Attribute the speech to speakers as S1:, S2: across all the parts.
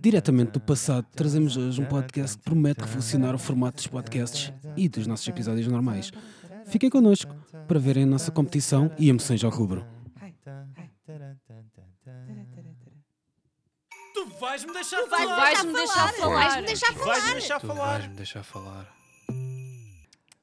S1: Diretamente do passado, trazemos hoje um podcast que promete revolucionar o formato dos podcasts e dos nossos episódios normais. Fiquem connosco para verem a nossa competição e emoções ao rubro.
S2: Tu vais-me deixar
S3: vais-
S2: falar!
S3: vais-me deixar falar.
S4: Vais-me deixar
S2: Tu
S4: falar.
S2: vais-me deixar
S4: Tu
S2: falar!
S4: vais-me deixar falar.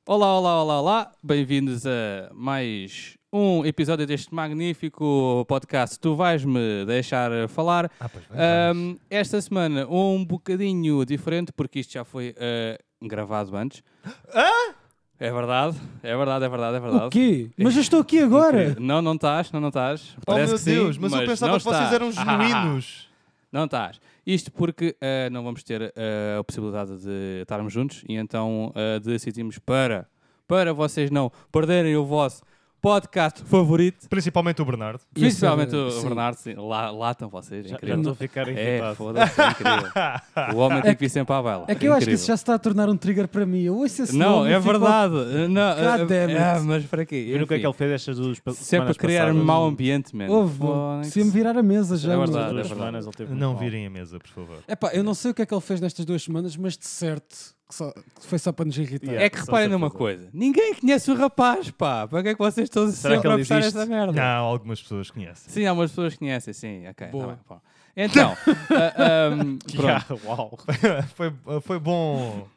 S5: Olá, olá, olá, olá. Bem-vindos a mais um episódio deste magnífico podcast. Tu vais-me deixar falar.
S4: Ah, pois bem.
S5: Ahm, esta semana um bocadinho diferente, porque isto já foi ah, gravado antes. É verdade, é verdade, é verdade, é verdade.
S1: O quê? Mas eu estou aqui agora!
S5: Incrível. Não, não estás, não, não estás.
S4: Oh
S5: Parece
S4: meu
S5: que sim,
S4: Deus, mas, eu pensava
S5: não
S4: que vocês
S5: estás.
S4: eram
S5: Ah, ah, ah.
S4: genuínos.
S5: Não estás. Isto porque ah, não vamos ter ah, a possibilidade de estarmos juntos e então ah, decidimos para, para vocês não perderem o vosso podcast favorito,
S4: Principalmente o Bernardo.
S1: Isso,
S5: principalmente o
S1: sim.
S5: Bernardo, sim, lá, latam vocês, é
S6: é Já, já
S5: incrível.
S6: estou a ficar
S5: é,
S6: irritado.
S5: foda-se, é incrível. O homem tem que vir sempre à baila.
S1: É que eu acho que
S5: Incrível.
S1: isso já se está a tornar um trigger para mim. Eu ouço esse
S5: Não,
S1: nome e
S5: é
S1: fico-
S5: verdade. Não,
S1: God
S5: ah,
S1: damn
S5: ah,
S1: it.
S5: mas para quê?
S6: Viram o que é que
S5: Enfim,
S6: ele fez estas duas pa-
S5: se é para
S6: semanas
S5: criar
S6: passadas?
S5: mau ambiente, mano.
S1: Houve,
S5: Fónix.
S1: se me virar a mesa já.
S5: É
S1: mano.
S6: Estas
S5: verdade,
S6: duas
S5: é verdade.
S6: semanas ele teve muito
S4: Não
S6: mal.
S4: virem a mesa, por favor.
S1: Epá, eu não sei o que é que ele fez nestas duas semanas, mas de certo que, só- que foi só para nos irritar.
S6: Yeah.
S5: É que
S6: com
S5: reparem numa
S6: certeza.
S5: coisa: ninguém conhece o rapaz, pá. Para que é que vocês estão
S6: Será que
S5: sempre
S6: ele
S5: a puxar
S6: existe?
S5: esta merda?
S4: Não, algumas pessoas conhecem.
S5: Sim, algumas pessoas que conhecem, sim. Ok, tá
S1: Boa.
S5: bem, bom. Então, ah, ahm, pronto.
S6: Yeah, uau. é
S4: foi, ah, foi bom.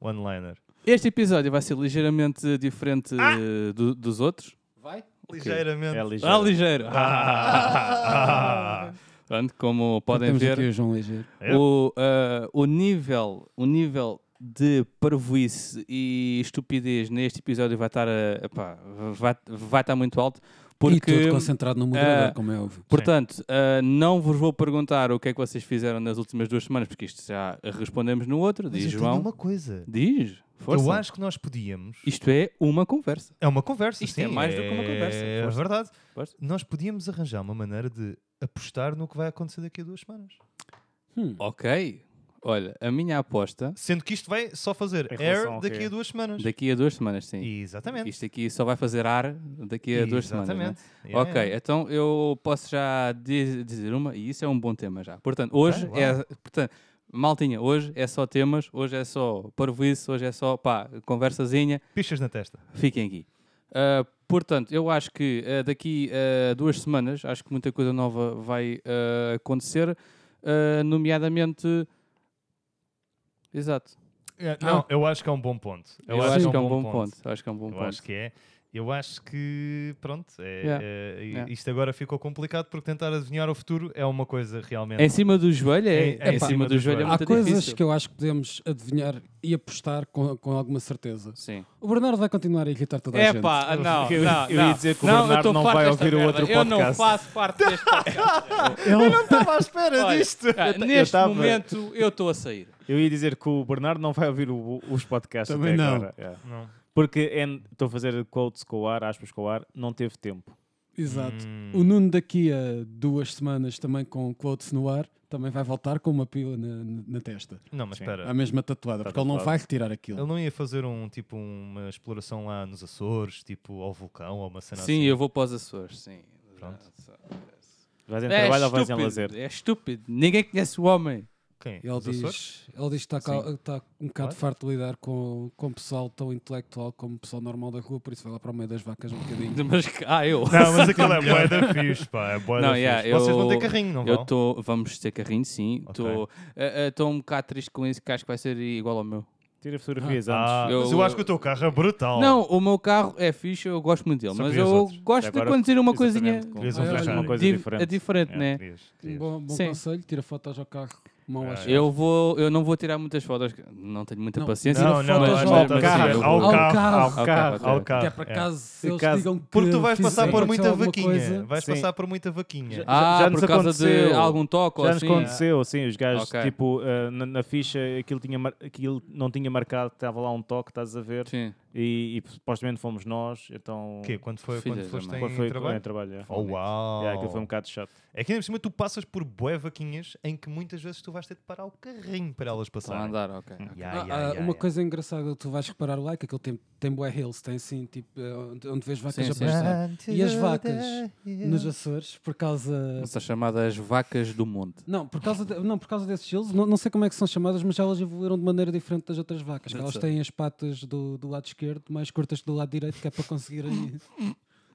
S4: One-liner.
S5: este episódio vai ser ligeiramente diferente
S1: Ah!
S5: eh, do- dos outros.
S4: Ligeiramente.
S6: É
S5: Ah,
S6: ligeiro.
S5: ligeiro!
S4: Ah, ah, ah.
S5: Pronto, como podem
S1: Temos
S5: ver,
S1: aqui o João Ligeiro.
S4: É.
S5: o, ah, o nível, o nível de parvoíce e estupidez neste episódio vai estar, ah, epá, vai, vai estar muito alto. Porque
S1: E tudo concentrado no moderador,
S5: eh,
S1: como é óbvio.
S5: Portanto, ah, não vos vou perguntar o que é que vocês fizeram nas últimas duas semanas, porque isto já respondemos no outro.
S4: Mas
S5: Diz
S4: eu tenho
S5: João.
S4: uma coisa.
S5: Diz. Força.
S4: Eu acho que nós podíamos.
S5: Isto é uma conversa.
S4: É uma conversa,
S5: Isto
S4: sim.
S5: é mais do que uma conversa.
S4: É
S5: Força.
S4: verdade.
S5: Força.
S4: Nós podíamos arranjar uma maneira de apostar no que vai acontecer daqui a duas semanas.
S1: Hum.
S5: Ok. Olha, a minha aposta,
S4: Sendo que isto vai só fazer
S6: Em relação
S4: air
S6: ao
S4: daqui
S6: quê?
S4: a duas semanas.
S5: daqui a duas semanas, sim.
S4: Exatamente.
S5: Isto aqui só vai fazer ar daqui a duas semanas. né?
S4: Exatamente. Yeah,
S5: Ok,
S4: yeah.
S5: então eu posso já diz- dizer uma, e isso é um bom tema já. Portanto, hoje
S4: Ok,
S5: é. Portanto, Maltinha, hoje é só temas, hoje é só parvoíce, hoje é só pá, conversazinha.
S4: Pichas na testa.
S5: Fiquem aqui. Ah, portanto, eu acho que ah, daqui a duas semanas, acho que muita coisa nova vai ah, acontecer, ah, nomeadamente. Exato.
S4: É, Não, eu acho que é um bom ponto.
S5: Eu, acho, que é um bom ponto. Acho que é um bom
S4: Eu
S5: ponto.
S4: acho que é. Eu acho que, pronto, é,
S5: Yeah.
S4: é, e-
S5: Yeah.
S4: isto agora ficou complicado porque tentar adivinhar o futuro é uma coisa realmente.
S5: Em cima do joelho é,
S4: É- é
S5: em cima do joelho é
S4: Há
S5: muito
S1: Há coisas
S5: difícil.
S1: que eu acho que podemos adivinhar e apostar com, com alguma certeza.
S5: Sim.
S1: O Bernardo vai continuar a irritar toda a
S5: É
S1: gente.
S5: pá, não,
S6: eu-
S5: não,
S6: eu
S5: não.
S6: ia dizer que o
S5: não, eu
S6: Bernardo
S5: tô
S6: não
S5: farto
S6: vai
S5: desta
S6: ouvir o
S5: merda.
S6: outro
S5: Eu não
S6: podcast.
S5: faço parte deste podcast.
S4: Eu não estava à espera
S5: Olha, Ah.
S4: disto!
S5: cara,
S6: eu
S5: neste
S6: tava-
S5: momento eu estou a sair.
S6: Eu ia dizer que o Bernardo não vai ouvir o- os podcasts
S1: Também
S6: até
S1: não.
S6: agora. É. Porque em- estou a fazer quotes com o ar, aspas com o ar, não teve tempo.
S1: Exato.
S4: Hum.
S1: O Nuno daqui a duas semanas também com quotes no ar também vai voltar com uma pila na, na testa.
S4: Não, mas
S6: Sim.
S5: É.
S4: espera.
S1: A mesma tatuada, porque ele não vai
S6: tatuado.
S1: retirar aquilo.
S4: Ele não ia fazer um tipo uma exploração lá nos Açores, tipo ao vulcão ou uma cena
S5: Sim,
S4: assim.
S5: eu vou para os Açores, sim.
S4: Pronto.
S6: Vais em
S5: É
S6: trabalho ou vais em
S5: estúpido,
S6: lazer?
S5: É estúpido. Ninguém conhece o homem.
S4: Quem?
S1: Ele
S4: Os Açores?
S1: diz, ele diz que está, ca- está um bocado farto de lidar com, com pessoal tão intelectual como pessoal normal da rua, por isso vai lá para o meio das vacas um bocadinho.
S5: Mas, que- ah, eu.
S4: Não, mas aquilo é boeda fixe, pá. É boeda
S5: Não,
S4: fixe.
S5: yeah,
S4: Vocês vão ter
S5: eu-
S4: carrinho, não
S5: Eu
S4: vão?
S5: estou. Vamos ter carrinho, sim.
S4: Ok.
S5: Estou um bocado triste com isso, que acho que vai ser igual ao meu.
S6: Tira fotografias
S4: Ah,
S6: antes.
S5: Eu-
S4: mas eu acho que o teu carro é brutal.
S5: Não, o meu carro é fixe, eu gosto muito dele.
S4: Só
S5: mas
S4: queria os
S5: eu
S4: outros.
S5: gosto de
S6: Agora,
S5: conduzir uma coisinha.
S6: exatamente, com-
S4: Querias um
S1: Olha,
S4: Ferrari.
S6: uma coisa
S5: di-
S6: diferente.
S5: É diferente,
S6: Yeah.
S5: né?
S4: Querias,
S1: Um
S4: querias.
S1: bom, bom
S5: Sim. É.
S1: conselho, tira fotos ao carro, mão
S4: Ah,
S1: às
S5: Eu, vou, eu não vou tirar muitas fotos, que não tenho muita
S1: Não.
S5: paciência.
S4: Não, não,
S1: fotos
S4: acho
S1: ao
S4: que estás a
S6: carro.
S4: ver.
S5: Ao
S4: Ao carro.
S1: carro.
S6: Ao
S5: Ao
S6: carro.
S5: carro.
S4: Ao
S1: Que é
S4: carro.
S1: para
S4: é.
S1: caso eles
S6: caso-
S1: digam que
S4: Porque tu vais passar
S1: fizeram-
S4: por muita
S1: aconteceu alguma
S4: vaquinha.
S1: coisa.
S4: Vais
S6: Sim.
S4: passar por muita vaquinha.
S5: Ah,
S6: Já- já
S5: por
S6: nos
S5: causa de
S6: aconteceu.
S5: algum toque ou
S6: Já nos
S5: assim.
S6: aconteceu, sim, os gajos,
S5: Ok.
S6: tipo, eh, na, na ficha, aquilo, tinha mar- aquilo não tinha marcado, estava lá um toque, estás a ver,
S5: Sim.
S6: e, e supostamente fomos nós, então...
S4: O quê? Quando, foi,
S5: Filhas é
S4: quando
S5: da
S4: foste
S5: mãe.
S6: Quando
S4: em
S6: foi
S4: trabalho?
S6: em trabalho, é.
S4: Oh, uau.
S6: Yeah, aquilo foi um bocado chato.
S4: É que ainda por cima tu passas por bué vaquinhas em que muitas vezes tu vais ter de parar o carrinho para elas
S5: Estão a
S4: passarem.
S5: andar, ok.
S4: Ya,
S1: Ah,
S4: ya,
S1: ah,
S4: ya,
S1: uma
S4: ya.
S1: coisa engraçada, tu vais reparar lá é que aquele tempo Tem bué hills, tem assim, tipo, eh, onde, onde vês vacas
S5: Sim,
S1: a
S5: sim,
S1: pastar.
S4: sim.
S1: E as vacas Nos Açores, por causa...
S5: São chamadas vacas do monte.
S1: Não, por causa, de- não, por causa desses hills, não, não sei como é que são chamadas, mas elas evoluíram de maneira diferente das outras vacas. que
S4: That's
S1: Elas
S4: it.
S1: têm as patas do, do lado esquerdo mais curtas que do lado direito, que é para conseguirem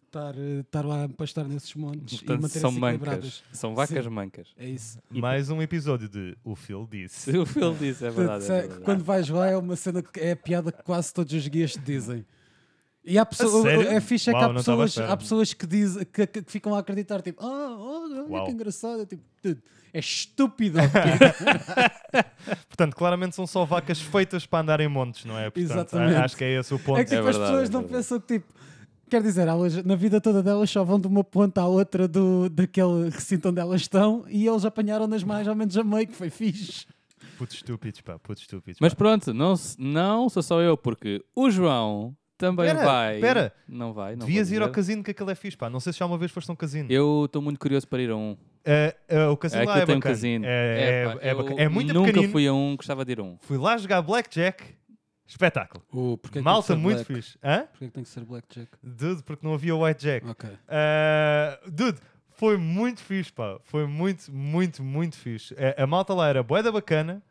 S1: estar, eh, estar lá a pastar nesses montes e
S5: Portanto,
S1: manterem-se
S5: são
S1: equilibradas.
S5: mancas. São vacas mancas.
S1: É isso.
S4: Mais um episódio de O Phil Disse.
S5: O Phil disse, é
S1: Portanto,
S5: verdade. É
S1: se-
S5: verdade.
S1: Quando vais lá é uma cena que é a piada que quase todos os guias te dizem. E há pessoas,
S4: sério?
S1: é fixe é que
S4: Uau,
S1: há
S4: não estava à
S1: pessoas,
S4: espera.
S1: há pessoas que, dizem, que, que- que ficam a acreditar, tipo, ah, oh, olha
S4: Uau.
S1: que engraçado, tipo, "Dude, é estúpido.
S4: Portanto, claramente são só vacas feitas para andar em montes, não é? Portanto, a-
S1: Exatamente.
S4: Acho que é esse o ponto.
S1: É que tipo,
S5: É verdade,
S1: as pessoas
S5: é
S1: não
S5: verdade.
S1: pensam que tipo. Quer dizer, elas, na vida toda delas só vão de uma ponta à outra do, daquele recinto onde elas estão e eles apanharam-nas mais ou menos a meio, que foi fixe.
S4: Putos estúpidos, pá, putos estúpidos.
S5: Mas
S4: pá.
S5: pronto, não, se- não sou só eu, porque o João também
S4: Pera,
S5: vai.
S4: pera.
S5: Não vai, não
S4: Devias
S5: vou
S4: ir ao
S5: dizer.
S4: casino que aquele é fixe, pá. Não sei se já uma vez foste a um casino.
S5: Eu estou muito curioso para ir a um.
S4: É, é, o casino
S5: É
S4: lá
S5: que
S4: é
S5: eu tenho um
S4: bacana.
S5: casino.
S4: É,
S5: Epá,
S4: é, é,
S5: eu
S4: bacana. É muito
S5: Nunca
S4: pequenino. Fui...
S5: fui a um, gostava de ir a um.
S4: lá jogar Blackjack. Espetáculo.
S1: é
S4: Malta muito fixe. Hã?
S1: Porquê é que tem que ser blackjack?
S4: Dude, porque não havia Whitejack.
S1: Ok.
S4: Ah, dude, foi muito fixe, pá. Foi muito, muito, muito fixe. A, a malta lá era boeda bacana.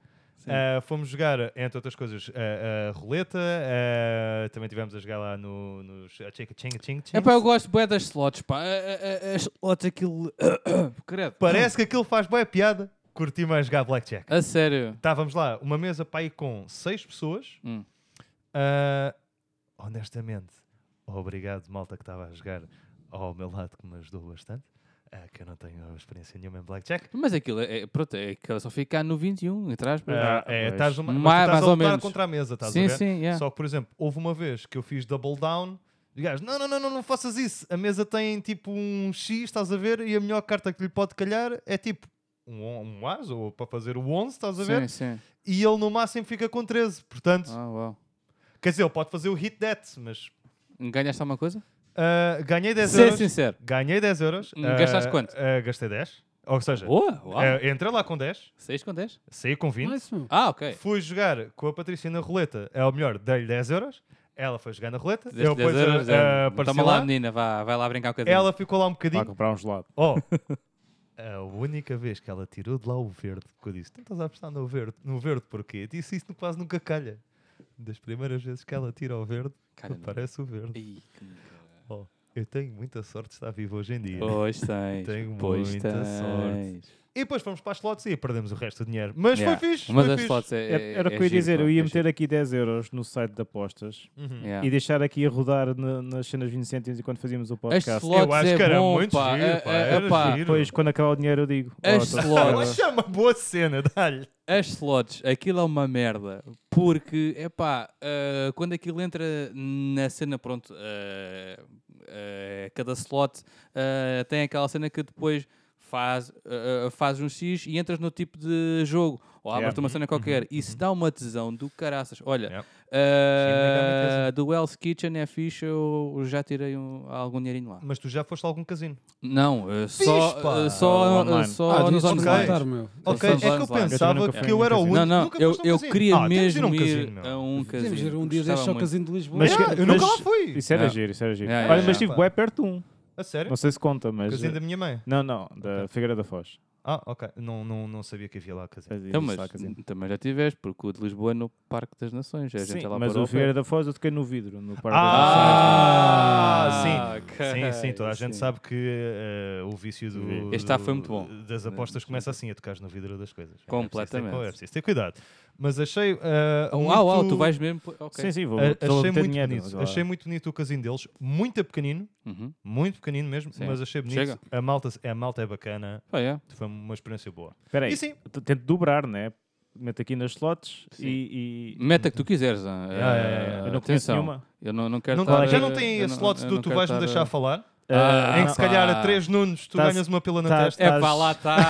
S4: Ah, fomos jogar, entre outras coisas, a, a roleta. ah, também tivemos a jogar lá no, nos a Ching Ching Ching Ching.
S5: É pá, eu gosto bué das slots, pá. É, A- a- a- As slots, aquilo... Credo.
S4: Parece que aquilo faz boa piada. Curti mais jogar Blackjack.
S5: A sério.
S4: Estávamos lá, uma mesa para aí com seis pessoas.
S5: Hum.
S4: Ah, honestamente, obrigado, malta que estava a jogar ao meu lado, que me ajudou bastante. Ah, que eu não tenho experiência nenhuma em Blackjack.
S5: Mas aquilo, é, é- pronto, é que ela só fica no 21, atrás.
S4: Ah, é, estás uma, mas tu
S5: mais,
S4: estás
S5: mais
S4: a
S5: ou
S4: lutar
S5: menos.
S4: contra a mesa, estás
S5: sim,
S4: a ver?
S5: sim, é. yeah.
S4: Só que, por exemplo, houve uma vez que eu fiz double down e o gajo, não, não, não, não, não faças isso. A mesa tem tipo um X, estás a ver? E a melhor carta que lhe pode calhar é tipo um, on- um As ou para fazer o 11, estás a ver?
S5: Sim, sim.
S4: E ele no máximo fica com 13. Portanto,
S5: Ah, uau.
S4: quer dizer, ele pode fazer o hit that, mas
S5: Ganhaste alguma coisa?
S4: ah, ganhei 10
S5: Ser
S4: euros.
S5: sincero.
S4: Ganhei 10 euros.
S5: Hum,
S4: ah,
S5: gastaste quanto?
S4: ah, gastei 10. Ou seja,
S5: Boa, uau.
S4: ah, entrei lá com 10,
S5: 6 com 10?
S4: saí com 20.
S1: Nice, meu.
S5: Ah, ok.
S4: Fui jogar com a Patrícia na roleta, é ou melhor, dei-lhe 10 euros. Ela foi jogar na roleta,
S5: Deste
S4: eu
S5: 10
S4: depois
S5: euros,
S4: eh,
S5: é.
S4: apareci
S5: Toma
S4: lá,
S5: lá, menina, vá, vai lá brincar um bocadinho.
S4: ela ficou lá um
S6: Vai
S4: bocadinho.
S6: comprar um gelado.
S4: Oh, a única vez que ela tirou de lá o verde, que eu disse, não estás a apostar no verde, no verde porquê? Disse isso quase nunca calha. Das primeiras vezes que ela tira o verde,
S5: Calha, não. é?
S4: aparece o verde.
S5: Ih, que merda.
S4: Oh, eu tenho muita sorte de estar vivo hoje em dia.
S5: Pois tens.
S4: Tenho
S5: pois
S4: muita
S5: tens.
S4: sorte. E depois fomos para as slots e perdemos o resto do dinheiro. Mas
S5: Yeah.
S4: foi fixe,
S5: Mas
S4: foi
S5: as
S4: fixe.
S5: slots é, é-
S6: Era o
S5: é
S6: que eu
S5: giro,
S6: ia dizer,
S5: pá,
S6: eu ia
S5: é
S6: meter aqui 10 euros no site de apostas
S4: Uhum.
S5: giro. Yeah.
S6: e deixar aqui a rodar na- nas cenas 20 cêntimos enquanto fazíamos o
S5: As
S6: podcast.
S5: slots
S4: Eu acho
S5: é
S4: que era
S5: bom,
S4: muito
S5: pá.
S4: giro,
S5: É-
S4: pá,
S5: é-
S4: era
S5: pá,
S4: giro. Ah,
S6: Depois, quando acabar o dinheiro, eu digo.
S5: As
S6: tô-
S5: slots.
S4: Ela chama é boa cena, dá-lhe.
S5: As slots, aquilo é uma merda. Porque, é pá, quando aquilo entra na cena, pronto, ah, ah, cada slot ah, tem aquela cena que depois faz, ah, ah, faz um X e entras no tipo de jogo. Ou
S6: Yeah.
S5: abres uma cena qualquer. Isso dá uma tesão do caraças. Olha,
S4: Uhum. Yeah.
S5: ah,
S4: Sim, dá muito
S5: do Wells Kitchen é fixe, eu já tirei um- algum dinheirinho lá.
S4: Mas tu já foste a algum casino?
S5: Não, ah, só,
S4: pá.
S5: ah, só, ah,
S6: Online.
S5: só
S1: ah,
S5: nos
S1: nos
S4: devia-te
S5: online.
S4: contar.
S1: meu.
S4: Ok, é que eu
S5: São vários lá.
S6: Eu também
S4: pensava
S6: nunca
S4: que
S6: fui
S4: eu
S6: a um
S4: era o
S6: casino.
S4: único.
S5: Não, não,
S4: Nunca
S5: eu,
S4: foste a um
S5: eu
S4: casino.
S5: queria
S4: Ah, temos de ir a
S5: mesmo
S4: um
S5: ir,
S4: casino, meu.
S5: a um casino.
S1: Podemos ir um dia deste ao
S5: Gostava muito.
S1: Casino de Lisboa. Ah,
S6: Mas
S4: É,
S6: que-
S4: eu nunca
S6: mas-
S4: lá fui.
S6: Isso era
S5: Yeah.
S6: giro, isso era giro.
S5: Yeah,
S6: Olha,
S5: yeah,
S6: mas
S4: yeah.
S6: estive bué perto de um.
S5: é
S4: A sério?
S6: Não sei se conta, mas.
S4: Casino da minha mãe?
S6: Não, não, da Figueira da Foz.
S4: Ah, ok. Não, não, não sabia que havia lá casino.
S6: Fazia
S5: Então,
S6: isso
S5: mas
S6: lá, casino.
S5: também já tiveste, porque o de Lisboa é no Parque das Nações. A gente
S6: Sim,
S5: é lá Ah,
S6: mas
S5: para
S6: o Figueira da Foz eu toquei no vidro, no par
S4: Ah,
S5: sim.
S4: Sim, sim, toda a gente sabe que eh, o vício do,
S5: Este está
S4: do-
S5: foi muito bom.
S4: das apostas começa assim, a tocar no vidro das coisas. É
S5: Completamente.
S4: preciso ter- É preciso ter cuidado. Mas achei. eh,
S5: Ah,
S4: muito-
S5: uau, tu vais mesmo. Ok.
S6: Sim, sim, vou.
S4: a-
S6: vou
S4: achei,
S6: meter
S4: muito
S6: dinheiro,
S4: bonito,
S6: mas-
S4: achei muito bonito o casino deles, muito pequenino,
S5: Uhum.
S4: muito pequenino mesmo,
S5: Sim.
S4: mas achei bonito.
S5: Chega.
S4: A, malta, a malta é bacana,
S5: Ah, é.
S4: foi uma experiência boa.
S6: Espera aí,
S4: E sim,
S6: t- tento dobrar, né? Meto aqui nas slots
S5: Sim.
S6: e. e-
S5: Meta que tu quiseres. ah,
S4: Yeah, yeah, yeah.
S5: ah,
S6: Eu não conheço
S5: atenção.
S6: nenhuma.
S5: Eu não, não quero
S4: Não-
S5: estar,
S4: já
S5: ah,
S4: não tem
S5: eu
S4: slots
S5: eu
S4: do
S5: não
S4: tu
S5: quero
S4: vais-me
S5: estar,
S4: deixar
S5: ah, Tá
S4: falar?
S6: Ah,
S4: em que se
S6: pá.
S4: calhar a três nunos tu
S6: Tás-
S4: ganhas uma pila na
S6: tás-
S4: testa.
S5: É
S6: Estás-
S5: pá, lá está, meu.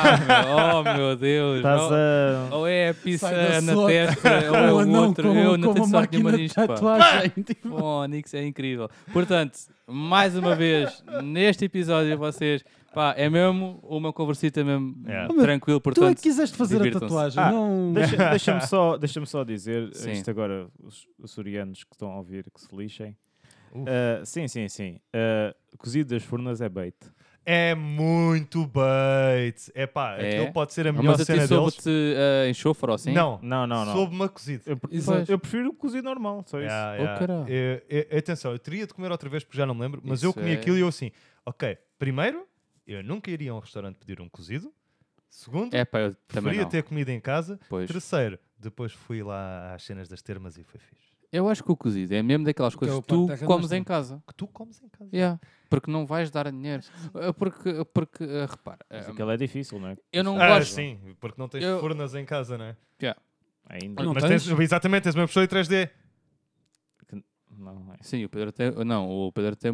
S5: Oh, meu Deus.
S6: Estás
S5: Ou-
S6: a.
S5: Ou é a pizza
S1: Sai da
S5: na
S1: sua-
S5: testa, ou é
S1: Ou
S5: o
S1: não,
S5: outro.
S1: com-
S5: eu
S1: com
S5: não tenho
S1: uma
S5: sorte nenhuma
S1: máquina de
S5: nisto, pá.
S1: tatuagem. tipo.
S5: Onix é incrível. Portanto, mais uma vez, neste episódio, vocês, pá, é mesmo uma conversita mesmo
S4: É.
S5: tranquilo,
S1: Tu é
S5: portanto,
S1: que quiseste fazer a
S5: divirtam-se.
S1: tatuagem,
S6: Ah,
S1: não...
S6: Deixa- Deixa-me só, deixa só dizer,
S5: Sim.
S6: isto agora, os, os sorianos que estão a ouvir, que se lixem.
S4: Uf.
S6: Ah, sim, sim, sim. Ah, cozido das furnas é bait.
S4: É muito bait. É pá,
S5: É?
S4: aquilo pode ser a melhor
S5: mas eu
S4: cena
S5: te
S4: deles.
S5: soube-te eh, enxofre ou assim?
S4: Não,
S6: Não, não, não.
S4: soube-me a cozida.
S6: Eu, pre-
S5: Exato.
S6: eu prefiro o cozido normal, só isso.
S4: Yeah,
S5: Oh,
S4: yeah.
S5: caralho.
S4: Eu- eu- atenção, eu teria de comer outra vez porque já não me lembro, mas eu
S5: Isso
S4: comi
S5: é-
S4: aquilo e eu assim, ok, primeiro, eu nunca iria a um restaurante pedir um cozido. Segundo,
S5: É pá, eu também
S4: preferia
S5: não.
S4: ter comida em casa.
S5: Pois.
S4: Terceiro, depois fui lá às cenas das termas e foi fixe.
S5: Eu acho que o cozido é mesmo daquelas coisas
S1: é o
S5: que tu
S1: parte da
S5: comes
S1: canastra.
S5: em casa.
S4: Que tu comes em casa.
S5: Yeah. Porque não vais dar dinheiro. Eh, Porque, porque eh, repara,
S6: Mas
S5: eh,
S6: aquilo é difícil, não é?
S5: eu não
S4: Ah,
S5: gosto.
S4: sim, porque não tens
S5: Eu-
S4: furnas em casa, não é?
S6: Ainda.
S1: Não
S4: Mas
S1: tens?
S4: tens, exatamente, tens uma pessoa em 3D.
S6: Não, é.
S5: Sim, o Pedro tem. Não, o Pedro tem,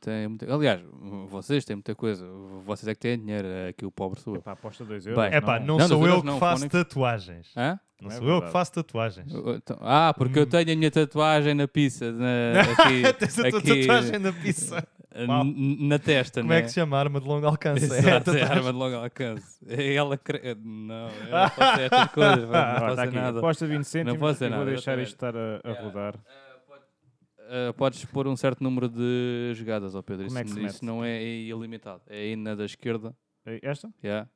S5: tem muita. Aliás, vocês têm muita coisa. Vocês é que têm dinheiro, é que o pobre sou eu.
S6: Epá, aposta 2 euros.
S5: Bem.
S4: É pá, não,
S5: Não,
S4: sou
S5: mas
S4: eu
S5: eles
S4: que
S5: não,
S4: faço
S5: Fónix.
S4: tatuagens.
S5: Hã?
S4: Não
S6: É
S4: sou eu que
S6: verdade.
S4: faço tatuagens.
S5: Eu- então- Ah, porque eu
S4: Hum.
S5: tenho a minha tatuagem na pizza. Na, aqui,
S4: Tens a tua
S5: aqui,
S4: tatuagem na pizza.
S5: n-
S4: Uau.
S5: n- na testa,
S4: Como
S5: né?
S4: é que se chama? Arma de longo alcance. É a
S5: Exato, é a
S4: tatuagem.
S5: arma de longo alcance. Ela cre... eh, Não, eu não faço estas coisas, pá,
S4: Ah,
S5: não
S6: Pronto,
S5: faço
S6: tá aqui.
S5: nada.
S6: Aposta 20 cêntimos.
S5: faço
S6: e vou
S5: nada,
S6: deixar
S5: exatamente.
S6: isto estar a, a rodar.
S5: Ah, podes pôr um certo número de jogadas ao Pedro.
S6: Como é que
S5: isso
S6: se mete?
S5: isso não é ilimitado. É aí na da esquerda.
S6: É Esta?
S5: Yeah.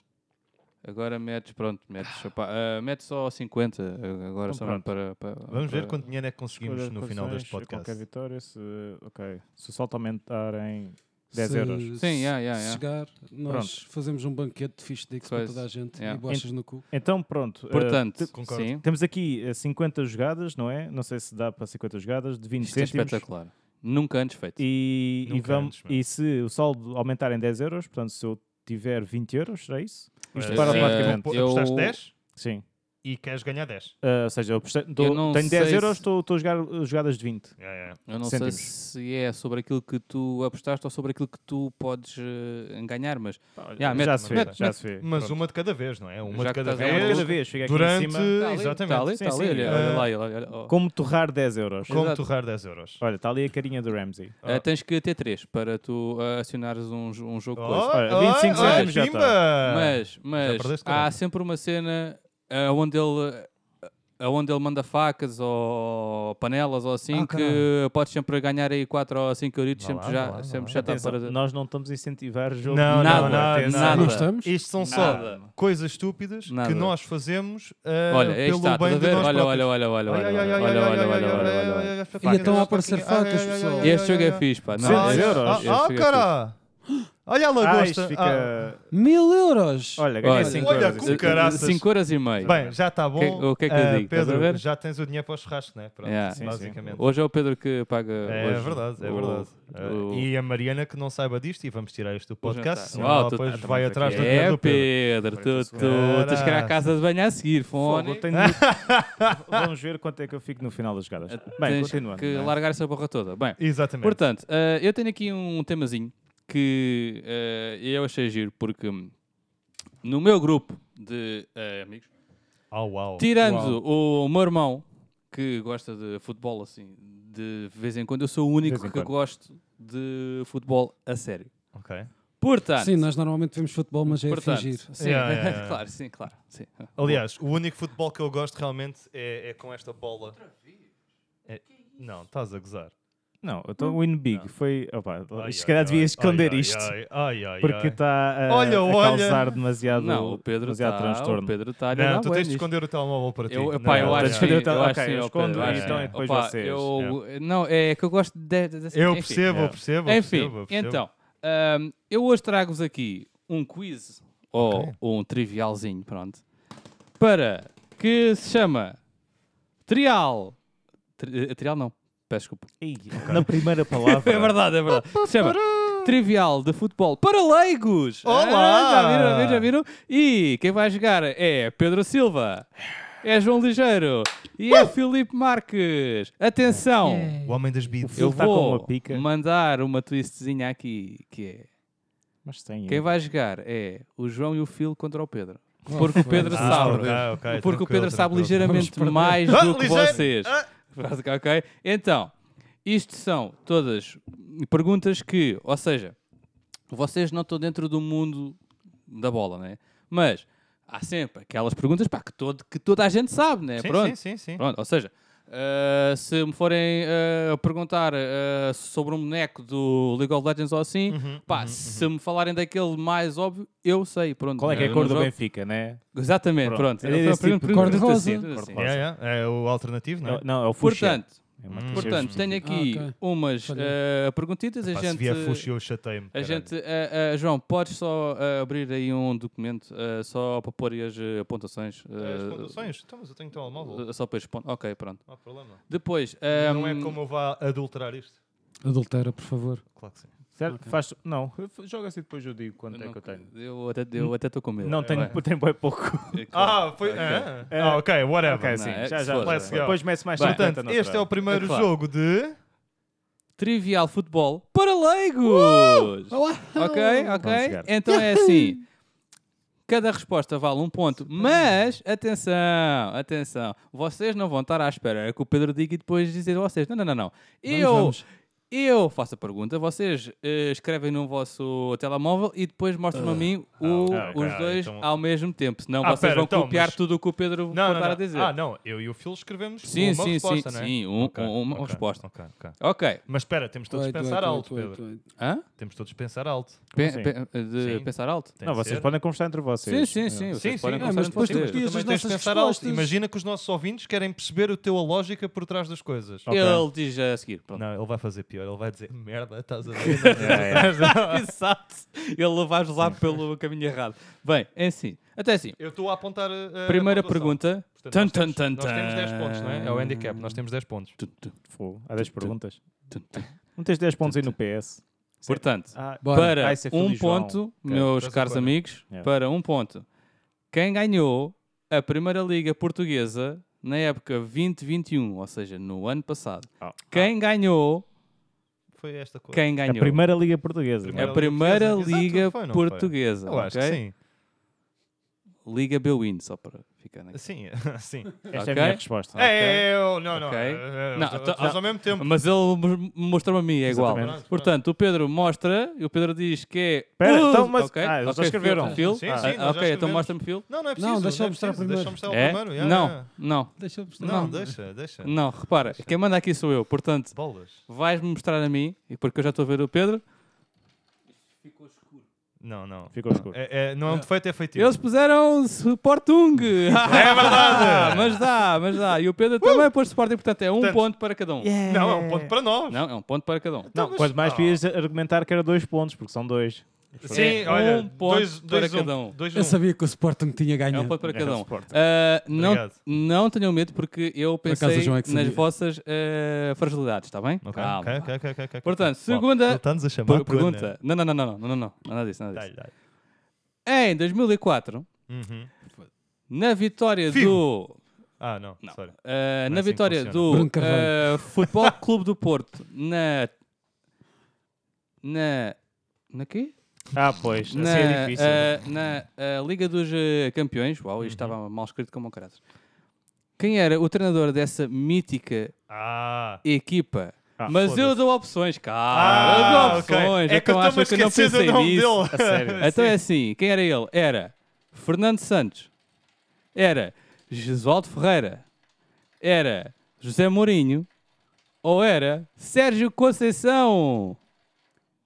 S5: Agora metes, pronto, metes, opá, ah, metes só 50 ah, agora
S6: Então
S5: só
S6: pronto.
S5: para, para-
S4: Vamos ver
S5: para-
S4: quanto dinheiro é que conseguimos
S6: Escolher
S4: no final
S6: condições,
S4: deste podcast.
S6: Qualquer vitória, se, ok. se o salto aumentar em 10 euros.
S5: Sim, yeah, yeah,
S1: se
S5: yeah.
S1: chegar, nós fazemos um banquete de fish dicks para
S5: Pois,
S1: toda a gente
S5: yeah.
S1: e bochas no cu.
S6: Então, pronto. eh,
S5: Portanto,
S6: te-
S4: concordo.
S5: sim,
S6: temos aqui eh, 50 jogadas, não é? Não sei se dá para 50 jogadas, de 20
S5: isto é
S6: cêntimos.
S5: espetacular. Nunca antes feito.
S6: E, e,
S4: Nunca
S6: vamos-
S4: antes, meu.
S6: e se o saldo aumentar em 10 euros, portanto, se eu tiver 20 euros, será isso? Isto
S4: Eh,
S6: para
S4: sim,
S6: automaticamente.
S4: tu apo-
S5: É, eu-
S4: apostaste 10
S6: Sim.
S4: e queres ganhar 10.
S6: Ah, ou seja, eu, apostei- dou-
S5: Eu não
S6: tenho 10
S5: sei
S6: euros,
S5: se-
S6: estou estou a jogar eh, jogadas de 20.
S4: Yeah, yeah.
S5: Eu não
S6: cêntimos.
S5: sei se é sobre aquilo que tu apostaste ou sobre aquilo que tu podes eh, ganhar, mas
S6: já
S5: Yeah, mete-
S6: se vê,
S5: mete-
S6: já
S5: mete-
S6: se vê.
S4: Mas
S6: Pronto.
S4: uma de cada vez, não é? Uma
S5: Já
S4: de
S5: que
S4: cada
S5: estás a
S6: uma de
S4: vez.
S6: cada vez, chega aqui
S4: durante.
S6: em cima.
S5: está tá ali, está ali,
S4: Exatamente.
S5: está
S6: Sim,
S5: ali,
S6: sim.
S5: olha, olha lá, olha, olha, olha, ó.
S6: Como torrar 10 euros?
S4: Como
S5: Exato.
S4: torrar 10 euros.
S6: Olha, está ali a carinha do Ramsey.
S5: Ah, tens que ter 3 para tu ah, acionares um, jo- um
S4: Oh,
S5: jogo coisa.
S6: Olha, 25
S4: olha,
S6: cêntimos já
S4: Simba!
S5: Mas, mas
S4: perdeste,
S5: há
S4: caralho.
S5: sempre uma cena ah, onde ele ah, onde ele manda facas ou panelas ou assim
S4: Ah,
S5: que podes sempre ganhar aí 4 ou 5 euritos,
S4: Vá
S5: sempre
S4: lá,
S5: já,
S4: vá lá, vá
S5: sempre
S4: lá.
S5: já está
S6: Atenção,
S5: para
S6: Nós não estamos a incentivar jogo.
S4: Não,
S5: Nada,
S4: não, não,
S6: atenção.
S5: nada.
S1: Não estamos?
S4: Isto são só
S5: Nada.
S4: coisas estúpidas
S5: Nada.
S4: que nós fazemos eh,
S5: Olha, aí
S4: pelo
S5: está, estás
S4: bem
S5: a
S4: de
S5: ver?
S4: nós
S5: Olha,
S4: próprios.
S5: olha, olha, olha, olha,
S4: Ai, ai, ai,
S5: olha,
S4: ai, ai,
S5: olha, olha,
S4: ai,
S5: olha,
S4: ai,
S5: olha,
S4: ai,
S5: olha,
S4: ai,
S5: olha.
S4: ai,
S1: E então a
S4: ai,
S1: aparecer
S4: ai,
S1: facas,
S4: ai, ai,
S1: pessoal.
S4: ai, ai,
S5: Este jogo é
S4: ai,
S5: fixe, pá. Não,
S6: 200
S5: este- este
S6: euros.
S4: Ah,
S5: jogo é
S4: ah,
S5: fixe.
S4: cara! Olha a
S6: Ah,
S4: lagosta!
S6: isto
S4: Ah.
S6: fica.
S1: Mil euros!
S6: Olha, ganhei
S5: Olha,
S6: 5
S4: olha,
S6: euros.
S4: com
S6: Isso-
S4: cara- caraças.
S5: 5 horas e meio.
S4: ah, Bem, já está bom.
S5: o que é que eu
S4: Ah,
S5: digo? Estás a ver?
S4: Pedro, já tens o dinheiro para o churrasco, não é? Pronto,
S5: Yeah. Sim,
S6: sim.
S4: basicamente.
S5: Hoje é o Pedro que paga.
S4: É
S5: hoje
S4: verdade, é
S5: o-
S4: verdade.
S5: o-
S4: Ah, E a Mariana que não saiba disto, e vamos tirar isto do
S5: o jantar.
S4: podcast, senão
S5: Uau,
S4: ela
S5: tu-
S4: depois
S6: ah,
S4: vai
S6: estamos
S4: atrás do
S6: aqui.
S4: dinheiro
S5: É,
S4: do Pedro.
S5: Pedro, tu, tu,
S4: Caraças.
S5: tens que ir à casa de banho a seguir,
S6: Fogo,
S5: fone.
S6: tenho muito- Vamos ver quanto é que eu fico no final das jogadas. Bem,
S5: Tens
S6: continuando.
S5: que
S6: não é?
S5: largar essa borra toda. Bem,
S4: né? Exatamente.
S5: portanto, ah, eu tenho aqui um temazinho que ah, eu achei giro, porque hum, no meu grupo de ah, amigos,
S4: oh, uau.
S5: tirando o meu irmão, que gosta de futebol assim, de vez em quando, eu sou o
S6: De
S5: único
S6: vez em
S5: que
S6: quando.
S5: gosto de futebol a sério.
S4: Ok.
S5: Portanto,
S1: Sim, nós normalmente vemos futebol, mas é
S5: portanto,
S1: fingir.
S5: Sim,
S4: Yeah, yeah, yeah.
S5: claro, sim, claro. Sim.
S4: Aliás, o único futebol que eu gosto realmente é, é com esta bola. É- Não, estás a gozar.
S6: Não, então o Win Big foi. Opa,
S4: Ai,
S6: se calhar
S4: ai,
S6: devia
S4: ai,
S6: esconder
S4: ai, ai,
S6: isto.
S4: Ai, ai, ai,
S6: Porque tá-
S4: ai.
S6: está a,
S4: Olha,
S6: a
S4: olha.
S6: causar demasiado,
S5: Não, o Pedro
S6: demasiado
S5: está
S6: transtorno.
S5: o Pedro tá está a lhe
S4: Não,
S5: dar
S4: tu tens
S5: bué
S4: de
S5: é nisto.
S4: esconder o telemóvel para ti.
S5: Eu, pá,
S4: Não,
S5: eu
S4: não,
S5: acho que
S4: não.
S6: esconder o
S5: eu
S6: tele-
S5: acho
S6: tá, ok,
S5: que sim,
S6: eu
S5: ó,
S6: escondo
S5: Pedro,
S6: então,
S5: acho
S4: isto,
S5: que sim.
S4: e
S6: depois
S5: Opa,
S6: vocês.
S5: eu- Não, é que eu gosto de, de- dessa-
S4: Eu
S5: enfim.
S4: percebo, eu percebo. eu
S5: Enfim,
S4: percebo, eu percebo.
S5: então, hum, eu hoje trago-vos aqui um quiz, ou
S4: Ok.
S5: um trivialzinho, pronto, para, que se chama Trial, tri, eh, Trial não, peço desculpa,
S6: Ei, Na primeira palavra.
S5: é verdade, é verdade, se chama Trivial de Futebol para Leigos,
S4: Olá!
S5: Ah, já viram, já viram, já viram, e quem vai jogar é Pedro Silva, é João Ligeiro E
S4: Uh!
S5: é Filipe Marques. Atenção.
S1: É.
S4: O homem das beats.
S6: Ele
S5: Eu
S6: tá com
S5: vou
S6: uma pica.
S5: mandar uma twistzinha aqui, que é...
S6: Mas tem.
S5: Quem
S6: eu.
S5: vai jogar é o João e o Phil contra o Pedro. Porque o Pedro
S1: Ah,
S5: sabe.
S4: ok, ok,
S5: porque o
S4: tranquilo,
S5: Pedro sabe
S4: tranquilo.
S1: Vamos
S5: ligeiramente
S1: perder.
S5: mais
S4: Ah,
S5: do que
S4: ligeiro!
S5: vocês.
S4: Ah!
S5: Ok? Então, isto são todas perguntas que, ou seja, vocês não estão dentro do mundo da bola, né? Mas há sempre aquelas perguntas pá, que, todo, que toda a gente sabe, né?
S4: Sim,
S5: Pronto.
S4: sim, sim, sim.
S5: Pronto, ou seja, eh, se me forem eh, perguntar eh, sobre um boneco do League of Legends ou assim,
S6: Uhum,
S5: pá, se me falarem daquele mais óbvio, eu sei. Pronto,
S6: Qual é que é
S5: eh,
S6: a cor
S5: no
S6: do
S5: jogo-
S6: Benfica, né?
S5: Exatamente,
S6: Pronto.
S5: pronto. Foi
S6: É
S5: uma
S6: desse
S5: pergunta-
S6: tipo de
S5: pergunta
S1: cor-de-rosa.
S5: assim, pergunta assim.
S6: Cor-de-rosa.
S4: Yeah, yeah, É o alternativo, não é?
S6: Não, não, é o Fuxia.
S5: Portanto,
S6: É uma
S4: Hum.
S6: coisa
S5: portanto,
S6: assim.
S5: tenho aqui
S1: Ah, ok.
S5: umas
S1: Olha.
S5: eh, perguntitas. A
S4: Pá, Se
S5: gente,
S4: vier Fuxi, eu chatei-me.
S5: a
S4: caralho.
S5: gente eh, eh, João, podes só eh, abrir aí um documento eh, só para pôr aí as eh, pontuações.
S4: Eh, As
S5: eh,
S4: pontuações? Então, mas eu tenho telemóvel.
S5: eh, Só para expon- Ok, pronto.
S4: Não há problema.
S5: Depois.
S4: Não é
S5: ehm,
S4: como eu vá adulterar isto?
S1: Adultera, por favor.
S4: Claro que sim.
S6: Certo?
S1: Ok.
S6: Faz- Não, joga-se e depois eu digo quanto é
S5: não-
S6: que eu tenho.
S5: Eu até eu até estou com medo.
S6: Não, tenho,
S5: Vai.
S6: tenho bem pouco.
S5: É que-
S4: Ah, foi. Ah, ah, ok, whatever.
S6: Ok,
S5: não,
S6: sim,
S5: é que
S6: já,
S5: se
S6: já.
S5: foda.
S4: Let's go.
S6: Depois mete mais
S5: Bem,
S6: 50
S4: Portanto,
S6: noutra.
S4: este é o primeiro
S5: É claro.
S4: jogo de.
S5: Trivial futebol para leigos! Ok, ok.
S6: Vamos jogar.
S5: Então é assim. Cada resposta vale um ponto, mas atenção, atenção. Vocês não vão estar à espera que o Pedro diga e depois dizer a vocês. Não, não, não, não. Eu,
S1: vamos.
S5: eu faço a pergunta, vocês eh, escrevem no vosso telemóvel e depois mostram-me a mim o-
S4: ah, ok,
S5: os dois
S4: então-
S5: ao mesmo tempo. Senão
S4: Ah,
S5: vocês
S4: pera,
S5: vão
S4: então,
S5: copiar
S4: mas-
S5: tudo o que o Pedro for
S4: Não, não,
S5: estar a
S4: não.
S5: dizer.
S4: Ah, não. Eu e o Phil escrevemos
S5: Sim,
S4: uma
S5: sim,
S4: resposta,
S5: sim,
S4: não é?
S5: sim, um-
S4: Ok,
S5: um- uma
S4: ok,
S5: resposta.
S4: ok, ok.
S5: Ok.
S4: Mas espera, temos todos de
S1: Oito,
S4: pensar
S1: oito,
S4: alto,
S1: oito,
S4: Pedro.
S1: oito, oito.
S5: Hã?
S4: Temos todos de pensar alto.
S5: Pe-
S6: assim?
S5: pe- de
S4: Sim.
S5: pensar alto?
S4: Tem
S6: Não,
S4: de
S6: vocês
S4: ser.
S6: podem conversar entre
S5: Sim,
S6: vocês.
S5: sim, sim. Vocês
S4: Sim,
S5: podem
S4: sim,
S1: ah,
S5: começar
S1: mas
S5: entre
S1: depois
S5: vocês.
S1: temos que ir-
S4: Mas
S1: as
S4: também tens de
S1: nossas
S4: pensar alto.
S1: respostas.
S4: Imagina que os nossos ouvintes querem perceber o teu a lógica por trás das coisas.
S6: Ok.
S5: Ele diz a seguir. Pronto.
S4: Não, ele vai fazer pior. Ele vai dizer merda, estás a ver?
S5: É. Exato. Ele vai lá pelo caminho errado. Bem, é assim. Até assim.
S4: Eu estou a apontar. eh, a- a
S5: Primeira
S4: pontuação.
S5: pergunta.
S4: Portanto,
S5: Tan,
S4: nós, temos,
S5: tan, tan,
S4: nós temos 10
S5: tan.
S4: pontos, não é? É o handicap, nós temos 10 pontos.
S5: Tu, tu,
S6: É, Fogo, Há 10
S5: Tu, tu,
S6: perguntas.
S5: tu, tu.
S6: Não tens 10 pontos aí no PS.
S5: Portanto,
S6: Ah,
S1: Bora.
S5: para
S6: Ah, isso é
S5: um
S6: Feliz João.
S5: ponto,
S6: Ok,
S5: meus
S4: dá-se
S5: caros
S4: agora.
S5: amigos,
S4: É.
S6: Yeah.
S5: para um ponto. Quem ganhou a Primeira Liga Portuguesa na época 2021, ou seja, no ano passado.
S6: Ah.
S5: Quem ganhou?
S4: Foi esta coisa.
S5: Quem
S6: a
S5: ganhou?
S6: primeira Liga Portuguesa.
S5: A
S4: Primeira-
S5: Primeira
S4: Liga Portuguesa.
S5: Liga
S4: Exato, foi, não foi?
S5: Portuguesa.
S4: Eu acho
S5: ok?
S4: que sim.
S5: Liga Belwin, só para ficar naquele.
S4: Sim, sim.
S6: Esta é
S5: Ok.
S6: a minha resposta.
S4: É, é, eu, não, não.
S5: Ok.
S4: é, é,
S5: Não,
S4: nós-
S5: tá-
S4: nós
S5: não.
S4: ao mesmo tempo.
S5: Mas ele mo- mostrou-me a mim, é igual.
S6: Exatamente.
S5: Portanto, o Pedro mostra e o Pedro diz que é.
S6: Pera,
S5: Uh,
S6: então, mas-
S5: ok,
S6: ah, eles já
S5: ok,
S6: escreveram.
S5: Phil, Phil.
S4: Sim,
S5: Ah,
S4: sim, nós já
S5: ah, ok, então
S4: escrevemos.
S5: mostra-me Phil.
S4: Não, não é preciso.
S1: Não, deixa eu
S4: é
S1: mostrar
S4: preciso,
S1: primeiro.
S4: Deixa eu mostrar o
S5: É?
S4: primeiro. yeah,
S5: não,
S4: yeah.
S5: não,
S1: Deixa eu mostrar.
S4: Não,
S5: Não.
S4: deixa, deixa.
S5: não, repara, quem manda aqui sou eu. Portanto,
S4: Bolas.
S5: vais-me mostrar a mim, e porque eu já estou a ver o Pedro.
S4: Não, não.
S6: Ficou escuro.
S4: É, é, não é um defeito, é feitiço.
S5: Eles puseram Sportung! É verdade! mas dá, mas dá. E o Pedro também pôs Sporting, portanto é um
S4: Uh! Portanto,
S5: ponto para cada um.
S4: Não, é um ponto para nós.
S5: Não, é um ponto para cada um.
S4: Então,
S6: Não,
S4: mas-
S6: quanto mais
S4: Ah.
S6: podias argumentar que era dois pontos, porque são dois.
S4: Sim,
S5: É
S4: olha.
S5: um ponto
S4: dois,
S5: para
S4: dois,
S5: cada um.
S4: Dois,
S1: Eu sabia que o Sporting tinha
S5: É
S1: ganho.
S5: um ponto para cada
S6: Era
S5: um.
S6: Sporting.
S5: Ah, não,
S4: Obrigado.
S5: não tenham medo, porque eu
S1: acaso,
S5: pensei
S1: João, é que sabia.
S5: nas vossas ah, fragilidades, está bem?
S4: Ok,
S5: Calma.
S4: ok, ok, ok, ok, ok.
S5: Portanto,
S4: Bom,
S5: segunda
S4: ele está-nos a chamar
S5: Per-
S4: Bruno.
S5: pergunta. Não, não, não, não, não, não, não, não, é nada disso, nada
S4: Dá-lhe,
S5: disso.
S4: dá-lhe.
S5: Em 2004,
S4: Uhum.
S5: na vitória
S4: Figo.
S5: do.
S4: Ah, não,
S5: Não.
S4: sorry.
S5: ah,
S4: Não é
S5: na
S4: assim que
S5: vitória
S4: funciona.
S5: do
S1: Bruno Carvalho.
S5: ah, Futebol Clube do Porto na. Na. Na quê?
S6: Ah, pois. Assim
S5: Na,
S6: é difícil.
S5: ah, na ah, Liga dos ah, Campeões. Uau, isto estava
S4: Uhum.
S5: mal escrito como um caralho. Quem era o treinador dessa mítica
S4: Ah,
S5: equipa?
S6: Ah,
S5: Mas eu
S4: foda-se.
S5: dou opções, cara.
S4: ah,
S5: eu dou opções.
S4: ok. É que eu um estou-me a
S5: então acham que eu não
S4: esquecer do
S5: pensei
S4: nome
S5: nisso.
S4: dele.
S6: A sério.
S5: Então é assim, quem era ele? Era Fernando Santos, era Jesualdo Ferreira, era José Mourinho ou era Sérgio Conceição.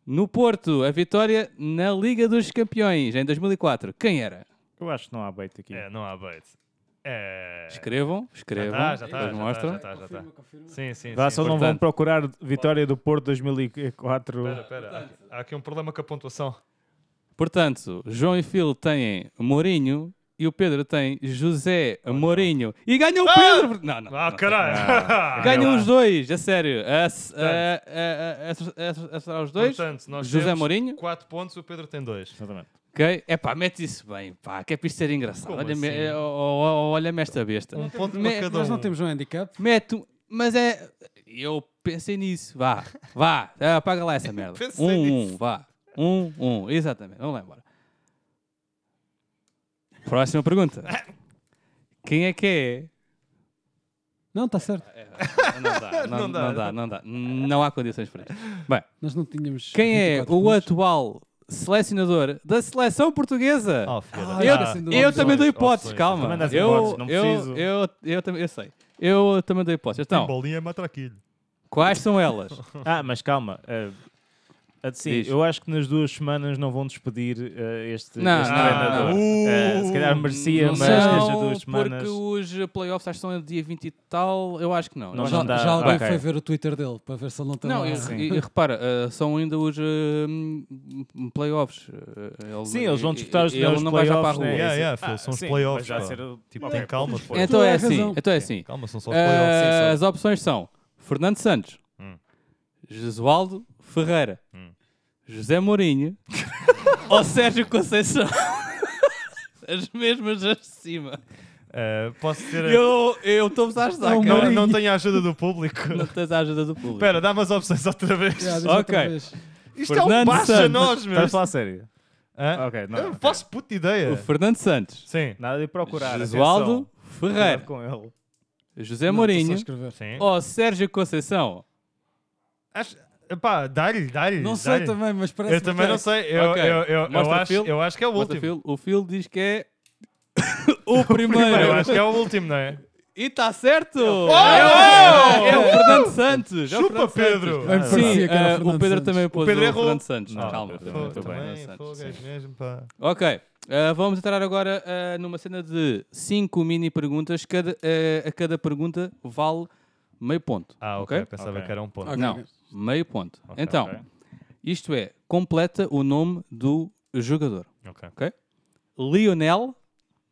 S5: No Porto, a vitória na Liga dos Campeões em 2004. Quem era?
S6: Eu acho que não há beito aqui.
S4: É, não há bait. É.
S5: Escrevam,
S4: Já
S5: escrevam,
S4: está, já está.
S5: depois
S4: já
S5: mostram.
S4: está, já está, já está. Sim, sim.
S6: Vá,
S4: sim.
S6: só não vão
S5: Portanto-
S6: procurar vitória do Porto 2004.
S4: Espera, espera. Há há aqui um problema com a pontuação.
S5: Portanto, João e Phil têm Mourinho e o Pedro tem José Mourinho. E ganha o Pedro! Não, não.
S4: Ah,
S5: não.
S4: caralho!
S5: Ganham os dois, a sério. A, a, a, a, a, a, a, a, a, os dois.
S4: Portanto, nós
S5: José
S4: temos
S5: Mourinho.
S4: 4 pontos, o Pedro tem 2.
S6: Exatamente.
S5: Ok? É pá, mete isso bem, pá, que é para isto ser engraçado.
S4: Como
S5: Olha-me
S4: assim?
S5: ó, ó, ó, olha-me esta besta.
S4: Um ponto
S5: Me-
S4: para cada um.
S1: Nós não temos um handicap.
S5: Mete, um- mas é. Eu pensei nisso, vá, vá, ah, apaga lá essa merda.
S4: Pensei
S5: Um,
S4: nisso.
S5: um, vá. Um, um, exatamente, vamos lá embora. Próxima pergunta. Quem é que é?
S1: Não, está certo.
S5: É, Não dá, não,
S4: Não dá.
S5: não dá, não dá. Não há condições para isto.
S1: Nós não tínhamos.
S5: Quem é
S1: 24
S5: o
S1: pontos.
S5: atual selecionador da seleção portuguesa?
S4: Oh, filha da-
S1: Ah,
S5: eu
S1: tá sendo
S5: eu
S1: opções,
S5: também dou hipóteses,
S4: opções.
S5: calma.
S6: Também dás
S5: eu,
S6: hipóteses, não
S5: eu,
S6: preciso.
S5: Eu, eu, também- eu sei. Eu também dou hipóteses.
S4: Tem
S5: Então,
S4: bolinha é matraquilho.
S5: quais são elas?
S6: Ah, mas calma. eh, ah, sim,
S5: Diz.
S6: eu acho que nas duas semanas não vão despedir eh, este,
S5: Não,
S6: este
S5: não,
S6: treinador. Eh, se calhar merecia, mas nas
S5: porque
S6: duas semanas.
S5: os eh, playoffs acho que são a dia 20 e tal, eu acho que não. Eu
S6: Não,
S5: acho
S1: Já,
S5: que-
S6: dá.
S1: já alguém
S6: Ok.
S1: foi ver o Twitter dele para ver se ele não tem
S5: Não,
S1: lá- um
S5: e,
S6: Sim.
S5: e- e repara, eh, são ainda os eh, hum, playoffs. eh, ele-
S6: Sim, eles vão
S5: e-
S6: disputar os
S5: e- ele
S6: primeiros
S5: não vai já para a
S6: playoffs,
S5: rua.
S4: Yeah,
S6: né? Esse-
S4: yeah, Phil, são os
S6: sim,
S4: playoffs,
S6: mas
S4: pá.
S6: já ser-
S4: Tipo,
S6: pá,
S4: tem calma, pô.
S5: Então é
S1: Tu é razão.
S5: assim, então é assim.
S4: Calma, são só os playoffs.
S5: Ah,
S6: sim,
S5: as opções são Fernando Santos,
S4: Hum.
S5: Jesualdo Ferreira,
S4: Hum.
S5: José Mourinho ou Sérgio Conceição. As mesmas as de cima.
S4: Eh, posso ter.
S5: Eu eu estou-vos a ajudar,
S6: É
S1: Não,
S6: um
S5: cara.
S4: Não,
S1: Mourinho.
S4: não tenho a ajuda do público.
S5: Não tens a ajuda do público.
S4: Espera, dá-me as opções outra vez.
S1: Já, diz
S5: Ok.
S1: outra vez.
S4: Isto é um
S5: Fernando
S4: baixo a
S5: Santos.
S4: nós, meu.
S6: Estás a falar sério?
S4: Hã?
S6: Ok, não.
S4: Eu não faço puta ideia.
S5: O Fernando Santos,
S4: Sim.
S6: Nada de procurar.
S5: Jesualdo
S6: atenção.
S5: Ferreira,
S6: com ele.
S5: José
S1: Não, estou só a
S5: Mourinho
S1: escrever.
S4: Sim.
S5: ou Sérgio Conceição.
S4: Acho... Epá, dá-lhe, dá-lhe.
S1: Não sei
S4: dá-lhe.
S1: também, mas parece
S4: Eu também não sei. Eu,
S5: é. Ok.
S4: eu, eu, eu,
S5: Mostra,
S4: acho,
S5: Phil.
S4: eu acho que é o
S5: Mas o
S4: último.
S5: Phil, o Phil diz que é o primeiro.
S4: Eu acho que é o último, não é?
S5: E está certo! É,
S4: oh!
S5: o, é o Fernando Santos! é o
S4: Chupa,
S5: Fernando
S4: Pedro!
S5: Santos.
S1: Bem, me
S5: Sim,
S1: parecia que era
S5: eh,
S1: Fernando
S5: o Pedro
S1: Santos.
S5: também pôs o,
S4: Pedro errou.
S5: Fernando Santos.
S6: Não,
S5: Calma,
S6: eu
S5: também,
S6: também,
S5: muito
S6: também.
S5: bem.
S4: Também,
S6: Santos,
S4: Ah, fogo, é.
S6: sim.
S4: és mesmo, pá.
S5: Ok, eh, vamos entrar agora eh, numa cena de 5 mini perguntas. Cada, eh, a cada pergunta vale meio ponto.
S4: Ah, ok. Pensava
S6: Ok.
S4: que era um ponto.
S1: Ok.
S5: Não, meio ponto.
S4: Ok,
S5: então,
S6: ok.
S5: isto é, completa o nome do jogador.
S4: Ok.
S5: Lionel.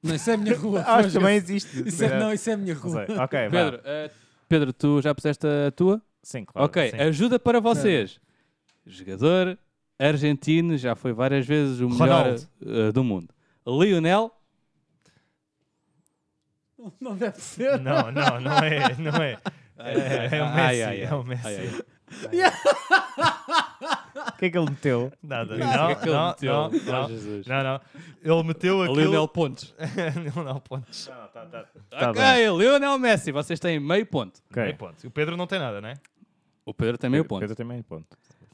S1: Não, isso é a minha rua.
S6: Acho que
S1: foda-se.
S6: também existe.
S1: Isso é, não, isso é a minha
S6: Não
S1: rua.
S6: sei. Ok,
S5: Pedro,
S6: Pedro.
S5: eh, Pedro, tu já puseste a tua?
S6: Sim, claro.
S5: Ok,
S4: sim.
S5: ajuda para vocês. Jogador argentino, já foi várias vezes o melhor
S4: Ronaldo.
S5: eh, do mundo. Lionel,
S1: Não deve ser.
S4: Não, não, não é. Não é. É, é o
S5: Ai,
S4: Messi.
S5: ai, ai.
S4: É o Messi.
S6: O que é que ele meteu?
S4: Nada.
S5: O que é que ele
S4: Não,
S5: meteu?
S4: não,
S5: Oh,
S4: não.
S5: Jesus.
S4: Não, não. Ele meteu aquilo.
S5: Lionel Pontes.
S4: não, não, pontos.
S6: Não, tá, tá.
S5: ok, Lionel Messi, vocês têm meio ponto.
S4: Tem pontos. O Pedro não tem nada, né?
S5: O Pedro tem meio ponto.
S6: Pedro também, ponto.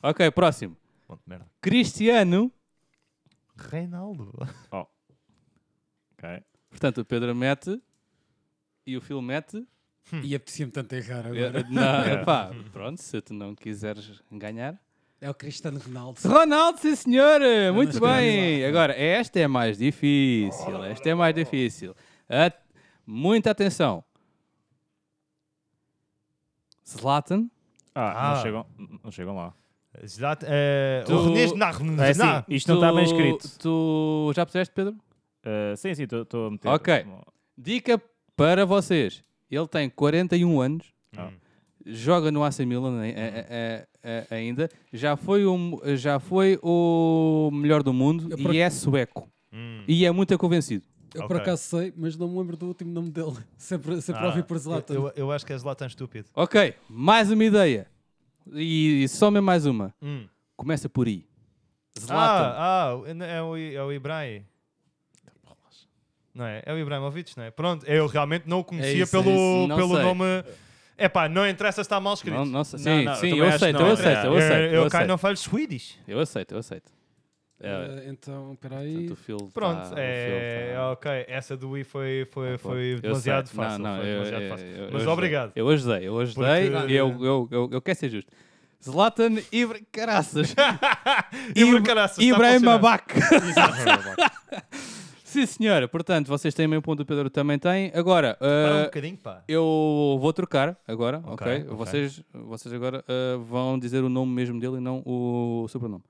S5: Ok, próximo.
S4: Ponto de merda.
S5: Cristiano.
S4: Reinaldo.
S6: Ok.
S5: Portanto, o Pedro mete e o Phil mete.
S1: E apetecia-me tanto errar
S5: Eh,
S1: agora.
S5: Não, pá, pronto, se tu não quiseres ganhar.
S1: É o Cristiano Ronaldo.
S5: Ronaldo, sim senhor! Muito
S1: não sei
S5: bem! Agora, esta é mais difícil. Esta é mais difícil. A- Muita atenção. Zlatan.
S6: Ah,
S4: Ah.
S6: Não, chegam, não chegam lá.
S4: Zidane, eh,
S5: Tu-
S4: O Renês Narro.
S6: É assim, isto não está bem
S5: tu-
S6: escrito.
S5: Tu já puseste, Pedro?
S6: Ah, sim, sim, estou a meter.
S5: Ok. Dica para vocês. Ele tem 41 anos,
S6: Ah.
S5: joga no AC Milan eh, eh, eh, eh, ainda, já foi, o, já foi o melhor do mundo
S1: Eu por
S5: e é sueco.
S4: Hum.
S5: E é muito convencido.
S1: Eu por
S4: Ok.
S1: acaso sei, mas não me lembro do último nome dele. Sempre, sempre ouvi por Zlatan.
S4: Ah, Eu, eu- eu acho que é Zlatan estúpido.
S5: Ok, mais uma ideia. E, e só mesmo mais uma.
S4: Hum.
S5: Começa por I. Zlatan.
S4: Ah, ah, é o, I- é o Ibrahim. Não é? É o Ibrahimovic, não é? Pronto, eu realmente não o conhecia
S1: isso, é
S4: pelo,
S5: isso. Não
S4: pelo
S5: sei.
S4: nome. Epá, não interessa se está mal escrito. Ah,
S5: não, não sei.
S6: Não,
S5: Sim,
S6: não, eu
S5: sim,
S6: também
S5: eu
S6: acho que
S5: aceito,
S6: não,
S5: eu
S6: é.
S5: aceito, eu aceito,
S4: eu
S5: eu Tá,
S4: cá
S5: aceito.
S4: não falo Swedish.
S5: Eu aceito, eu aceito. É,
S1: Eh, então, peraí.
S5: portanto, o Phil
S4: Pronto,
S5: tá- o
S4: é,
S5: Phil tá-
S4: ok. Essa do I foi, foi, foi
S5: Eu
S4: demasiado
S5: sei.
S4: fácil.
S5: Não, não,
S4: foi
S5: eu-
S4: demasiado
S5: eu-
S4: fácil.
S5: eu- eu
S4: Mas
S5: ajudei.
S4: obrigado.
S5: Eu ajudei, eu ajudei.
S4: Porque-
S5: Eu, eu, eu, eu quero ser justo. Zlatan Ibra... Caraças.
S4: Ibra- caraças, tá está a
S5: Ibrahim
S4: funcionar.
S5: Abac. Sim, senhora. Portanto, vocês têm meio ponto, o Pedro também tem. Agora,
S4: Para um
S5: eh,
S4: bocadinho, pá.
S5: eu vou trocar agora, ok?
S4: Ok, ok.
S5: Vocês, vocês agora eh, vão dizer o nome mesmo dele e não o sobrenome.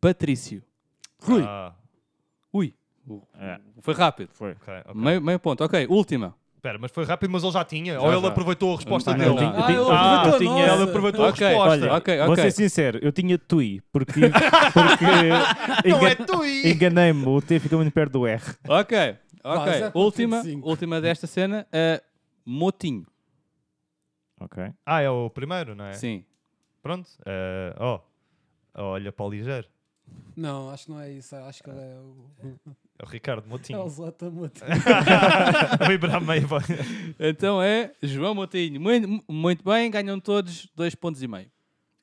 S5: Patrício.
S1: Rui.
S4: Ah,
S5: Ui,
S6: É,
S5: foi rápido.
S6: foi.
S4: ok, ok.
S5: Meio, meio ponto. Ok, última.
S4: Espera, mas foi rápido, mas ele já tinha. Ou
S5: Já,
S4: ele
S5: já.
S4: aproveitou a resposta dele.
S5: Não, não, não.
S6: Ah, ele
S4: Ah,
S6: aproveitou,
S4: tinha-
S6: nossa.
S4: ele aproveitou
S5: Ok,
S4: a resposta.
S6: Olha,
S5: Ok,
S6: vou
S5: ok.
S6: ser sincero, eu tinha Tui, porque, porque
S4: Não
S6: engan-
S4: é tu aí.
S6: enganei-me, o T fica muito perto do R.
S5: Ok, ok.
S1: Vaza.
S5: Última,
S1: 25.
S5: última desta cena. eh, motinho.
S6: Ok.
S4: Ah, é o primeiro, não é?
S5: Sim.
S4: Pronto. Eh, ó. Olha para o ligeiro.
S1: Não, acho que não é isso. Acho que ele é o,
S4: É o Ricardo
S1: é o
S4: Motinho.
S1: Zlatan Motinho.
S4: Vibrar meio. vai.
S5: Então é João Motinho. Muito, muito bem, ganham todos dois pontos e meio.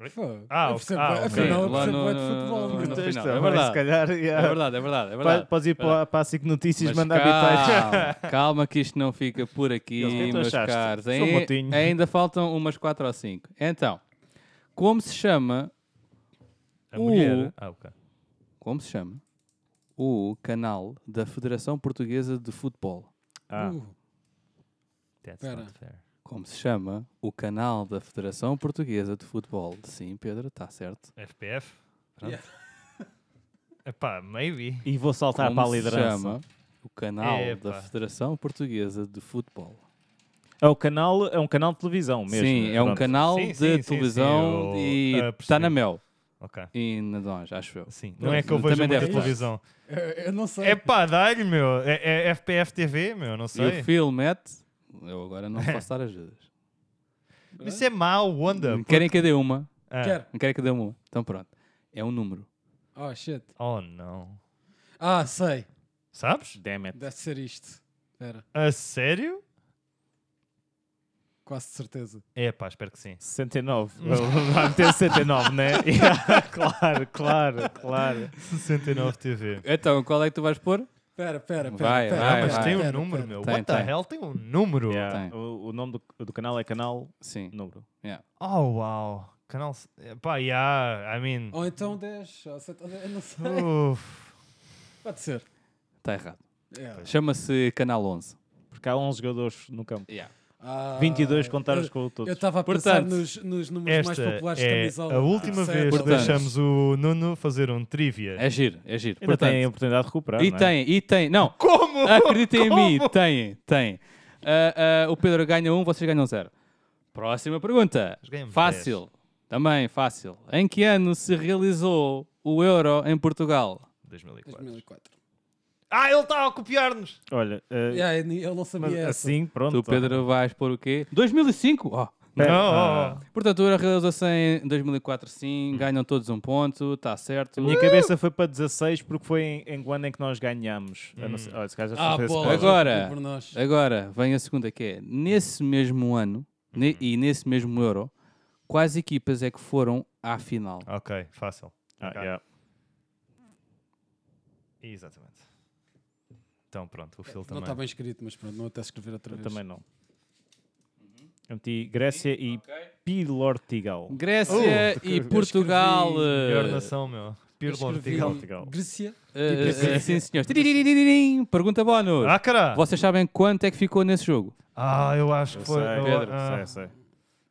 S1: Fogo.
S4: Ah,
S1: Eu
S4: ok.
S1: percebo,
S4: Ah,
S1: bem-
S4: ok.
S1: afinal, eu
S5: Lá
S1: percebo
S5: no-
S1: bem de
S5: no-
S1: futebol.
S5: no-
S1: mas-
S5: no-
S6: Contexto,
S5: final, é
S6: mas
S5: verdade.
S6: Então, Se calhar, yeah.
S5: É verdade, é verdade, é verdade.
S6: Podes ir para, para a SIC Notícias,
S5: Mas
S6: mandar habitais.
S5: calma, calma que isto não fica por aqui,
S6: Eles, o que é que tu
S5: meus
S6: achaste?
S5: caros.
S6: Sou
S5: Ai-
S6: motinho.
S5: ainda faltam umas 4 ou 5. Então, como se chama,
S4: A
S5: O-
S4: mulher. Ah, ok.
S5: como se chama o canal da Federação Portuguesa de Futebol?
S6: Ah,
S1: Uh,
S4: That's
S1: Espera.
S4: not fair.
S5: Como se chama o canal da Federação Portuguesa de Futebol? Sim, Pedro, está certo.
S4: FPF? Pronto.
S1: Yeah.
S4: Epá, maybe.
S6: E vou saltar
S5: como
S6: para a
S5: se
S6: liderança.
S5: chama o canal da
S4: Epa.
S5: Federação Portuguesa de Futebol?
S6: É, o canal, é um canal de televisão mesmo.
S5: Sim, é um
S6: Pronto.
S5: canal
S4: Sim,
S5: de
S4: sim, sim, sim,
S5: televisão
S4: eu,
S5: e
S4: eh,
S5: está na
S4: percebi.
S5: mel
S4: Ok.
S5: e na Dons, acho eu.
S4: Sim.
S5: Pronto,
S4: Não é que eu
S5: também
S4: vejo muita
S5: deve estar.
S4: televisão.
S1: eu, eu não sei.
S4: É pá, dá-lhe, meu. É, é FPF TV, meu. Não
S5: E o
S4: sei.
S5: Phil mete. Eu agora não posso dar ajudas.
S4: Isso é mau, Wanda. porque-
S5: Hum, Querem que eu dê uma?
S4: Ah.
S1: Quero.
S5: Não querem que eu dê uma? Então pronto. É um número.
S1: Oh, shit.
S4: Oh, não.
S1: Ah, sei.
S4: Sabes?
S6: Damn it.
S1: Deve ser isto. Espera,
S4: A sério?
S1: quase de certeza.
S4: É pá, espero que sim.
S6: 69. Vai meter 69, né? Yeah, claro, claro, claro.
S4: 69 TV.
S5: Então, qual é que tu vais pôr?
S1: Espera, espera, espera.
S5: Vai,
S1: espera,
S5: vai,
S1: espera,
S4: Mas tem um
S1: espera,
S4: número,
S1: espera.
S4: meu.
S5: Tem,
S4: What the
S5: tem.
S4: hell? Tem um número?
S6: Yeah.
S5: Tem.
S6: O, o nome do, do canal é canal
S5: Sim.
S6: número.
S4: Oh, uau. Canal... C- Epá, yeah. I mean...
S1: Ou então 10, ou 7, eu não sei.
S4: Uf.
S1: Pode ser.
S5: Está tá errado.
S1: É.
S5: Chama-se Canal 11.
S6: Porque há 11 jogadores no campo.
S1: Ah,
S6: 22 contaram os
S1: eu-
S6: com
S1: Eu
S6: todos.
S1: estava a pensar
S5: Portanto,
S1: nos, nos números
S4: Esta
S1: mais populares de
S4: é
S1: camisola.
S4: a última
S1: Certo.
S4: vez que
S5: Portanto-
S4: deixamos o Nuno fazer um trivia.
S5: É giro, é giro.
S6: Ainda
S5: Portanto,
S6: têm a oportunidade de recuperar.
S5: e
S6: não é?
S5: tem, e tem. Não,
S4: Como?
S5: acreditem em
S4: Como?
S5: mim, tem, tem. Ah, ah, o Pedro ganha um, vocês ganham zero. Próxima pergunta.
S4: Nós ganhamos
S5: Fácil. Também fácil. Em que ano se realizou o Euro em Portugal?
S4: 2004.
S1: 2004.
S4: Ah, ele está a copiar-nos!
S6: Olha, eh,
S1: Yeah, eu não sabia
S6: mas
S1: é essa.
S6: assim, pronto.
S5: Tu, Pedro, vais pôr o quê? 2005? Oh.
S4: Não,
S6: Ah.
S4: oh, oh.
S5: Portanto, o Euro realizou-se em 2004, sim. Ganham todos um ponto, está certo.
S6: A minha cabeça foi para 16 porque foi em, em Guana em que nós ganhamos. Eu não sei- olha, se calhar já
S1: Ah,
S6: fez esse
S1: bola.
S6: spoiler.
S5: Agora.
S1: Por nós.
S5: Agora, vem a segunda que é, nesse mesmo ano ne- e nesse mesmo Euro, quais equipas é que foram à final?
S4: Ok, fácil.
S6: Ah,
S4: Ok.
S6: yeah.
S4: Exatamente. Então pronto, o Phil
S1: Não
S4: também.
S1: está bem escrito, mas pronto, não até escrever outra
S6: Eu
S1: vez.
S6: também não. Eu meti Grécia e Pilortigal.
S5: Grécia
S1: Oh,
S5: e
S1: eu
S5: Portugal.
S1: escrevi-
S5: eh,
S4: Pior nação, meu. Pior
S1: Eu escrevi
S4: Portugal.
S6: Portugal.
S1: Grécia.
S5: eh,
S1: Tipo
S5: eh,
S1: assim.
S5: sim, senhores. Tiririririm. Pergunta bónus.
S4: Ah, cara!
S5: Vocês sabem quanto é que ficou nesse jogo?
S4: Ah, eu acho
S6: Eu
S4: que
S6: sei,
S4: foi. eu-
S5: Pedro,
S4: ah,
S6: sei, sei.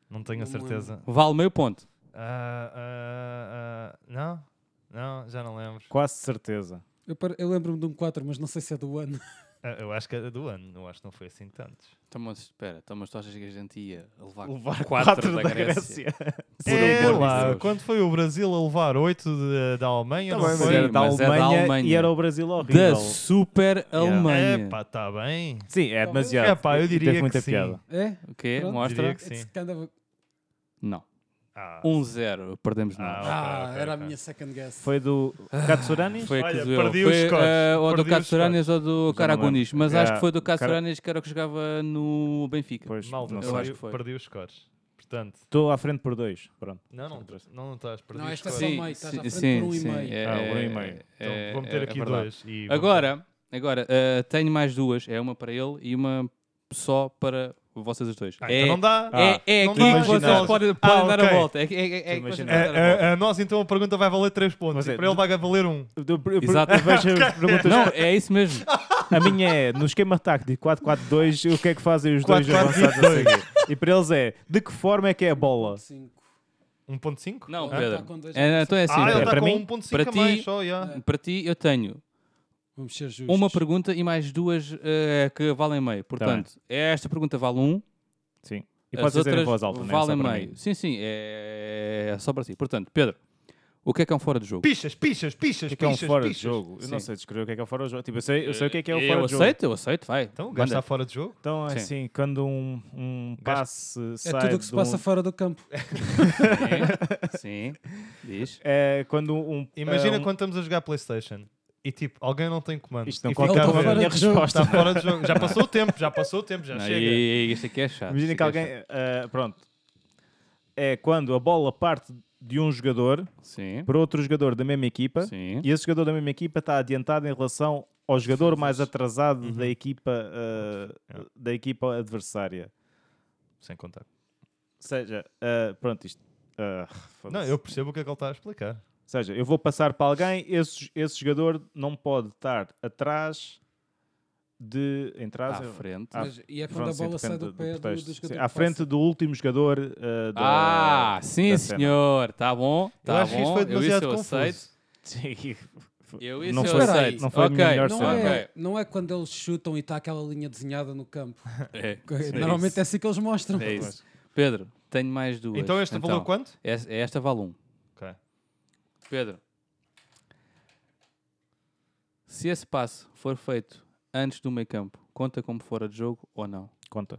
S4: Não tenho a
S1: Não me
S4: certeza.
S5: Vale meio ponto.
S4: Ah, ah, ah, não? Não, já não lembro.
S6: Quase certeza.
S1: Eu, par- eu lembro-me de um 4, mas não sei se é do ano.
S4: Ah, eu acho que era do ano, eu acho que não foi assim tantos.
S5: Então, espera, então, mas tu achas que a gente ia levar, 4
S6: Levar 4
S5: da
S6: da
S5: Grécia?
S6: Grécia.
S5: Por
S4: é
S5: amor de
S4: lá,
S5: Deus.
S4: quando foi o Brasil a levar 8 da Alemanha,
S6: Também,
S4: não
S6: Tá mas
S5: Sim,
S4: foi?
S6: era da
S5: mas é da
S6: Alemanha e
S5: Alemanha.
S6: era o Brasil horrível.
S5: da Super Alemanha?
S4: É pá, está bem.
S6: Sim, é demasiado.
S4: É pá, eu
S6: E
S4: diria
S6: teve muita
S4: que sim.
S6: piada.
S1: É?
S5: O quê?
S1: Pronto.
S5: Mostra?
S4: Diria que
S1: It's
S4: sim.
S1: kind of-
S5: Não.
S4: Ah,
S5: 1-0, perdemos nós.
S4: Ah,
S1: Ah,
S4: ok,
S1: era
S4: ok.
S1: a minha second guess.
S6: Foi do Katsurani?
S5: Foi
S4: Olha,
S5: que doeu.
S4: perdi
S5: Foi,
S4: os scores.
S5: eh, ou do
S4: Perdi os É,
S5: Katsuranis ou do
S6: lembro.
S5: Caragonis, mas acho
S6: Yeah.
S5: que foi do
S6: Cara-
S5: Katsuranis que era o que jogava no Benfica.
S6: Pois,
S4: Mal,
S6: não
S5: eu
S6: sei.
S5: acho que foi.
S4: perdi os scores. Portanto,
S6: Estou à frente por dois. Pronto.
S4: não, não, não, não estás, perdi
S1: Não,
S4: os
S1: esta
S4: scores.
S1: só meio, estás à frente por um e meio.
S5: é-
S6: Ah, um
S5: é-
S6: e meio.
S4: Então,
S5: é-
S4: vou
S5: é
S4: meter aqui
S5: verdade.
S4: dois. e vamos-
S5: Agora, agora eh, tenho mais duas, é uma para ele e uma só para vocês os dois.
S4: Ah,
S5: é
S4: então não dá.
S5: é, é
S4: Não
S5: aqui
S4: dá.
S5: que vocês
S4: Imaginar.
S5: podem, podem
S4: Ah,
S5: dar a
S4: ok.
S5: volta. É, que- é, é, é que vocês
S6: Imaginar.
S5: podem dar a volta.
S4: A, a- a nós então a pergunta vai valer 3 pontos.
S6: Mas é-
S4: e para ele vai valer 1. Um.
S6: Eu- eu- eu-
S5: Exato.
S6: eu vejo as perguntas.
S5: Não, é isso mesmo.
S6: A minha é, no esquema táctico 4-4-2, o que é que fazem os dois
S4: 4-4-2.
S6: avançados a seguir? E para eles é, de que forma é que é a bola?
S1: 5.
S4: 1.5?
S5: Não,
S1: Ele tá
S5: Pedro.
S1: com dois
S5: É, então é assim.
S4: ah, ele
S5: Pedro.
S4: está
S6: para
S4: com
S6: mim,
S4: 1.5
S5: para
S4: a mais
S5: ti-
S4: só, já.
S5: Para ti, eu tenho
S1: Vamos ser justos.
S5: Uma pergunta e mais duas eh, que valem meio. Portanto, esta pergunta vale um,
S6: Sim. Tá E
S5: as
S6: pode dizer
S5: outras
S6: em voz alta, né? Só
S5: valem
S6: para
S5: meio.
S6: mim.
S5: Sim, sim, é é só para si. Portanto, Pedro, o que é que é um fora de jogo?
S4: Pichas, pichas,
S6: O
S4: pichas,
S6: que é que é um
S4: pichas,
S6: fora de
S4: pichas.
S6: jogo? Eu não
S5: Sim.
S6: sei descrever o que é que é o fora de jogo. Tipo, eu sei, eu sei o que é que é o
S5: eu
S6: fora de jogo.
S5: aceito, eu aceito, vai.
S4: Então, o gajo
S5: Manda.
S4: está fora de jogo?
S6: Então, é
S5: Sim.
S6: assim, quando um, um
S4: Gajo-
S6: passe
S1: É
S6: sai
S1: tudo o que se
S6: de
S1: passa
S6: um-
S1: fora do campo.
S5: Sim, sim, diz.
S6: É quando um...
S4: Imagina
S6: é, um-
S4: quando estamos a jogar Playstation e tipo, alguém não tem comando.
S6: Isto não
S4: e
S6: conta
S4: fica a
S1: Ele tá
S6: como a
S4: ver.
S1: fora
S6: minha
S1: de jogo.
S6: resposta.
S4: Está fora de jogo. Já passou o tempo, já passou o tempo, já
S5: Não,
S4: chega.
S5: e- e- isto aqui é chato.
S6: Imagina
S5: isto
S6: que
S5: aqui é
S6: alguém... eh, pronto. É quando a bola parte de um jogador
S5: chato. Sim,
S6: para outro jogador da mesma equipa
S5: sim.
S6: e esse jogador da mesma equipa está adiantado em relação ao jogador mais atrasado da, equipa, eh,
S4: Yeah.
S6: da equipa adversária.
S4: Sem contacto.
S6: Ou seja, eh, pronto, isto... eh, foda-se.
S4: Não, eu percebo o que é que ele está a explicar.
S6: Ou seja, eu vou passar para alguém, esse, esse jogador não pode estar atrás de. Em trás,
S5: À
S6: eu-
S5: frente.
S6: Ah,
S1: Mas- e é quando
S6: pronto,
S1: a
S6: sim,
S1: bola sai
S6: depende
S1: do pé do,
S6: pretexto.
S1: do
S6: Sim,
S1: jogador.
S6: à
S1: que
S6: frente
S1: passa.
S6: do último jogador eh, da.
S5: Ah, sim,
S6: da cena.
S5: senhor. Tá bom, tá
S4: eu
S5: bom.
S4: acho que isto foi
S5: eu isso
S4: demasiado
S5: eu
S4: confuso.
S5: aceito.
S6: Sim.
S5: Eu isso
S6: Não
S5: eu
S6: foi-
S1: Espera aí.
S5: aceito.
S6: não foi a
S5: Ok,
S6: minha melhor
S5: não
S1: Não
S5: é-
S1: é, não é quando eles chutam e está aquela linha desenhada no campo.
S5: É,
S1: Normalmente é assim que eles mostram.
S5: É isso. Pedro, tenho mais duas.
S4: Então este valeu quanto?
S5: es- Esta vale um.
S4: Ok.
S5: Pedro, se esse passo for feito antes do meio campo, conta como fora de jogo ou não?
S6: Conta.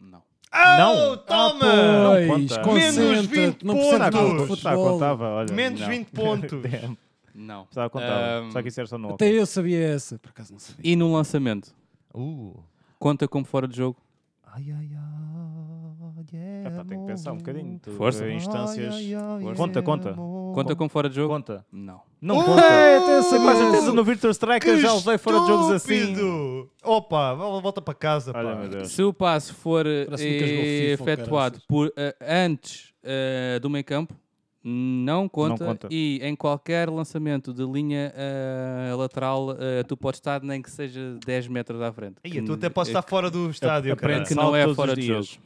S5: Não.
S4: Não!
S1: Pois,
S4: Oh, Toma!
S6: Não conta.
S1: concentra-te,
S4: Menos 20
S1: não percebes nada de
S4: pontos.
S6: Puta,
S1: futebol.
S6: contava, olha.
S4: Menos
S6: não.
S4: 20 pontos.
S6: Damn,
S5: Não.
S6: Precisava contar.
S5: Ahm,
S6: Só que isso era só no
S1: Até eu sabia essa. Por acaso não sabia.
S5: E no lançamento,
S4: Uh.
S5: conta como fora de jogo?
S4: Ai, ai, ai.
S6: É pá, tem que pensar um bocadinho. Tu,
S5: Força.
S6: eh, Instâncias.
S4: Ai, ai, ai,
S5: Força.
S6: Conta, conta.
S5: Conta como fora de jogo?
S6: Conta.
S5: Não.
S6: Não
S4: Ui,
S6: conta.
S1: até eu sabia
S6: Mas
S1: essa.
S6: certeza no Virtua Striker já levei fora de jogos assim.
S4: estúpido! Opa, vol- volta para casa, pá.
S6: Olha, meu Deus.
S5: Se o passo for eh,
S1: Parece que nunca jogou
S5: eh,
S1: FIFA,
S5: efetuado
S1: caraças.
S5: por, eh, antes eh, do meio campo, não conta,
S6: conta.
S5: E em qualquer lançamento de linha eh, lateral, eh, tu podes estar nem que seja 10 metros à frente.
S4: Ia,
S5: Que
S4: tu até
S5: n-
S4: podes
S5: é-
S4: estar fora do estádio, cara.
S5: que não
S6: Salto
S5: é
S6: todos os
S5: fora de
S6: dias.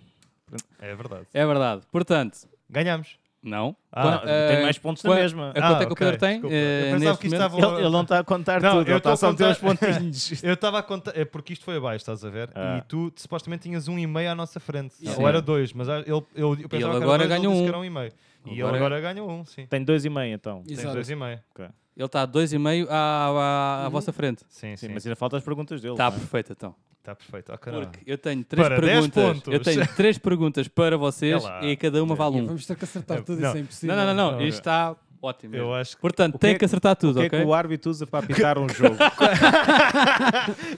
S4: É verdade.
S5: É verdade. Portanto,
S4: Ganhámos.
S5: não.
S4: Ah,
S5: Quan-
S4: não,
S5: eh,
S6: tem mais pontos
S5: quan-
S6: na mesma.
S5: A quanto
S4: Ah,
S5: é que o
S4: ok,
S5: Pedro tem?
S4: desculpa.
S5: eh,
S4: Eu pensava
S5: neste
S4: que isto
S5: momento?
S4: estava-
S6: Ele, ele não está a contar
S4: Não,
S6: tudo,
S4: eu
S6: ele está
S4: tô a
S6: só a meter os
S4: contar-
S6: pontinhos.
S4: Eu estava a contar, é porque isto foi abaixo, estás a ver?
S6: Ah.
S4: E tu te- supostamente tinhas um e meio à nossa frente.
S5: Sim.
S4: Ou era dois, mas ah, ele, eu, eu pensava que era dois,
S5: agora
S4: ele
S5: ganhou
S4: disse
S5: um.
S4: que era um e meio. E ele
S5: Agora-
S4: agora ganhou um, sim.
S6: Tem dois e meio então. Sim,
S4: Tens
S1: Exato.
S4: dois e meio.
S5: Ele está a 2,5 à, à, à
S4: Uhum.
S5: vossa frente.
S4: Sim, sim.
S6: mas ainda faltam as perguntas dele.
S5: Está
S6: não é?
S5: perfeito, então.
S4: Está perfeito. Ok, não.
S5: Porque eu tenho três
S4: Para 10
S5: perguntas. Eu
S4: pontos.
S5: tenho três perguntas para vocês
S4: É lá.
S5: e cada uma vale um.
S1: Vamos ter que acertar tudo,
S4: Não.
S1: isso é impossível.
S5: Não, não, não, não.
S4: Não,
S5: Isto
S4: eu-
S5: está ótimo.
S4: Eu
S5: mesmo.
S4: acho que...
S5: Portanto,
S6: O que
S5: tem
S6: é
S5: que,
S6: que-
S5: acertar tudo,
S6: O que
S5: ok?
S6: é que o árbitro usa para apitar um jogo?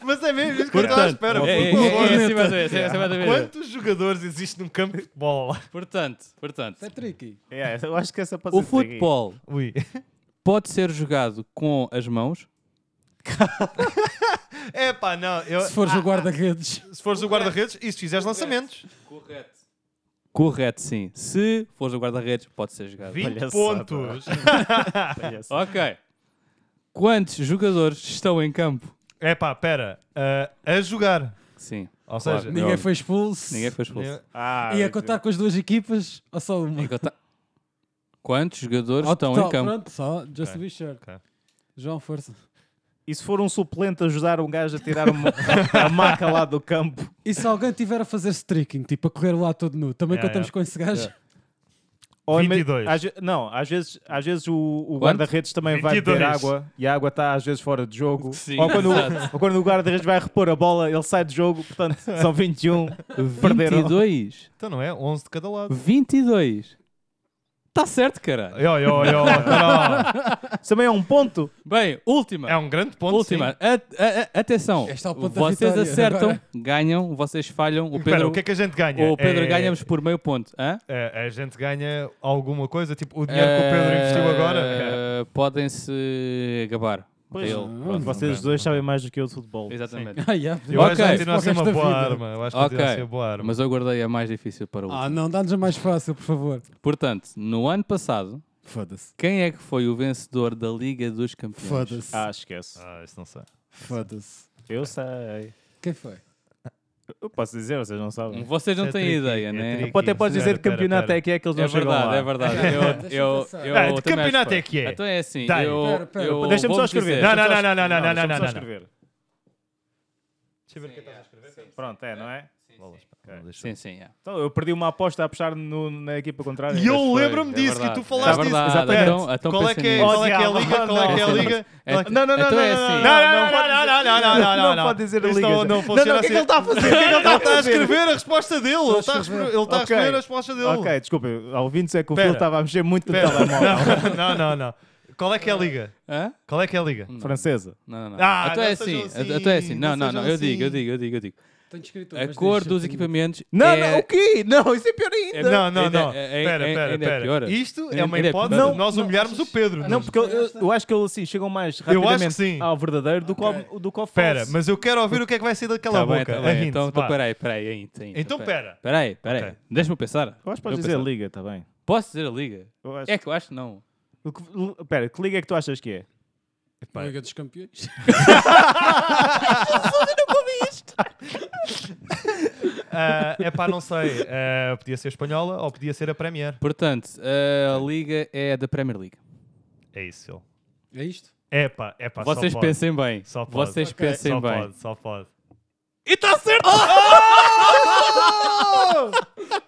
S4: Mas é mesmo isso que eu estava à
S5: Portanto,
S4: espera.
S5: é- é-
S4: por favor.
S5: é- é assim mais ou menos, é assim mais ou menos.
S4: Quantos jogadores existem num campo de futebol?
S5: Portanto, portanto,
S1: Isso é tricky.
S6: É, eu acho que essa pode
S5: o
S6: ser tricky.
S5: futebol
S4: Ui.
S5: pode ser jogado com as mãos.
S4: É pá, não. eu-
S1: Se fores o guarda-redes.
S4: se fores o guarda-redes e se fizeres lançamentos.
S5: Correto. Correto, sim. Se fores o guarda-redes, pode ser jogado.
S4: 20
S6: Palhaçada.
S4: pontos.
S6: Palhaço.
S5: Ok. Quantos jogadores estão em campo?
S4: É pá, pera. Ah, a jogar.
S5: Sim.
S4: Ou
S5: Claro.
S4: seja,
S1: Ninguém foi expulso.
S5: Ninguém foi expulso.
S6: Ah,
S1: E a contar com as duas equipas ou só uma?
S5: Em conta- tá- Quantos jogadores
S1: Ao
S5: estão
S1: total,
S5: em campo?
S1: Pronto, só, just to be sure.
S4: Ok.
S1: João, força.
S6: E se for um suplente ajudar um gajo a tirar uma, a maca lá do campo?
S1: E se alguém tiver a fazer streaking, tipo a correr lá todo nu, também
S4: Yeah,
S1: contamos
S4: yeah.
S1: com esse gajo?
S6: Ou ima-
S4: 22.
S6: às ve- não, às vezes, às vezes o, o guarda-redes também vai beber
S4: 22.
S6: água e a água está às vezes fora de jogo.
S5: Sim,
S6: ou, quando, o-
S5: exato.
S6: ou quando o guarda-redes vai repor a bola, ele sai de jogo, portanto são 21. Perderam.
S5: 22.
S4: então não é? 11 de cada lado.
S5: 22. Está Tá certo, caralho.
S4: Yo, yo, yo, caralho.
S6: Isso também é um ponto.
S5: Bem, última.
S4: É um grande ponto.
S5: Última,
S4: sim.
S5: A- a- a- atenção,
S1: Este é o ponto da
S5: vocês
S1: vitória
S5: acertam,
S1: agora.
S5: ganham, vocês falham, o
S4: Espera,
S5: Pedro,
S4: o que é que a gente ganha?
S5: o Pedro
S4: É-
S5: ganhamos por meio ponto. Hã?
S4: é, a gente ganha alguma coisa? Tipo, o dinheiro que o Pedro investiu agora?
S5: Eh, Podem-se gabar.
S6: Pois,
S5: Dele.
S4: Ah,
S1: não.
S6: pronto, vocês
S4: ok,
S6: dois sabem mais do que eu de futebol.
S5: Exatamente.
S1: Ah, yeah,
S4: Eu acho
S5: Ok.
S4: que continua a ser
S1: Para o
S4: uma
S1: resto da
S4: boa
S1: vida.
S4: arma. Eu acho que continua a
S5: Ok.
S4: ser boa arma.
S5: Mas eu guardei a mais difícil para o último.
S1: Ah, não, dá-nos a mais fácil, por favor.
S5: Portanto, no ano passado,
S1: Foda-se.
S5: quem é que foi o vencedor da Liga dos Campeões?
S1: Foda-se.
S6: Ah, esquece.
S4: Ah, isso não sei.
S1: Foda-se.
S6: Eu sei.
S1: Quem foi?
S6: Eu posso dizer, vocês não sabem.
S5: Vocês não
S4: É
S5: têm
S4: tricky,
S5: ideia,
S4: é
S5: né?
S4: tricky.
S6: Até podes dizer de
S4: Pera, pera,
S6: campeonato
S4: pera.
S6: é que é que eles não
S5: É
S6: chegam
S5: verdade,
S6: lá.
S5: é verdade. Eu, eu,
S1: pensar.
S5: eu,
S4: Ah, de
S5: também
S4: campeonato
S5: acho
S4: é que é.
S5: Então é assim.
S4: Tá.
S5: Eu,
S1: Pera, pera,
S5: eu
S6: Deixa-me só
S5: vou-vos
S6: escrever.
S5: dizer.
S4: Não, não,
S6: Deixa-me só
S4: não, não,
S6: escrever.
S4: não, não,
S6: Deixa-me
S4: não, não,
S6: só
S4: não.
S6: escrever.
S4: Deixa eu ver o que é que estás a escrever.
S6: Pronto, é, não é?
S4: Bolas, pá,
S6: Ok.
S4: não deixa eu-
S5: Sim, sim. é.
S6: Então eu perdi uma aposta a apostar no- na equipa contrária.
S4: E eu
S5: Pois,
S4: lembro-me
S5: é
S4: disso que
S5: verdade,
S4: tu falaste
S5: é
S4: disso.
S5: verdade.
S4: Exatamente.
S5: Então, então
S4: Qual é
S5: pensem
S4: que é
S5: nisso.
S4: qual é que é a
S6: Oh,
S4: liga? Qual é que é a
S5: diabo.
S4: liga?
S5: É-
S4: Qual é que-
S6: Não, não, não,
S5: Então
S6: não,
S5: é
S6: não,
S5: assim.
S6: não,
S4: Não, não, não, não, não, não, não, não,
S6: Não pode dizer
S4: Isto
S6: ligas.
S4: não- não
S6: Não, não,
S4: funciona
S6: o que é que
S4: assim.
S6: ele está a fazer? O que é que ele
S4: Ele
S6: está a
S4: está a
S6: fazer?
S4: escrever a resposta dele. Ele está a
S1: escrever.
S4: escrever ele está a
S6: Ok.
S4: escrever a resposta dele.
S6: Ok, desculpem, ouvindo-se é que o
S4: Pera.
S6: Phil estava a mexer muito no
S4: Pera.
S6: telemóvel.
S4: Não, não, não. Qual é que é a liga?
S5: Hã?
S4: Qual é que é a liga?
S6: Francesa.
S5: Não, não, não.
S4: Ah,
S5: então
S4: não
S5: é assim.
S4: sejam assim,
S5: Então é assim. Não,
S4: não
S5: não, não.
S4: sejam
S5: Eu digo, eu
S4: assim.
S5: digo, eu digo, eu digo.
S1: Tenho escrito,
S5: A
S1: mas
S5: cor
S1: deixa,
S5: dos
S1: tenho-
S5: equipamentos.
S6: Não,
S5: é-
S6: não, o quê? Não, isso é pior ainda.
S5: É-
S4: Não, não,
S5: ainda-
S4: não.
S5: é- é-
S4: Pera,
S5: é-
S4: pera,
S5: ainda é pior.
S4: pera. Isto é
S5: Ainda
S4: uma
S5: é pior.
S4: hipótese
S5: Não,
S4: de nós humilharmos o Pedro.
S6: Não, porque eu, eu- eu acho que eles assim, chegam mais
S4: acho
S6: rapidamente
S4: que sim.
S6: ao verdadeiro do que ao, do que ao
S4: Espera,
S6: falso.
S4: mas eu quero ouvir o que é que vai sair daquela
S5: Tá bem,
S4: boca.
S5: tá
S4: a
S5: bem.
S4: hint,
S5: Então,
S4: vá.
S5: então peraí, peraí. a hint, a hint.
S4: Então, pera.
S5: Peraí, peraí.
S4: Ok.
S5: Deixa-me pensar.
S6: Eu acho que podes
S5: Deixa-me
S6: dizer
S5: pensar.
S6: liga, está bem.
S5: Posso dizer a liga?
S6: Eu acho-
S5: É que eu acho que não.
S6: O que- l- Pera, que liga é que tu achas que é?
S4: Pá.
S1: Liga dos Campeões.
S4: é pá, não sei. Ah, podia ser espanhola ou podia ser a Premier.
S5: Portanto, a liga é da Premier League.
S4: É isso, ele.
S1: É isto?
S4: É pá, é pá.
S5: Vocês
S4: só pode.
S5: pensem bem.
S4: Só pode.
S5: Vocês pensem
S4: só
S5: bem.
S4: Pode, só pode.
S5: E está certo!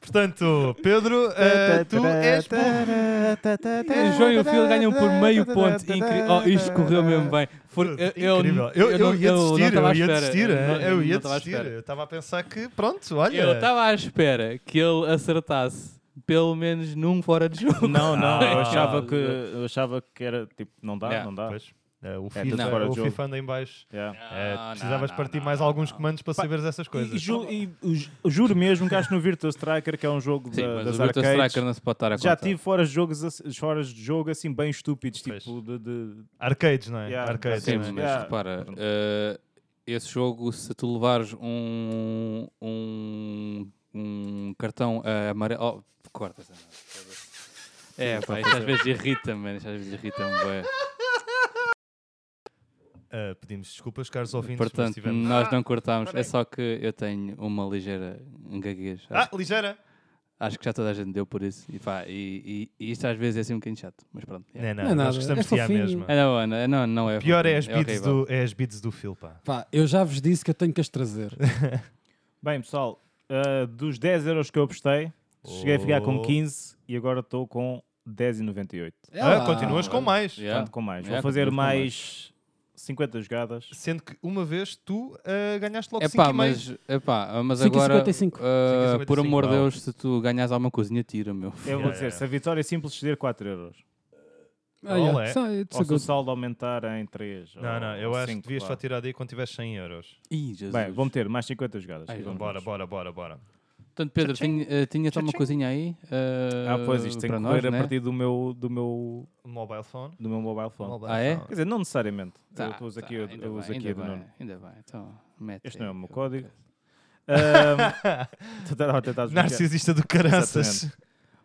S4: Portanto, Pedro,
S6: Tá,
S5: Eh,
S4: ah, tu és burro.
S5: O É, João e o Phil ganham por meio ponto. Incri... Oh, isto correu mesmo bem. For... Eu, eu-
S4: Incrível. Eu, eu,
S5: não-
S4: ia
S5: não
S4: desistir, eu,
S5: estava à
S4: ia
S5: espera.
S4: desistir. é? né?
S5: Eu não-
S4: Eu,
S5: não
S4: ia
S5: estava à
S4: desistir. É.
S5: espera.
S4: Eu estava a pensar que, pronto, olha.
S5: Eu estava à espera que ele acertasse pelo menos num fora de jogo.
S6: Não, não, eu
S4: Ah.
S6: achava que eu achava que era tipo, não dá,
S5: Yeah.
S6: não dá.
S4: Pois, ah,
S5: É,
S4: o
S6: tudo
S4: FIFA,
S6: fora de
S4: o
S6: jogo.
S4: FIFA anda em baixo.
S6: Yeah.
S4: Ah,
S5: Não,
S4: precisavas
S5: não,
S4: partir
S5: não,
S4: mais
S5: não,
S4: algumas
S5: não.
S4: comandos para saberes essas coisas.
S6: E, ju- e- eu ju- eu juro mesmo que acho que no Virtua Striker, que é um jogo
S5: Sim,
S6: da,
S5: mas
S6: das
S5: o Virtua
S6: arcades,
S5: Striker não é se pode estar a
S6: já
S5: contar.
S6: tive fora de, jogos, ass- fora de jogo assim bem estúpidos,
S4: Pois.
S6: tipo de, de-
S4: Arcades, não é?
S6: Yeah,
S4: Arcades.
S5: Sim,
S4: não é?
S5: mas
S6: Yeah.
S5: repara, eh, esse jogo, se tu levares um, um, um cartão eh, amarelo. Oh, corta essa merda. É, pá, isto às vezes irrita-me, mano, isto às vezes irrita-me. bué.
S4: Ah, pedimos desculpas, caros ouvintes, mas
S5: Portanto,
S4: tivemos-
S5: nós não cortámos. É só que eu tenho uma ligeira gaguez.
S4: Ah,
S5: Acho,
S4: ligeira!
S5: acho que já toda a gente deu por isso. E, pá, e, e- e isto às vezes é assim um bocadinho chato, mas pronto. é.
S4: Não é nada,
S1: Não é nada,
S4: nós gostamos
S1: é
S4: de ti à
S1: fofinho.
S4: mesma.
S5: É, não, não, não, não é.
S4: Pior é as,
S5: horrível,
S4: beats
S5: horrível.
S4: do, é as beats do Phil, pá.
S1: Pá, eu já vos disse que eu tenho que as trazer.
S6: Bem, pessoal, ah, dos 10 euros que eu apostei, cheguei a ficar com
S4: Oh.
S6: 15 e agora estou com 10,98.
S1: É
S4: Ah,
S1: lá.
S4: continuas com mais.
S5: Yeah.
S6: Portanto, com mais. Vou
S5: Yeah,
S6: fazer
S5: continuo com mais.
S6: mais 50 jogadas.
S4: Sendo que uma vez tu ah, ganhaste logo
S5: É
S4: 5
S5: pá,
S4: e meio.
S5: mas, epá, mas
S1: Cinco e
S5: agora,
S1: 55.
S5: uh,
S4: Cinco e 55,
S5: por amor de
S4: vá.
S5: Deus, se tu ganhas alguma coisinha, tira, meu.
S6: Eu
S4: Yeah,
S6: vou dizer,
S4: yeah.
S6: se a vitória é simples, ceder 4 euros.
S1: Ah, yeah.
S4: Olé.
S1: So, it's a
S6: Ou se o
S1: good-
S6: saldo aumentar em 3.
S4: Não, não,
S6: Oh,
S4: eu acho que devias só tirar daí quando tivesse 100 euros.
S5: Ih, Jesus.
S6: Bem, vou meter mais 50 jogadas.
S5: Ai,
S6: Vamos.
S4: Bora, bora, bora, bora.
S5: Portanto, Pedro, tinha, eh, tinha-te uma coisinha aí? eh,
S6: Ah, pois isto tem
S5: para
S6: que
S5: nós,
S6: correr a
S5: né?
S6: partir do meu, do meu,
S4: Mobile phone.
S6: do meu mobile phone.
S4: Mobile
S5: Ah, é?
S4: phone.
S6: Quer dizer, não necessariamente.
S5: Tá,
S6: eu uso
S5: tá,
S6: aqui, eu,
S5: ainda
S6: eu uso
S5: bem,
S6: aqui a
S5: ainda
S6: do
S5: bem,
S6: Nuno.
S5: Ainda bem, então mete
S6: Este não é o meu
S5: aí,
S6: código. Ahm, Tentaram tentar desbloquear.
S4: Narcisista do caraças.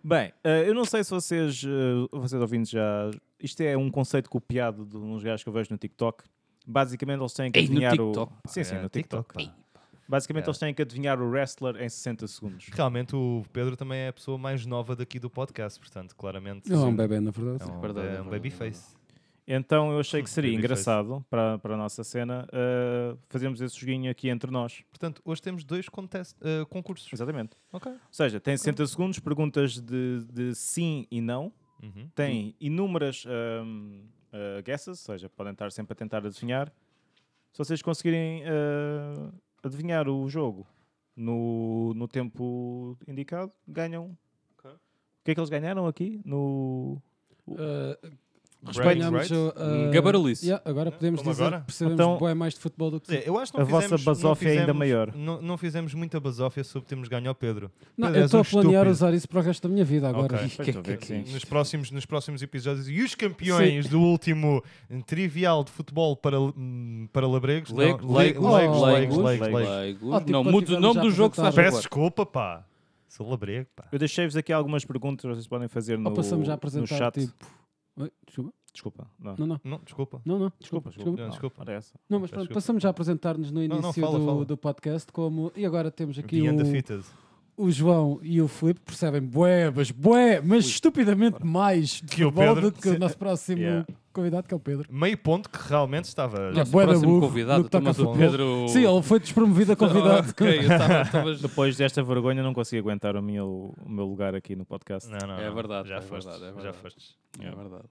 S6: Bem, eh, eu não sei se vocês, eh, vocês ouvintes já. Isto é um conceito copiado de uns gajos que eu vejo no TikTok. Basicamente, eles têm que
S5: Ei, no
S6: adivinhar
S5: TikTok,
S6: o. Sim, sim,
S4: É,
S6: no TikTok.
S4: TikTok,
S6: pá.
S5: É.
S6: Basicamente,
S4: Yeah.
S6: eles têm que adivinhar o wrestler em 60 segundos.
S4: Realmente o Pedro também é a pessoa mais nova daqui do podcast, portanto, claramente.
S1: Não, é um bebê, na verdade.
S4: É um,
S5: Verdade,
S4: é um
S5: é verdade,
S4: babyface.
S6: Então, eu achei que
S5: É
S6: seria
S4: Babyface.
S6: engraçado para, para a nossa cena eh, fazermos esse joguinho aqui entre nós.
S4: Portanto, hoje temos dois contest, eh, concursos.
S6: Exatamente.
S4: Ok.
S6: Ou seja, tem 60 segundos, perguntas de, de sim e não.
S4: Uhum.
S6: Tem inúmeras ahm, ah, guesses, ou seja, podem estar sempre a tentar adivinhar. Se vocês conseguirem ah, adivinhar o jogo no, no tempo indicado, ganham. O que é que eles ganharam aqui? No...
S1: Uh,
S4: Bragging um rights?
S5: Um gabarulice.
S1: ah, yeah, agora podemos
S4: como
S1: dizer
S4: agora?
S1: que percebemos
S6: Então-
S1: bem mais de futebol do que
S4: Quer dizer, É, eu acho que não
S6: A vossa
S4: fizemos- não
S6: basófia é ainda
S4: fizemos-
S6: maior.
S4: Não, não fizemos muita basófia sobre termos ganho ao Pedro.
S1: Não,
S4: Pedro,
S1: eu
S4: és
S1: estou
S4: um
S1: a planear
S4: estúpido.
S1: usar isso para o resto da minha vida agora. é
S4: Ok.
S6: Pois, estou a ver que sim.
S4: Nos próximos, nos próximos episódios. E os campeões do último hum, trivial de futebol para, hum, para labregos?
S5: Lego,
S4: Não,
S5: Lego,
S1: Oh.
S4: Legos, Legos,
S5: Lego,
S4: Legos,
S6: Lego.
S4: Legos.
S5: Lego.
S1: Ah, tipo,
S5: Não,
S1: quando
S5: mudes o
S1: tivermos
S5: nome
S1: a
S5: do jogo, sabes
S1: apresentar-
S4: Peço
S5: agora.
S4: desculpa, pá. Sou labrego, pá.
S6: Eu deixei-vos aqui algumas perguntas, vocês podem fazer no,
S1: Ou Oh, passamos já a
S6: no
S1: apresentar
S6: chat.
S1: tipo. Oi, desculpa.
S6: Desculpa. Não.
S1: Não, não.
S4: Não, desculpa.
S1: Não, não. Desculpa.
S6: Desculpa, desculpa.
S4: Não, desculpa.
S6: Era essa.
S1: Não, mas pronto,
S4: Desculpa.
S1: passamos já a apresentar-nos no início
S4: não, fala,
S1: do,
S4: fala.
S1: do podcast como... E agora temos aqui
S4: The
S1: o,
S4: Undefeated.
S1: o João e o Filipe, percebem bué, mas bué, mas estupidamente mais de
S4: Que o
S1: futebol
S4: Pedro.
S1: do que o nosso próximo
S6: Yeah.
S1: convidado, que é o Pedro.
S4: Meio ponto que realmente estava.
S1: Yeah.
S5: Nosso
S1: bué da
S5: próximo
S1: burro
S5: convidado,
S1: no que toca
S5: estamos
S1: a
S5: o
S1: futebol.
S5: Pedro.
S1: Sim, ele foi despromovido a convidado.
S5: Ok, eu estava- estavas-
S6: Depois desta vergonha, não consegui aguentar o meu, o meu lugar aqui no podcast.
S4: Não, não,
S5: É
S4: não.
S5: verdade,
S4: Já
S5: é
S4: foste.
S5: verdade, é
S4: Já
S5: verdade.
S4: foste.
S5: É verdade.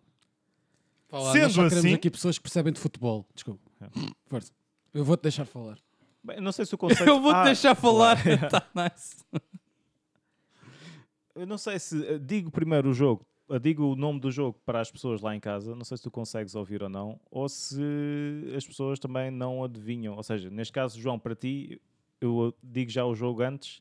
S1: Vá lá, nós só
S4: Sendo
S1: queremos
S4: assim-
S1: aqui pessoas que percebem de futebol. Desculpa.
S6: É.
S1: Força. Eu vou-te deixar falar.
S6: Bem, não sei se o conceito.
S5: Eu vou te
S6: Ah,
S5: deixar falar. Está nice.
S6: Eu não sei se. eh, Digo primeiro o jogo. eh, Digo o nome do jogo para as pessoas lá em casa. Não sei se tu consegues ouvir ou não. Ou se as pessoas também não adivinham. Ou seja, neste caso, João, para ti, eu digo já o jogo antes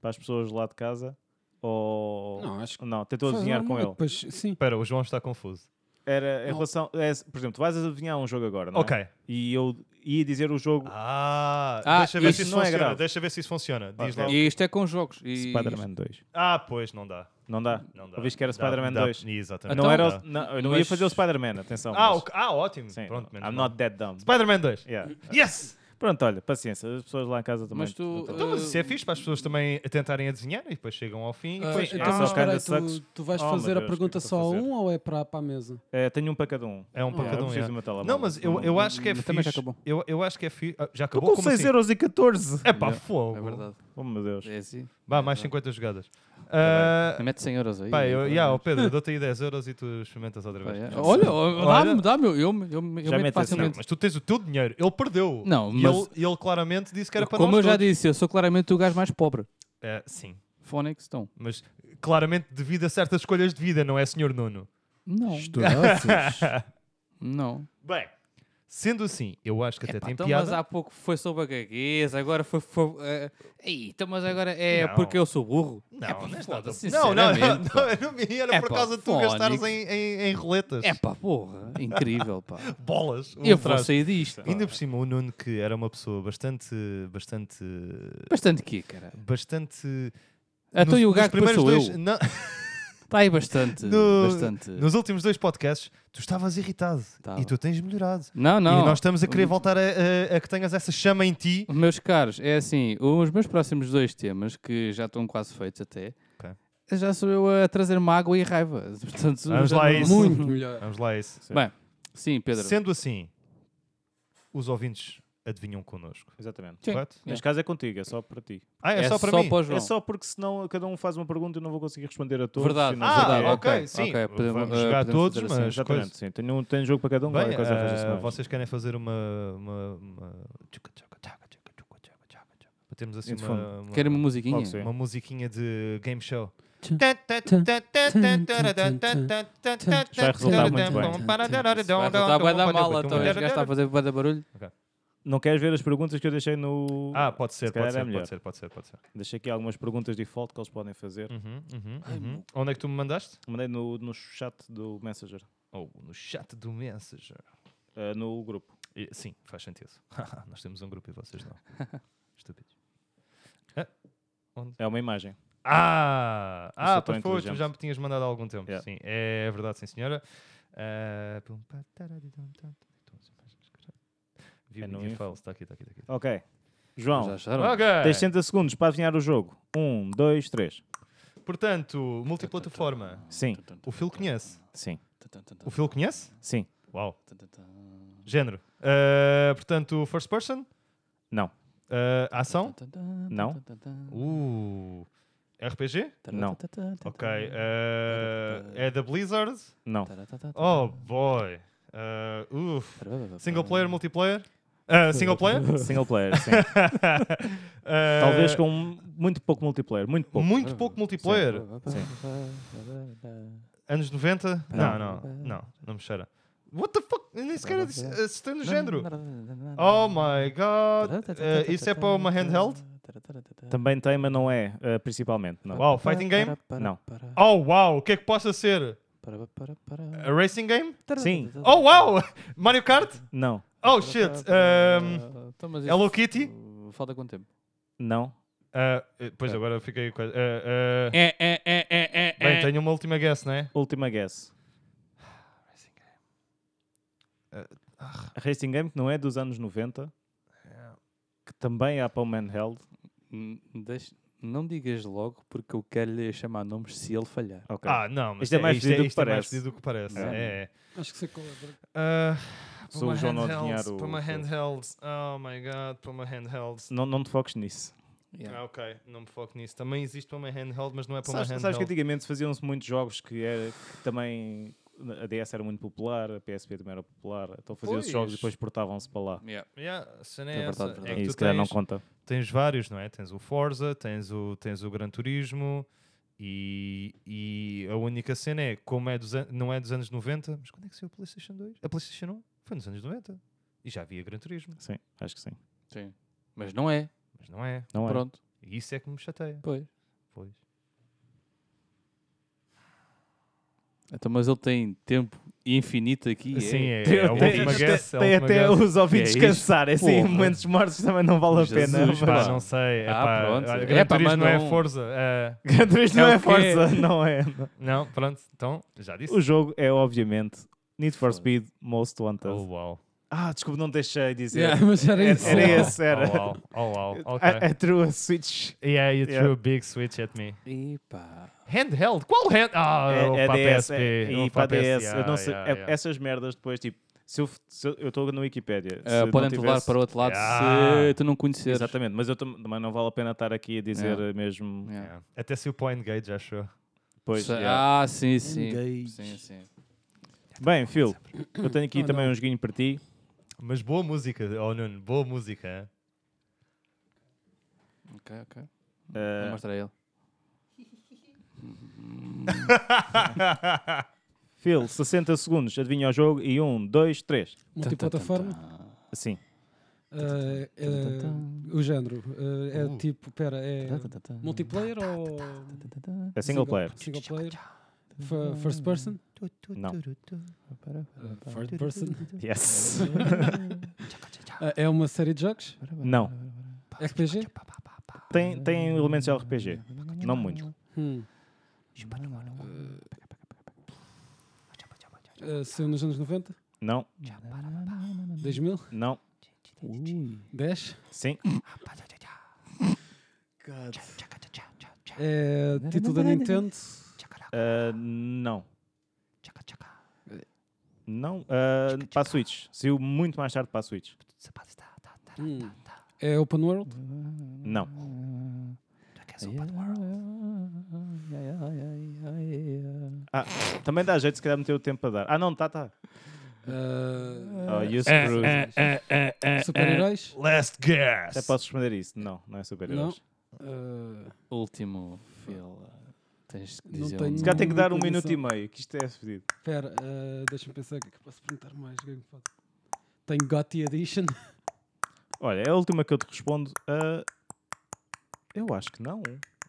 S6: para as pessoas lá de casa. Ou.
S1: Não, acho que.
S6: Não, tentou
S1: faz
S6: adivinhar com
S1: normal,
S6: ele.
S1: Depois, sim.
S4: Espera, o João está confuso.
S6: Era em
S1: Não.
S6: relação. é, por exemplo, tu vais adivinhar um jogo agora, não é?
S4: Ok.
S6: E eu ia dizer o jogo.
S4: Ah,
S5: Ah,
S4: deixa ver
S5: isso
S4: se isso
S6: não é
S4: funciona.
S6: grave.
S4: deixa ver se isso funciona. Diz
S6: Ok.
S4: lá.
S5: E isto é com jogos. E...
S6: Spider-Man 2.
S4: Ah, pois, não dá.
S6: Não dá?
S4: Não dá.
S6: Ouviste que era
S4: Dá-
S6: Spider-Man Ah,
S4: dá-
S6: 2?
S4: Exatamente.
S6: não
S5: Então-
S6: era.
S4: dá.
S6: o- Não, eu não ia
S5: Mas-
S6: fazer o Spider-Man, atenção.
S4: Tá. Ah,
S6: mas-
S4: ok. Ah, ótimo.
S6: Sim,
S4: Pronto, menos
S6: I'm
S4: mal.
S6: not that dumb.
S4: Spider-Man 2.
S6: Yeah.
S4: Yes!
S6: Pronto, olha, paciência, as pessoas lá em casa também.
S5: Mas tu,
S6: também-
S4: Então, mas isso é fixe para as pessoas também tentarem adivinhar e depois chegam ao fim. e
S1: Ah,
S4: depois-
S1: então,
S6: Ah,
S1: mas
S6: ok,
S1: espera aí,
S6: ainda
S1: tu,
S6: sucks.
S1: tu vais
S6: Oh, meu
S1: fazer a
S6: Deus,
S1: pergunta
S6: o que é que
S1: só a
S6: eu vou
S1: um ou é para, para a mesa?
S6: É, tenho um para cada um.
S4: É um para
S6: Ah,
S4: cada um.
S6: preciso
S4: é.
S6: de uma telemóvel.
S4: Não, mas eu, eu acho que é
S5: Mas
S4: fixe.
S5: também já acabou.
S4: Eu, eu acho que é fixe. Ah, já
S6: Tu
S4: acabou?
S6: com
S4: Como assim?
S6: 6,14€.
S4: É pá,
S5: Yeah,
S4: fogo.
S5: É verdade.
S6: Oh meu Deus.
S5: É assim.
S4: Vá, mais
S5: verdade. Tá
S4: 50 jogadas. Ah,
S5: Mete 100 euros aí.
S4: pá,
S5: aí,
S4: eu,
S5: pá.
S4: yeah, ó, Pedro, eu dou-te aí 10 euros e tu experimentas outra
S5: tá Pá,
S4: vez.
S5: yeah. É. Olha, ó, dá-me,
S4: Olha. assim,
S5: dá-me. Eu, eu, eu, eu meto
S6: Já mete esse
S4: Não,
S5: facilmente.
S4: mas tu tens o teu dinheiro. Ele perdeu.
S5: Não,
S4: E
S5: mas-
S4: ele, ele claramente disse que era para
S5: Como eu
S4: nós
S5: já
S4: todos.
S5: disse, eu sou claramente o gajo mais pobre.
S4: É, sim,
S5: Fonex estão.
S4: mas claramente devido a certas escolhas de vida, não é, senhor Nuno?
S5: Não.
S1: Estudaças.
S5: Não.
S4: Bem, sendo assim, eu acho que até
S5: Epá,
S4: tem
S5: então,
S4: piada.
S5: Mas há pouco foi sobre a gagueza, agora foi. foi eh, ei, então, mas agora é
S4: Não.
S5: porque eu sou burro.
S4: Não,
S5: é, pá,
S4: não, és nada-
S5: foda,
S4: não, não, não,
S5: sinceramente,
S4: não,
S5: pá.
S4: eu não me era
S5: É
S4: por
S5: pá,
S4: causa de tu
S5: fónico.
S4: gastares em, em, em roletas.
S5: É pá, um porra. Incrível, pá.
S4: Bolas.
S5: eu vou
S4: ultras.
S5: sair disto. pá.
S4: Um Ainda por cima, o Nuno, que era uma pessoa bastante. bastante.
S5: Bastante quê, cara?
S4: bastante.
S5: Então, e o
S4: nos
S5: gajo que
S4: primeiros
S5: passou
S4: dois,
S5: eu?
S4: não-
S5: Está aí bastante.
S4: No-
S5: bastante.
S4: nos últimos dois podcasts, tu estavas irritado
S5: Tava.
S4: e tu tens melhorado.
S5: Não, não.
S4: E nós estamos a querer voltar a, a- a que tenhas essa chama em ti.
S5: Meus caros, é assim, os meus próximos dois temas, que já estão quase feitos até,
S4: Ok.
S5: já sou eu a trazer mágoa e raiva. Portanto,
S4: Vamos
S5: já
S4: lá a
S5: não-
S4: isso.
S1: Muito melhor.
S4: Vamos lá a isso.
S5: Bem, sim, Pedro.
S4: Sendo assim, os ouvintes adivinham connosco.
S6: Exatamente.
S5: Sim.
S4: Correto?
S5: É.
S6: Neste caso é contigo, é só para ti.
S4: Ah, é,
S5: É
S4: só para mim.
S5: o João.
S6: É só porque senão cada um faz uma pergunta e eu não vou conseguir responder a todos.
S5: Verdade,
S6: e não sei
S4: Ah,
S6: o quê.
S5: verdade.
S4: ok,
S5: ok,
S4: sim.
S5: ok, podemos-
S4: Vamos
S5: eh,
S4: jogar
S5: podemos
S4: todos,
S5: fazer
S4: mas
S5: assim,
S4: coisa-
S6: Exatamente, sim. Tenho, um- tenho jogo para cada um,
S4: Bem,
S6: qualquer coisa
S4: eh,
S6: arranja-se mais.
S4: vocês querem fazer uma. uma, uma... tchuca, tchuca, tchaca, tchuca, tchuca, tchaca, tchaca, tchaca, para termos assim
S6: E de
S4: uma,
S6: fundo?
S4: uma,
S5: Querem uma musiquinha?
S6: Pode ser.
S4: uma musiquinha de game show.
S1: Tchum, tchum,
S6: Vai resultar muito bem.
S4: então,
S5: Vai voltar, vai dar mala, então. Este gajo está a fazer vai dar barulho.
S6: Não queres ver as perguntas que eu deixei no.
S4: Ah, pode ser,
S6: Se
S4: pode
S6: calhar é
S4: ser,
S6: melhor.
S4: pode ser, pode ser, pode ser.
S6: Deixei aqui algumas perguntas default que eles podem fazer.
S4: Uhum, uhum, uhum. Onde é que tu me mandaste?
S6: Mandei no, no chat do Messenger,
S4: Oh, no chat do Messenger.
S6: eh, no grupo.
S4: E- Sim, faz sentido. Nós temos um grupo e vocês não. Estúpidos. Ah, onde?
S6: É uma imagem.
S4: Ah, ah
S6: sou tão
S4: pois foi, tu
S6: inteligente.
S4: já me tinhas mandado há algum tempo.
S6: Yeah.
S4: Sim, é verdade, sim, senhora. Ah, pum, pá, taradidum, tam, tam. Então, as imagens, caralho. View
S6: É Então, no
S4: media
S6: info.
S4: files, está aqui, está aqui, está aqui.
S6: Ok. João,
S5: Já acharam?
S4: Ok,
S6: Tens 60 segundos para adivinhar o jogo. 1, 2, 3.
S4: portanto, multiplataforma.
S6: Sim.
S4: O Phil conhece.
S6: Sim.
S4: O Phil conhece?
S6: Sim.
S4: Uau. Género. Ah, portanto, first person?
S6: Não.
S4: Ah, ação?
S6: Não.
S4: Uh, RPG?
S6: Não.
S5: Tá,
S4: Ok. ah, é da Blizzard?
S6: Não.
S4: Oh boy. Ah, uf. Single player, multiplayer? Ah, single player?
S6: Single player, sim.
S4: Ah,
S6: Talvez com muito pouco multiplayer. Muito pouco.
S4: Uh, Muito pouco multiplayer. Anos 90? Não,
S6: Não.
S4: não, não, não me cheira. What the fuck? Eu Nem sequer disse- eh, se tem no género. Oh my god. Ah, isso é para uma handheld?
S6: Também tem, mas não é eh, principalmente. Não.
S4: Wow, fighting game?
S6: Não.
S4: Oh wow, o que é que possa ser? A racing game?
S6: Sim.
S4: Oh wow! Mario Kart?
S6: Não.
S4: Oh shit! Um,
S5: Então, mas
S4: Hello
S5: isto,
S4: Kitty?
S5: uh, Falta quanto tempo?
S6: Não.
S4: Ah, eh, pois
S6: É.
S4: agora eu fiquei com. a- ah, ah,
S5: É, é, é, é, é.
S4: bem, tenho uma última guess, não é?
S6: Última guess. A Racing Game, que não é dos anos 90,
S5: É.
S6: que também é há para o Handheld.
S5: Hum, deixa- Não digas logo, porque eu quero-lhe chamar nomes se ele falhar.
S6: Ok.
S4: Ah, não, mas
S6: Isto é mais
S4: isto,
S6: fedido
S4: é,
S6: do
S4: isto é
S6: que
S4: mais
S6: parece.
S4: fedido do que parece.
S6: É.
S4: É, é.
S1: Acho que sei qual é.
S4: Ah,
S6: Sou
S4: puma
S6: o João a adivinhar
S4: handheld,
S6: o-
S4: Puma
S6: o-
S4: handheld. Oh my god, Puma handheld.
S6: Não, não te foques nisso.
S5: Yeah.
S4: Ah, ok, não me foco nisso. Também existe Puma handheld, mas não é Puma
S6: Sabes, sabes que
S4: handheld.
S6: antigamente faziam-se muitos jogos que, era, que também a DS era muito popular, a PSP também era popular, então faziam-se
S4: Pois.
S6: jogos e depois portavam-se para lá.
S5: Yeah.
S4: Yeah, a cena é
S5: É verdade,
S4: essa.
S5: verdade.
S4: É
S6: E
S4: que
S6: isso
S4: tu
S6: que não
S4: tens,
S6: conta.
S4: tens vários, não é? Tens o Forza, tens o, tens o Gran Turismo e, e a única cena é como é dos, an- não é dos anos 90, mas quando é que saiu a PlayStation 2? A PlayStation 1 foi nos anos 90 e já havia Gran Turismo,
S6: Sim, acho que sim.
S5: Sim. Mas não é.
S4: mas não é.
S6: Não é?
S5: Pronto.
S4: E isso é que me chateia.
S5: Pois.
S4: Pois.
S5: Então, mas ele tem tempo infinito aqui.
S4: Sim, é,
S6: Tem-
S4: é a
S6: tem-
S4: última
S6: tem-
S4: guess. é a
S6: Tem
S4: última
S6: até
S4: guess.
S6: os ouvidos
S5: Que é isto?
S6: descansar, assim, em
S5: Porra.
S6: momentos mortos também não vale a
S5: Jesus,
S6: pena. mas-
S5: pá.
S4: Pá, não sei. É
S5: Ah,
S4: pá,
S5: pronto.
S4: olha,
S5: É
S4: Gran
S5: pá,
S4: Turismo não é
S5: mandam-
S4: Forza. é.
S6: Gran Turismo
S5: É
S6: não
S5: o
S6: é
S5: quê?
S6: força, não é.
S4: não, pronto. Então, já disse.
S6: O jogo é, obviamente, Need for
S5: Foda-se.
S6: Speed Most Wanted.
S4: Oh, uau.
S6: Ah, desculpa, não deixei dizer.
S1: Yeah, mas é era
S6: Era,
S1: isso.
S6: era
S4: Oh,
S6: esse, era.
S4: Oh, wow. Oh, wow. Ok.
S6: I, I threw É, a switch.
S4: Yeah, you
S6: Yeah.
S4: threw a big switch at me.
S5: Epa.
S4: Handheld? Qual hand? Ah,
S6: É-
S4: eu vou
S6: é
S4: para a
S6: DS,
S4: PSP.
S6: é-
S4: eu vou
S6: e
S4: para
S6: para
S4: a PS,
S6: DS, eu
S4: yeah,
S6: não sei,
S4: yeah,
S6: é-
S4: yeah.
S6: essas merdas depois, tipo, se eu, se eu- eu estou na Wikipédia, se
S5: Ah,
S6: não
S5: podem te levar
S6: tivesse-
S5: para o outro lado
S4: Ah.
S5: se tu não conheceres.
S6: Exatamente, mas eu tam- também não vale a pena estar aqui a dizer
S5: Yeah.
S6: mesmo,
S5: Yeah.
S4: Yeah. Até se o Point Gage achou.
S6: pois,
S5: Se-
S6: yeah.
S5: Ah, sim, sim.
S1: Engage.
S5: Sim, sim.
S6: Bem, Phil, eu tenho aqui
S1: Oh,
S6: também
S1: não.
S6: um joguinho para ti,
S4: Mas boa música, oh Nuno, boa música. hein?
S5: Ok, ok.
S6: Ah,
S5: Vou mostrar a ele.
S6: Phil, 60 segundos, adivinha o jogo, e 1, 2, 3,
S1: Multiplataforma.
S6: assim,
S1: Eh, eh, o género. eh, é
S4: Uh.
S1: tipo, pera, é multiplayer ou.
S6: é single player,
S1: Single player. F- First person?
S6: não,
S1: Eh, First person?
S6: yes,
S1: Ah, é uma série de jogos?
S6: não,
S1: RPG?
S6: tem, tem elementos de RPG, não muitos,
S1: Hum. Eh, saiu nos anos 90?
S6: não,
S1: 2000?
S6: não,
S1: 10?
S6: sim,
S1: É título da Nintendo?
S6: Ah, não. Não, ah, para a Switch. Saiu muito mais tarde para a Switch.
S1: Hum. É Open World?
S6: Não. Ah, também dá jeito se calhar meter o tempo a dar. Ah, não, tá, tá.
S1: Eh,
S6: Oh, you
S4: Eh,
S6: screwed.
S4: eh, eh, eh, eh,
S1: Super-heróis?
S4: eh. Last
S6: Até
S4: guess.
S6: posso responder isso. Não, não é super
S1: Não.
S6: heróis.
S1: Eh,
S5: Último, Phil. Tens que
S1: Não
S5: dizer
S1: tenho-
S5: um
S6: Se calhar tem que dar um
S1: Muita
S6: minuto e
S1: noção.
S6: meio, que isto é fedido.
S1: Espera, eh, deixa-me pensar o que é que posso perguntar mais. o que é que pode- Tenho Gotti Edition.
S6: Olha, é a última que eu te respondo. ah, eu acho que não.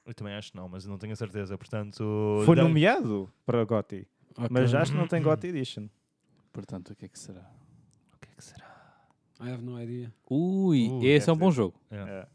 S4: Eu também acho que não, mas eu não tenho a certeza. Portanto,
S6: Foi
S4: dá-
S6: nomeado para o GOTY, mas
S1: Ok.
S6: acho que não tem GOTY Edition.
S5: Portanto, o que é que será? O que é que será?
S1: I have no idea.
S5: Ui,
S4: Ui,
S5: esse é um
S4: deve
S5: bom
S4: ser.
S5: jogo.
S4: É.
S6: É.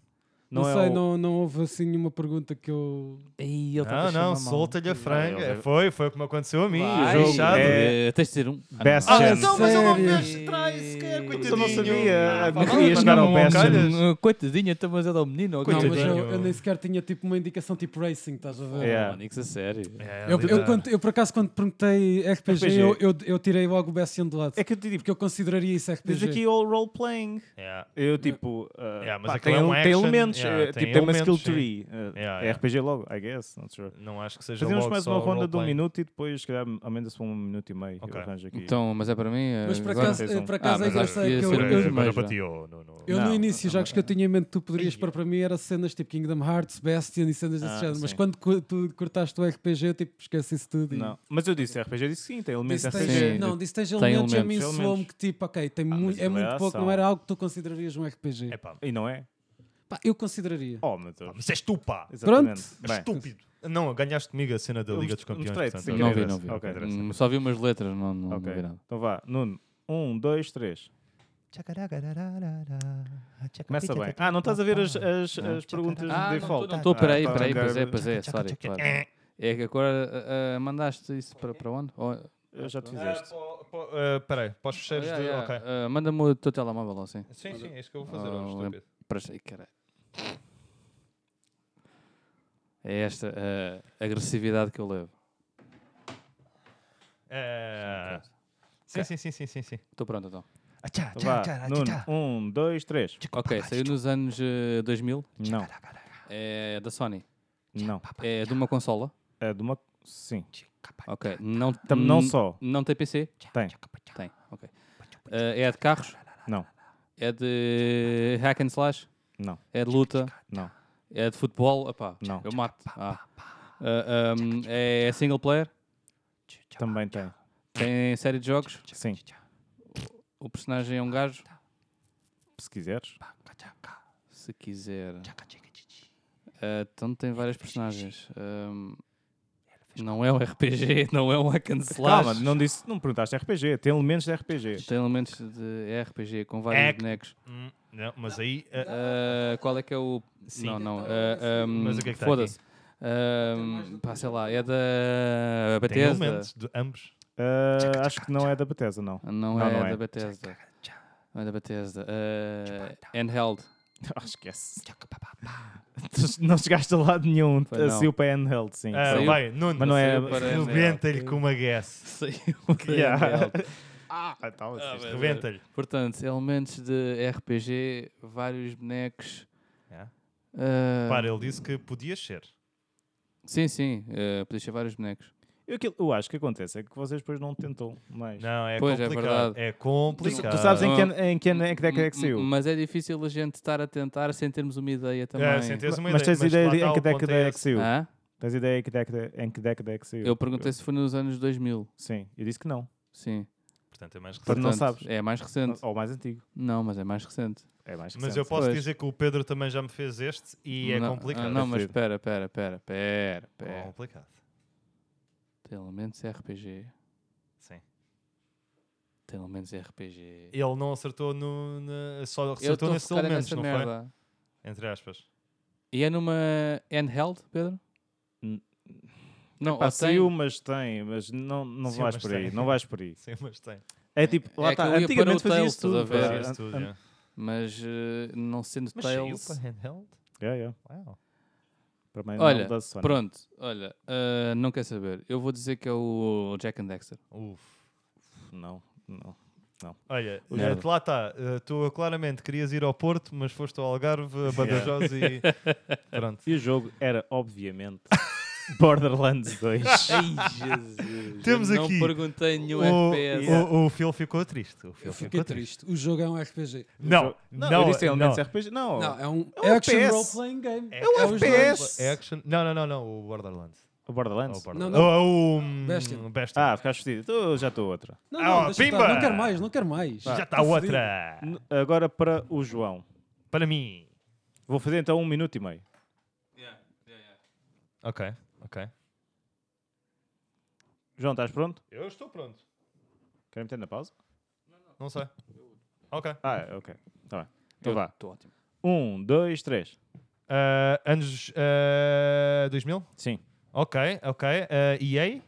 S1: Não,
S6: é
S1: sei,
S6: o-
S1: não, não houve assim nenhuma pergunta que eu.
S5: Ei, ele tá
S4: Não,
S5: a
S4: não,
S5: chamar mal.
S4: solta-lhe a franga.
S6: ele-
S4: Foi, foi como aconteceu a mim.
S5: Vai,
S4: o
S6: jogo
S4: jogo é...
S6: é-
S5: eh, Tens de ter um. Ah, não.
S6: Best
S4: Ah,
S6: Gen.
S4: então, mas ele não
S1: Sério?
S4: fez trás sequer,
S6: Mas
S4: coitadinho.
S6: eu não sabia.
S4: Ah,
S6: não
S4: pá,
S6: queria chegar
S4: mandava
S6: ao
S4: um
S6: PS.
S4: calhas.
S5: Ah, Coitadinho, então, mas ele é um menino. ou
S1: Não, mas
S5: não,
S1: eu,
S4: Coitadinho.
S1: eu nem sequer tinha tipo uma indicação tipo racing, estás a ver?
S6: Yeah.
S5: Onix, a sério.
S4: É,
S1: Eu,
S4: ali
S1: eu,
S4: dá.
S1: quando- eu, por acaso quando perguntei RPG,
S6: RPG.
S1: Eu, eu, eu tirei logo o Bessian do lado.
S6: É que eu te digo,
S1: Porque eu consideraria isso RPG.
S6: diz aqui all role playing.
S4: Yeah.
S6: Eu tipo. uh,
S4: Yeah, mas
S6: pá,
S4: aquilo
S6: tem,
S4: é um
S6: tem
S4: action, yeah,
S6: elementos. eh,
S4: tem
S6: tipo, tem uma skill
S4: elementos, sim.
S6: tree. eh,
S4: Yeah,
S6: é
S4: yeah.
S6: RPG logo, I guess. Not sure.
S4: Não acho que seja
S6: Fazemos
S4: logo
S6: mais
S4: só
S6: uma ronda de um
S4: roleplay.
S6: minuto e depois, se calhar, aumenta-se para um minuto e meio. eu
S4: Ok.
S6: arranjo aqui.
S5: Então, mas é para mim.
S1: Mas por
S5: agora-
S1: acaso,
S6: tens um.
S1: por acaso
S5: Ah,
S1: é
S5: mas acho que
S1: engraçado que
S5: ia
S1: eu,
S5: ser
S1: eu,
S5: RPG.
S1: eu,
S5: Mas
S4: para
S5: já.
S4: ti, oh, não, não.
S1: no
S6: Não,
S1: início, jogos que eu tinha em mente que tu poderias para para mim era cenas tipo Kingdom Hearts, Bastion e cenas desse
S6: Ah,
S1: género. Mas
S6: sim.
S1: quando cu- tu cortaste o RPG, eu, tipo, esquece isso tudo. e-
S6: não. Mas eu disse RPG, eu disse sim, tem elementos
S1: Disse
S6: RPG.
S1: tens,
S5: Sim.
S1: não, disse tens
S5: Tem
S1: elementos, a mim
S5: elementos.
S1: soou-me
S6: Elementos.
S1: que tipo, ok, tem
S6: mas
S1: muito, é
S6: aquilo é
S1: muito pouco, não
S6: ação.
S1: era algo que tu considerarias um RPG.
S4: É pá,
S6: E não é?
S1: Pá, eu consideraria.
S6: Oh, meu Deus.
S4: Ah, mas és tu, pá.
S6: Exatamente.
S4: És
S6: Bem,
S4: Estúpido. Não, ganhaste comigo a cena da
S6: Eu
S4: Liga dos
S6: mostrei-
S4: Campeões.
S6: mostrei-te,
S4: portanto,
S6: sem
S5: Não vi,
S6: querer.
S5: não vi.
S6: Ok.
S4: interessa.
S5: Hum, Só vi umas letras, não, não,
S6: ok.
S5: não vi nada.
S6: Então vá, Nuno. Um, dois, três. Começa bem. Ah, não estás a ver as, as, as perguntas
S5: Ah, não tô-
S6: de default?
S5: não estou, peraí,
S6: tá,
S5: peraí,
S6: ok.
S5: É eh, pois é, pois é, sorry, claro. É que agora ah, ah, mandaste isso para, para onde? Ou-
S6: eh, já te
S4: Ah,
S6: fizeste.
S4: pô- pô- ah, Peraí, para os fecheiros
S5: Ah,
S4: de.
S5: yeah,
S4: Ok.
S5: yeah. Ah, Manda-me o teu telemóvel ou assim.
S4: Sim, sim, é isso que eu vou fazer,
S5: Ah,
S4: ó,
S5: lembro-
S4: estúpido.
S5: Para aí, caralho. É esta a agressividade que eu levo.
S4: Ah, Sim, sim, sim, sim, sim, sim.
S5: Estou pronto então.
S4: Achá,
S6: Então Vá, Nuno, um, dois, três.
S5: Ok, saiu nos anos eh, 2000.
S6: Não,
S5: É da Sony.
S6: não.
S5: É de uma consola.
S6: É de uma... Sim,
S5: Ok. Não,
S6: Tam- não
S5: n-
S6: só.
S5: Não tem PC?
S6: tem.
S5: Tem. Ok. Eh, é de carros?
S6: Não,
S5: É de hack and slash?
S6: não,
S5: É de luta?
S6: não.
S5: É de futebol? Epá,
S6: Não.
S5: Eu mato. Ah. Ah, ahm, é single player?
S6: Também tem.
S5: Tem série de jogos?
S6: Sim,
S5: O personagem é um gajo?
S6: se quiseres.
S5: Se quiser. Ah, então tem várias personagens. Ahm, não é um RPG, não é um hack and slash.
S6: Calma, não, disse, não perguntaste RPG. Tem elementos de RPG.
S5: Tem elementos de RPG com vários
S4: É que-
S5: bonecos.
S4: Hum, Não, mas aí. ah,
S5: Ah, qual é que é o.
S4: Sim.
S5: Não, não. ah, ahm,
S4: Mas o que é que tá
S5: Foda-se. Ahm, pá, sei lá, é da
S4: Tem um
S5: Bethesda.
S4: elementos de ambos.
S6: Ah, acho que não é da Bethesda, não.
S5: Não,
S6: Não,
S5: é
S6: não é.
S5: da Bethesda. Não é da Bethesda. Ah, handheld.
S6: Ah, esquece. Tu não chegaste a lado nenhum.
S5: Foi, não.
S6: Saiu para handheld, sim.
S4: Ah,
S5: Saiu.
S4: Bem, Nuno,
S6: Mas não é-
S5: Saiu para
S4: rebenta-lhe com uma guess.
S5: Saiu da
S6: Yeah.
S5: handheld.
S6: Ah, tá, vocês-
S5: bem.
S4: Rebenta-lhe.
S5: Portanto, elementos de RPG, vários bonecos.
S4: Yeah.
S5: ah,
S4: Para, ele disse que podia ser.
S5: Sim, sim. ah, podia ser vários bonecos.
S6: Eu, aquilo- eu acho que acontece é que vocês depois não tentam mais.
S4: Não, é
S5: Pois, é
S4: complicado.
S5: verdade.
S4: É,
S6: Tu,
S4: complicado.
S6: tu sabes em que, ano-
S5: Complicado.
S6: em que, ano- em que década é que
S5: M-
S6: saiu?
S5: Mas é difícil a gente estar a tentar sem termos uma ideia também.
S4: É, sem teres uma
S6: mas
S4: ideia.
S6: tens ideia
S4: lá
S6: de-
S4: está
S6: em que
S4: o ponto
S6: década é que
S4: esse.
S6: saiu?
S5: Hã?
S6: Tens ideia em que década, em que década é que saiu?
S5: Ah. Eu perguntei se foi nos anos 2000.
S6: Sim, eu disse que não.
S5: Sim.
S4: Portanto, é mais recente.
S6: Portanto, não sabes.
S5: É mais recente.
S6: Ou mais antigo.
S5: Não, mas é mais recente.
S6: É mais
S4: Mas
S6: recente.
S4: eu posso
S5: Pois.
S4: dizer que o Pedro também já me fez este e é
S5: não,
S4: complicado.
S5: ah, Não, mas
S6: Prefiro.
S5: espera, espera, espera, espera,
S4: É
S5: espera.
S4: complicado.
S5: Tem elementos RPG.
S4: Sim.
S5: Tem elementos RPG.
S4: Ele não acertou no. na- só
S5: Eu
S4: acertou
S5: estou a
S4: nesses
S5: focar
S4: elementos,
S5: nessa
S4: não
S5: merda.
S4: foi? Entre aspas.
S5: E é numa handheld, Pedro?
S6: Hum.
S5: Não,
S6: Pá,
S5: ou
S6: Ah, saiu,
S5: Ah, tem...
S6: mas tem, mas não, não
S4: Sim,
S6: vais
S4: mas
S6: por aí,
S4: tem.
S6: não vais por aí.
S4: Sim, mas tem.
S6: É tipo, lá
S5: é que
S6: tá,
S5: eu ia para
S6: antigamente
S5: o Tales,
S6: fazias tudo.
S5: estás a ver?
S6: pá.
S4: Fazias tudo,
S6: An-
S4: yeah.
S5: mas eh, não sendo
S4: Mas saiu
S5: Tails.
S4: para handheld?
S6: Yeah, yeah.
S4: Uau.
S6: Para mim,
S5: Olha,
S6: não, da Sony.
S5: Pronto, olha, eh, não quer saber. Eu vou dizer que é o Jack and Dexter.
S4: Uf.
S6: Não, não.
S4: Olha,
S5: Merda.
S4: eh, lá está. Eh, tu claramente querias ir ao Porto, mas foste ao Algarve, a Badajoz e. Pronto.
S6: E o jogo era, obviamente, Borderlands 2.
S5: Ai, Jesus.
S4: Temos
S5: eu
S4: aqui
S5: Não perguntei nenhum
S4: o,
S5: FPS.
S4: o, o Phil ficou triste. O Phil
S1: Eu fiquei
S4: ficou triste.
S1: triste. O jogo é um RPG.
S4: Não, não,
S5: é um
S6: eu disse
S4: não.
S6: elementos RPG. Não,
S1: Não, é um,
S6: É um
S1: action
S6: FPS.
S1: role-playing game.
S4: É um
S1: jogo-
S6: FPS.
S4: É action. Não, não, não, não. O Borderlands.
S6: o
S4: Oh,
S6: Borderlands.
S4: o
S1: Não,
S4: Borderlands.
S1: não.
S4: Oh, o hum,
S1: Bestia.
S4: Bestia.
S6: Ah, ficaste fedido. Então, eu já estou outra.
S1: Não,
S4: Ah,
S1: não, deixa
S4: pimba!
S1: estar. não quero mais, não quero mais.
S4: já
S6: tá
S4: está
S1: Tô Ah, fodido.
S4: outra.
S6: N- Agora para o João.
S4: Para mim.
S6: Vou fazer então um minuto e meio.
S4: Ok, ok.
S6: João, estás pronto?
S4: Eu estou pronto.
S6: Quer meter na pausa?
S4: Não sei. Ok. Uh,
S6: Ah, ok. Tá bem. Então
S5: Eu
S6: vá.
S5: tô ótimo.
S6: Um, dois, três.
S4: Ah, anos ah, 2000?
S6: Sim,
S4: Ok, ok. Ah, EA?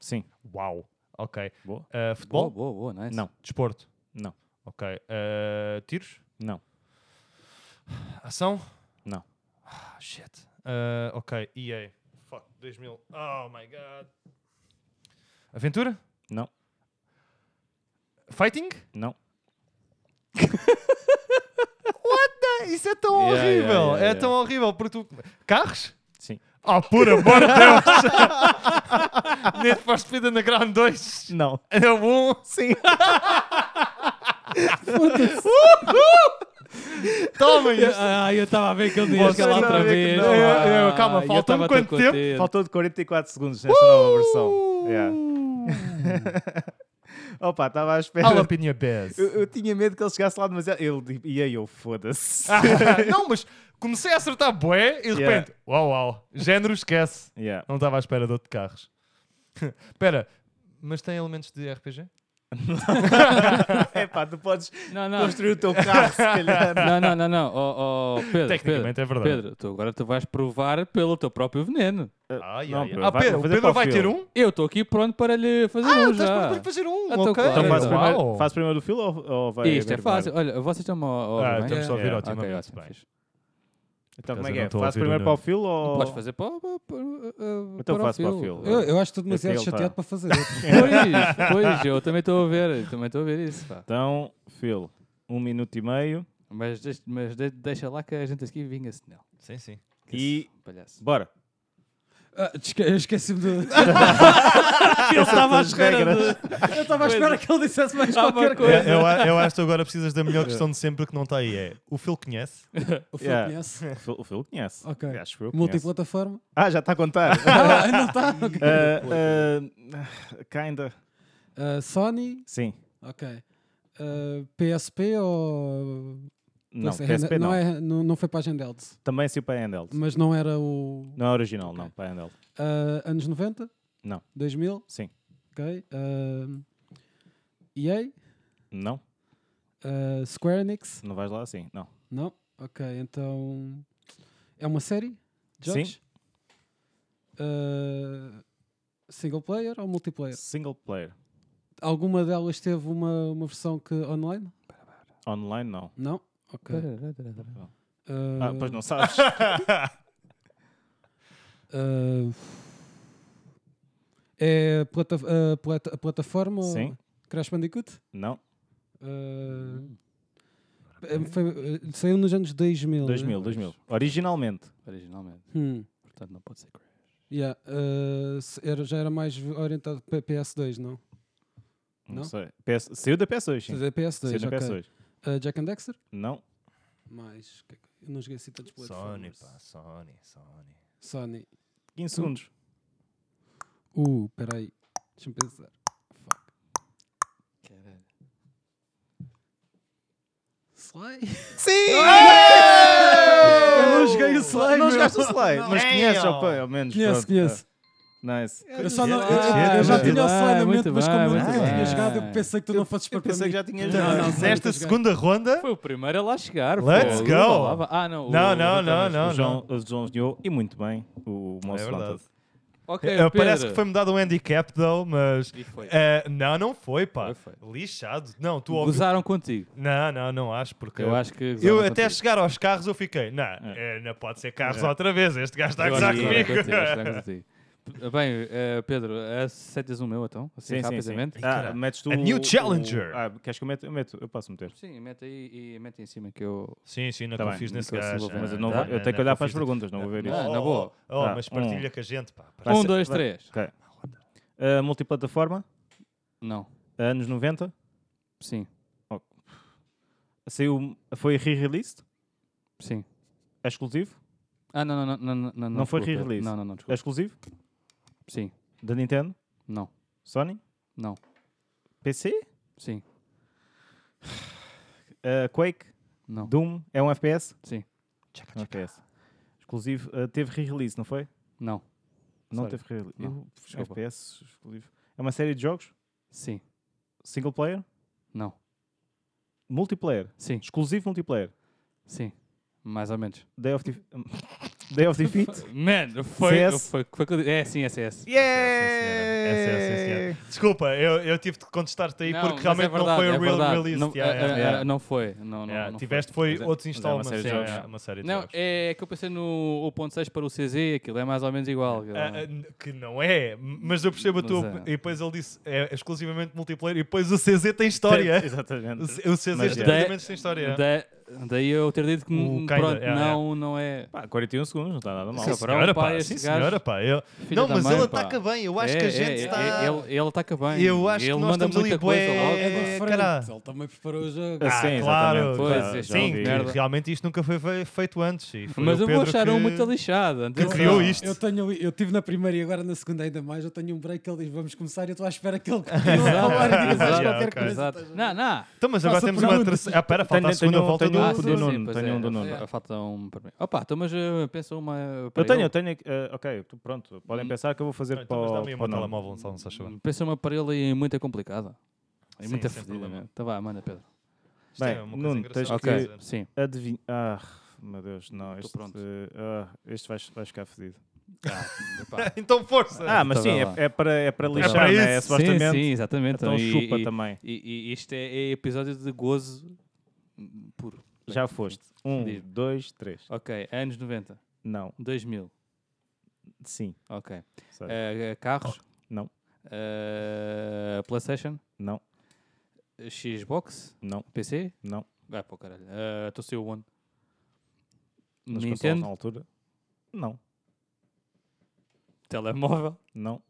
S6: sim.
S4: Uau. Ok.
S6: Boa.
S4: Ah,
S5: Boa,
S4: futebol?
S5: boa, boa, nice.
S6: Não.
S4: Desporto?
S6: Não.
S4: Ok. Ah, tiros?
S6: Não.
S4: Ação?
S6: Não.
S4: Ah, shit. Ah, ok, EA. Fuck, 2000. Oh my god. Aventura?
S6: Não.
S4: Fighting?
S6: Não.
S4: Isso é tão
S5: Yeah,
S4: horrível.
S5: yeah, yeah,
S4: é
S5: yeah.
S4: tão horrível porque tu. Carros?
S6: Sim.
S4: Oh, por amor de Deus! Need for Speed Underground 2.
S6: Não.
S4: Era bom.
S6: Sim.
S4: Toma isto.
S5: Ah, eu estava a ver que ele dizia
S4: Vocês
S6: é tá
S5: aquela
S4: não
S5: outra
S4: vê que
S5: vez.
S4: não. Eu- eu- calma,
S5: Ah, eu
S4: falta-me
S5: estava tão
S4: quanto tempo?
S5: contente.
S6: Faltou de 44 segundos nesta nova versão. Yeah. Opa, estava à espera.
S4: All up in your best.
S6: Eu, eu tinha medo que ele chegasse lá demasiado. Ele e aí eu foda-se.
S5: Ah.
S4: não, mas comecei a acertar bué e de
S6: Yeah.
S4: repente. Uau, uau. Género esquece.
S6: Yeah.
S4: Não estava à espera de outro de carros. Espera, mas tem elementos de RPG?
S6: é pá, tu podes
S5: Não, não.
S6: construir o teu carro, se calhar.
S5: Não, não, não, não. Oh, oh, Pedro,
S4: Tecnicamente é
S5: Pedro,
S4: verdade.
S5: Pedro, tu agora tu vais provar pelo teu próprio veneno.
S4: Ai,
S6: Não,
S4: ai, ai.
S6: Pedro,
S4: Ah,
S6: vai-
S4: Pedro,
S6: vou
S4: o
S6: fazer
S4: Pedro
S6: para o
S4: vai ter
S6: Fiola.
S4: um?
S5: Eu estou aqui pronto para lhe fazer
S4: Ah,
S5: um
S4: estás
S5: já.
S4: pronto para fazer um,
S5: Então,
S4: ok.
S5: claro.
S6: Então faz
S5: Uau.
S6: primeiro, faz primeiro o filo ou, ou vai
S5: Isto é
S6: agora?
S5: fácil. Olha, vocês estão a ouvir
S4: Ah,
S5: bem? é?
S4: estamos a ouvir Yeah. otimamente
S5: Ok,
S4: bem.
S5: ótimo. fixe.
S6: Então
S4: Por
S6: como
S4: acaso
S6: é
S4: eu
S6: que
S4: não estou
S6: é?
S4: a
S6: Faz
S4: ouvir
S6: primeiro
S4: o
S6: para o
S4: nome.
S6: filo ou...
S5: Podes fazer para, para, para,
S6: Oh. Então
S5: para o
S6: faço para o
S5: fio.
S6: fio.
S1: Eu, eu acho que estou demasiado
S6: É que ele
S1: chateado
S6: tá.
S1: para fazer.
S5: Pois, pois, eu também estou a ver. Também estou a ver isso. pá.
S6: Então, filo, um minuto e meio
S5: Mas, deixa- mas de- deixa lá que a gente aqui vinga-se. Não.
S4: Sim, sim.
S5: Que
S6: E-
S5: esse Palhaço.
S6: Bora.
S1: Ah, esque- eu Esqueci-me de.
S5: Ele estava à
S6: as regras.
S1: Eu estava à espera que ele dissesse mais
S5: Alguma
S1: qualquer
S5: coisa.
S1: coisa.
S4: Eu, eu- eu acho que agora precisas da melhor questão de sempre que não está aí. É o Phil conhece?
S1: O Phil
S6: Yeah.
S1: conhece.
S6: O Phil- O Phil conhece.
S1: Ok.
S6: Acho que eu conheço.
S1: Multiplataforma.
S6: Ah, já está a contar.
S1: Ah, não está?
S6: É. Uh, uh, kinda.
S1: Ah, Sony,
S6: Sim.
S1: ok. Ah, PSP ou.
S6: Não,
S1: PlayStation?
S6: PSP não.
S1: Não, é- não- não foi para a Handheld,
S6: Também é assim saiu para Handheld.
S1: mas não era o.
S6: Não é original, não. Para Handheld.
S1: Ah, anos 90?
S6: Não.
S1: 2000?
S6: Sim.
S1: Ok. Ah, EA?
S6: Não?
S1: Ah, Square Enix?
S6: Não vais lá assim? Não.
S1: Não? Ok, então. É uma série? de
S6: Sim.
S1: Jogos? Ah, single player ou multiplayer?
S6: Single player.
S1: Alguma delas teve uma, uma versão que online?
S6: Online, não.
S1: Não? Ok.
S5: é.
S1: Ah,
S6: Ah, pois não sabes.
S1: ah, é plata, ah, plata- a plataforma? ou-
S6: Sim.
S1: Crash Bandicoot?
S6: Não.
S1: Ah, eh, foi, eh, saiu nos anos 2000. né?
S6: 2000, 2000. Originalmente.
S5: Originalmente.
S1: Hum,
S5: Portanto, não pode ser Crash.
S1: yeah, ah, se- era, já era mais orientado para PS2, não?
S6: Não,
S1: Não?
S6: sei. PS... Saiu da PS2, sim.
S1: Saiu da PS2,
S6: Saiu da
S1: ok.
S6: PS2.
S1: Ah, Jack and Dexter?
S6: Não.
S1: Mais. o que é que- Eu não joguei assim tantos
S4: Sony,
S1: platformers.
S4: pá, Sony, Sony.
S1: Sony.
S6: 15 segundos.
S1: Uh, peraí. Deixa-me pensar. Fuck.
S5: Caralho.
S1: Sly?
S6: Sim!
S1: Eu não joguei o Sly,
S6: Não
S1: meu.
S6: jogaste o Slay, mas
S4: Não.
S6: conheces
S4: Damn.
S6: ao pelo menos.
S1: Conheço,
S6: pronto. é.
S1: conheço. É,
S6: Ah, Nice.
S1: Eu, só não, eu,
S4: Ah,
S1: eu- eu já
S4: muito
S1: tinha o Sly na
S5: bem,
S1: mente,
S5: muito
S1: mas como eu
S5: bem,
S1: não
S4: muito
S1: tinha
S4: bem.
S1: jogado, eu pensei que tu não fosses para
S6: Eu pensei que já tinha
S1: Não,
S6: jogado.
S1: não, Sony,
S4: Então,
S5: tá
S4: Nesta
S1: muito bem.
S4: segunda ronda,
S5: Foi o primeiro a lá chegar.
S4: Let's
S5: fogo.
S4: go.
S5: Lá vai- Ah, não. o-
S4: Não,
S5: o
S4: não,
S5: Rafael
S4: não,
S5: Mas-
S4: não,
S6: O João,
S4: não.
S6: o João ganhou e muito bem o
S4: É
S6: moço lá
S4: verdade.
S6: todo.
S5: Ok,
S4: Eh, Parece
S5: Pedro.
S4: que foi-me dado um handicap, though, mas.
S5: E foi.
S4: eh, não, não foi, pá.
S5: Foi, foi.
S4: Lixado. Não, tu ouvi.
S5: Gozaram contigo.
S4: Não, não, não acho, porque.
S5: Eu acho que.
S4: Eu
S5: gozaram
S4: até
S5: contigo. É.
S4: chegar aos carros eu fiquei, não, eh, não pode ser carros outra vez, este gajo está a
S5: Eu
S4: gozar
S5: acho que gozaram
S4: comigo.
S5: contigo, acho que gozaram contigo. P- Bem, eh, Pedro, aceitas um meu então? Assim,
S6: Sim, sim, sim.
S5: rapidamente.
S6: Ah, metes tu
S4: A new
S6: o- o-
S4: challenger.
S6: Ah, queres que eu meto? Eu meto, eu posso meter.
S5: Sim, mete aí e mete em cima que eu.
S4: Sim, sim, não
S6: Tá bem,
S4: confies nesse
S5: nunca se
S4: gajo.
S5: envolve,
S4: Ah,
S6: Mas eu, não
S4: não,
S6: vou- eu
S4: não,
S6: tenho
S4: não
S6: que olhar para as
S4: confies
S6: perguntas, não vou ver
S5: Ah,
S6: isso.
S5: na boa.
S4: Oh, oh,
S6: Ah,
S4: mas
S6: um.
S4: partilha com a gente, pá.
S6: Vai
S5: um,
S6: ser-
S5: dois,
S6: vai-
S5: três.
S6: Ok. Ah, multiplataforma,
S5: Não.
S6: anos 90,
S5: Sim,
S6: saiu, foi re-released,
S5: sim.
S6: é exclusivo,
S5: Ah, não, não, não, não, não.
S6: Não foi
S5: desculpa.
S6: re-release.
S5: Não, não, não,
S6: é
S5: desculpa.
S6: exclusivo,
S5: Sim,
S6: da Nintendo,
S5: não,
S6: Sony,
S5: não,
S6: PC,
S5: sim,
S6: ah, Quake,
S5: não.
S6: Doom, é um FPS?
S5: Sim.
S6: É um FPS. Exclusivo, ah, teve re-release, não foi?
S5: Não.
S6: Não
S5: Sorry.
S6: teve re-release.
S5: Não.
S6: Eu-
S5: Desculpa.
S6: FPS exclusivo. É uma série de jogos,
S5: Sim.
S6: single player,
S5: Não.
S6: multiplayer,
S5: Sim.
S6: exclusivo multiplayer,
S5: Sim. Mais ou menos.
S6: Day of, Def- Day of Defeat.
S5: Man, foi.
S6: CS?
S5: Foi, foi, quando- é, sim, é CS.
S4: Essa é, sim, senhora. Desculpa, eu, eu tive de contestar-te aí
S5: Não,
S4: porque
S5: mas
S4: realmente
S5: é verdade,
S4: não foi
S5: é
S4: o real
S5: verdade.
S4: release.
S5: Não,
S4: yeah,
S5: é,
S4: yeah,
S5: é,
S4: yeah.
S5: não foi. Não, não,
S4: Yeah,
S5: não
S4: Tiveste foi
S5: Mas é-
S4: outros
S6: mas é uma
S4: installments.
S6: série de
S4: yeah,
S6: jogos.
S4: yeah, uma série de
S5: Não,
S4: jogos.
S5: é que eu pensei no 1.6 para o CZ, aquilo é mais ou menos igual. aquilo
S4: Ah, ah,
S5: é-
S4: n- que não é, mas eu percebo a
S5: Mas
S4: tua.
S5: é.
S4: op- E depois ele disse é exclusivamente multiplayer. E depois o CZ tem história.
S6: Exatamente.
S4: O C- o CZ
S6: Mas,
S4: exclusivamente tem história.
S5: Da- daí eu ter dito que
S4: O
S5: hum,
S4: kinda,
S5: pronto,
S4: yeah,
S5: não, não é.
S6: Pá, 41 segundos, não está nada mal.
S5: Sim,
S4: Sim,
S5: Cabrão,
S4: senhora,
S5: pá,
S4: pá.
S5: este
S4: Sim,
S5: um gajo-
S4: senhora, pá. Eu-
S5: Filha
S4: Não,
S5: da
S4: mas
S5: mãe,
S4: ele
S5: pá.
S4: ataca bem. Eu acho
S5: É,
S4: que a
S5: é,
S4: gente
S5: é,
S4: está.
S5: Ele, ele ataca bem.
S4: Eu acho que
S5: ele
S4: nós
S5: manda
S4: estamos ali
S5: muita coisa
S4: bué-
S5: logo.
S1: É
S4: É,
S1: diferente.
S4: caralho.
S1: Ele também preparou o jogo.
S6: Ah,
S4: Ah,
S6: sim,
S4: claro,
S6: exatamente.
S5: Pois,
S4: claro.
S5: este
S4: sim,
S5: jogo
S4: que
S5: de merda.
S4: realmente isto nunca foi fe- feito antes. e foi
S5: Mas
S4: o
S5: eu vou
S4: Pedro
S5: achar
S4: que...
S5: um muito lixado.
S4: que
S5: atenção.
S4: criou isto.
S1: Eu, tenho, eu tive na primeira e agora na segunda ainda mais. Eu tenho um break que ele diz vamos começar e eu estou à espera que ele continue a falar
S5: Ah,
S1: e diga mais
S4: exato,
S1: qualquer
S4: ok.
S1: coisa.
S5: Exato. Não, não.
S4: Então, mas agora
S1: Passa
S4: temos
S1: por
S4: uma
S1: onde?
S4: terceira. Ah, pera, falta a
S6: Tenho-
S4: segunda
S6: tenho-
S4: volta do.
S6: tenho-
S5: Ah,
S6: do
S5: sim,
S4: do-
S5: sim,
S6: Nuno,
S5: pois
S6: tenho
S5: é,
S6: um do
S5: fa-
S6: Nuno.
S5: Falta um para mim. Opa, então, mas eh, pensa uma. para
S6: Eu tenho, eu tenho. aqui, eh, ok, tu- pronto, podem
S5: Hum.
S6: pensar que eu vou fazer
S4: Então,
S6: para,
S4: mas
S6: o-
S4: dá-me aí o
S6: para
S4: meu
S6: o nome.
S4: telemóvel, só não se achou.
S5: Pensa uma para ele e muito complicada. É
S4: Sim,
S5: muita
S4: sem
S5: fedida,
S4: problema. é
S5: né? Tá vá, manda, Pedro.
S4: Isto é
S6: Bem,
S4: uma coisa
S6: Nuno,
S4: engraçada
S6: tens
S4: de
S6: que-
S5: Ok,
S4: dizer.
S5: sim.
S6: Adivinha. Ah, meu Deus, não.
S5: Tô
S6: Este,
S5: pronto.
S6: ah, este vai, vai ficar fedido.
S5: Ah, epá.
S4: Então força!
S6: Ah, mas
S5: tá
S6: sim,
S5: bem lá.
S6: é, é para, é para lixar,
S4: para
S6: né?
S4: isso.
S5: sim,
S6: Supostamente.
S5: sim, exatamente.
S6: Então
S5: e,
S6: chupa
S5: e-
S6: também.
S5: E, e isto é, é episódio de gozo puro. Bem,
S6: Já foste. Um,
S5: Diz.
S6: dois, três.
S5: Ok, anos 90,
S6: Não.
S5: 2000,
S6: Sim.
S5: ok.
S6: Sabe?
S5: Eh, carros?
S6: Não.
S5: Eh, PlayStation?
S6: Não.
S5: Xbox?
S6: Não.
S5: PC?
S6: Não.
S5: Ah, pô, caralho. Eh, Estou sem o One.
S6: Nas consoles na
S5: Nintendo?
S6: altura. Não.
S5: Telemóvel?
S6: Não.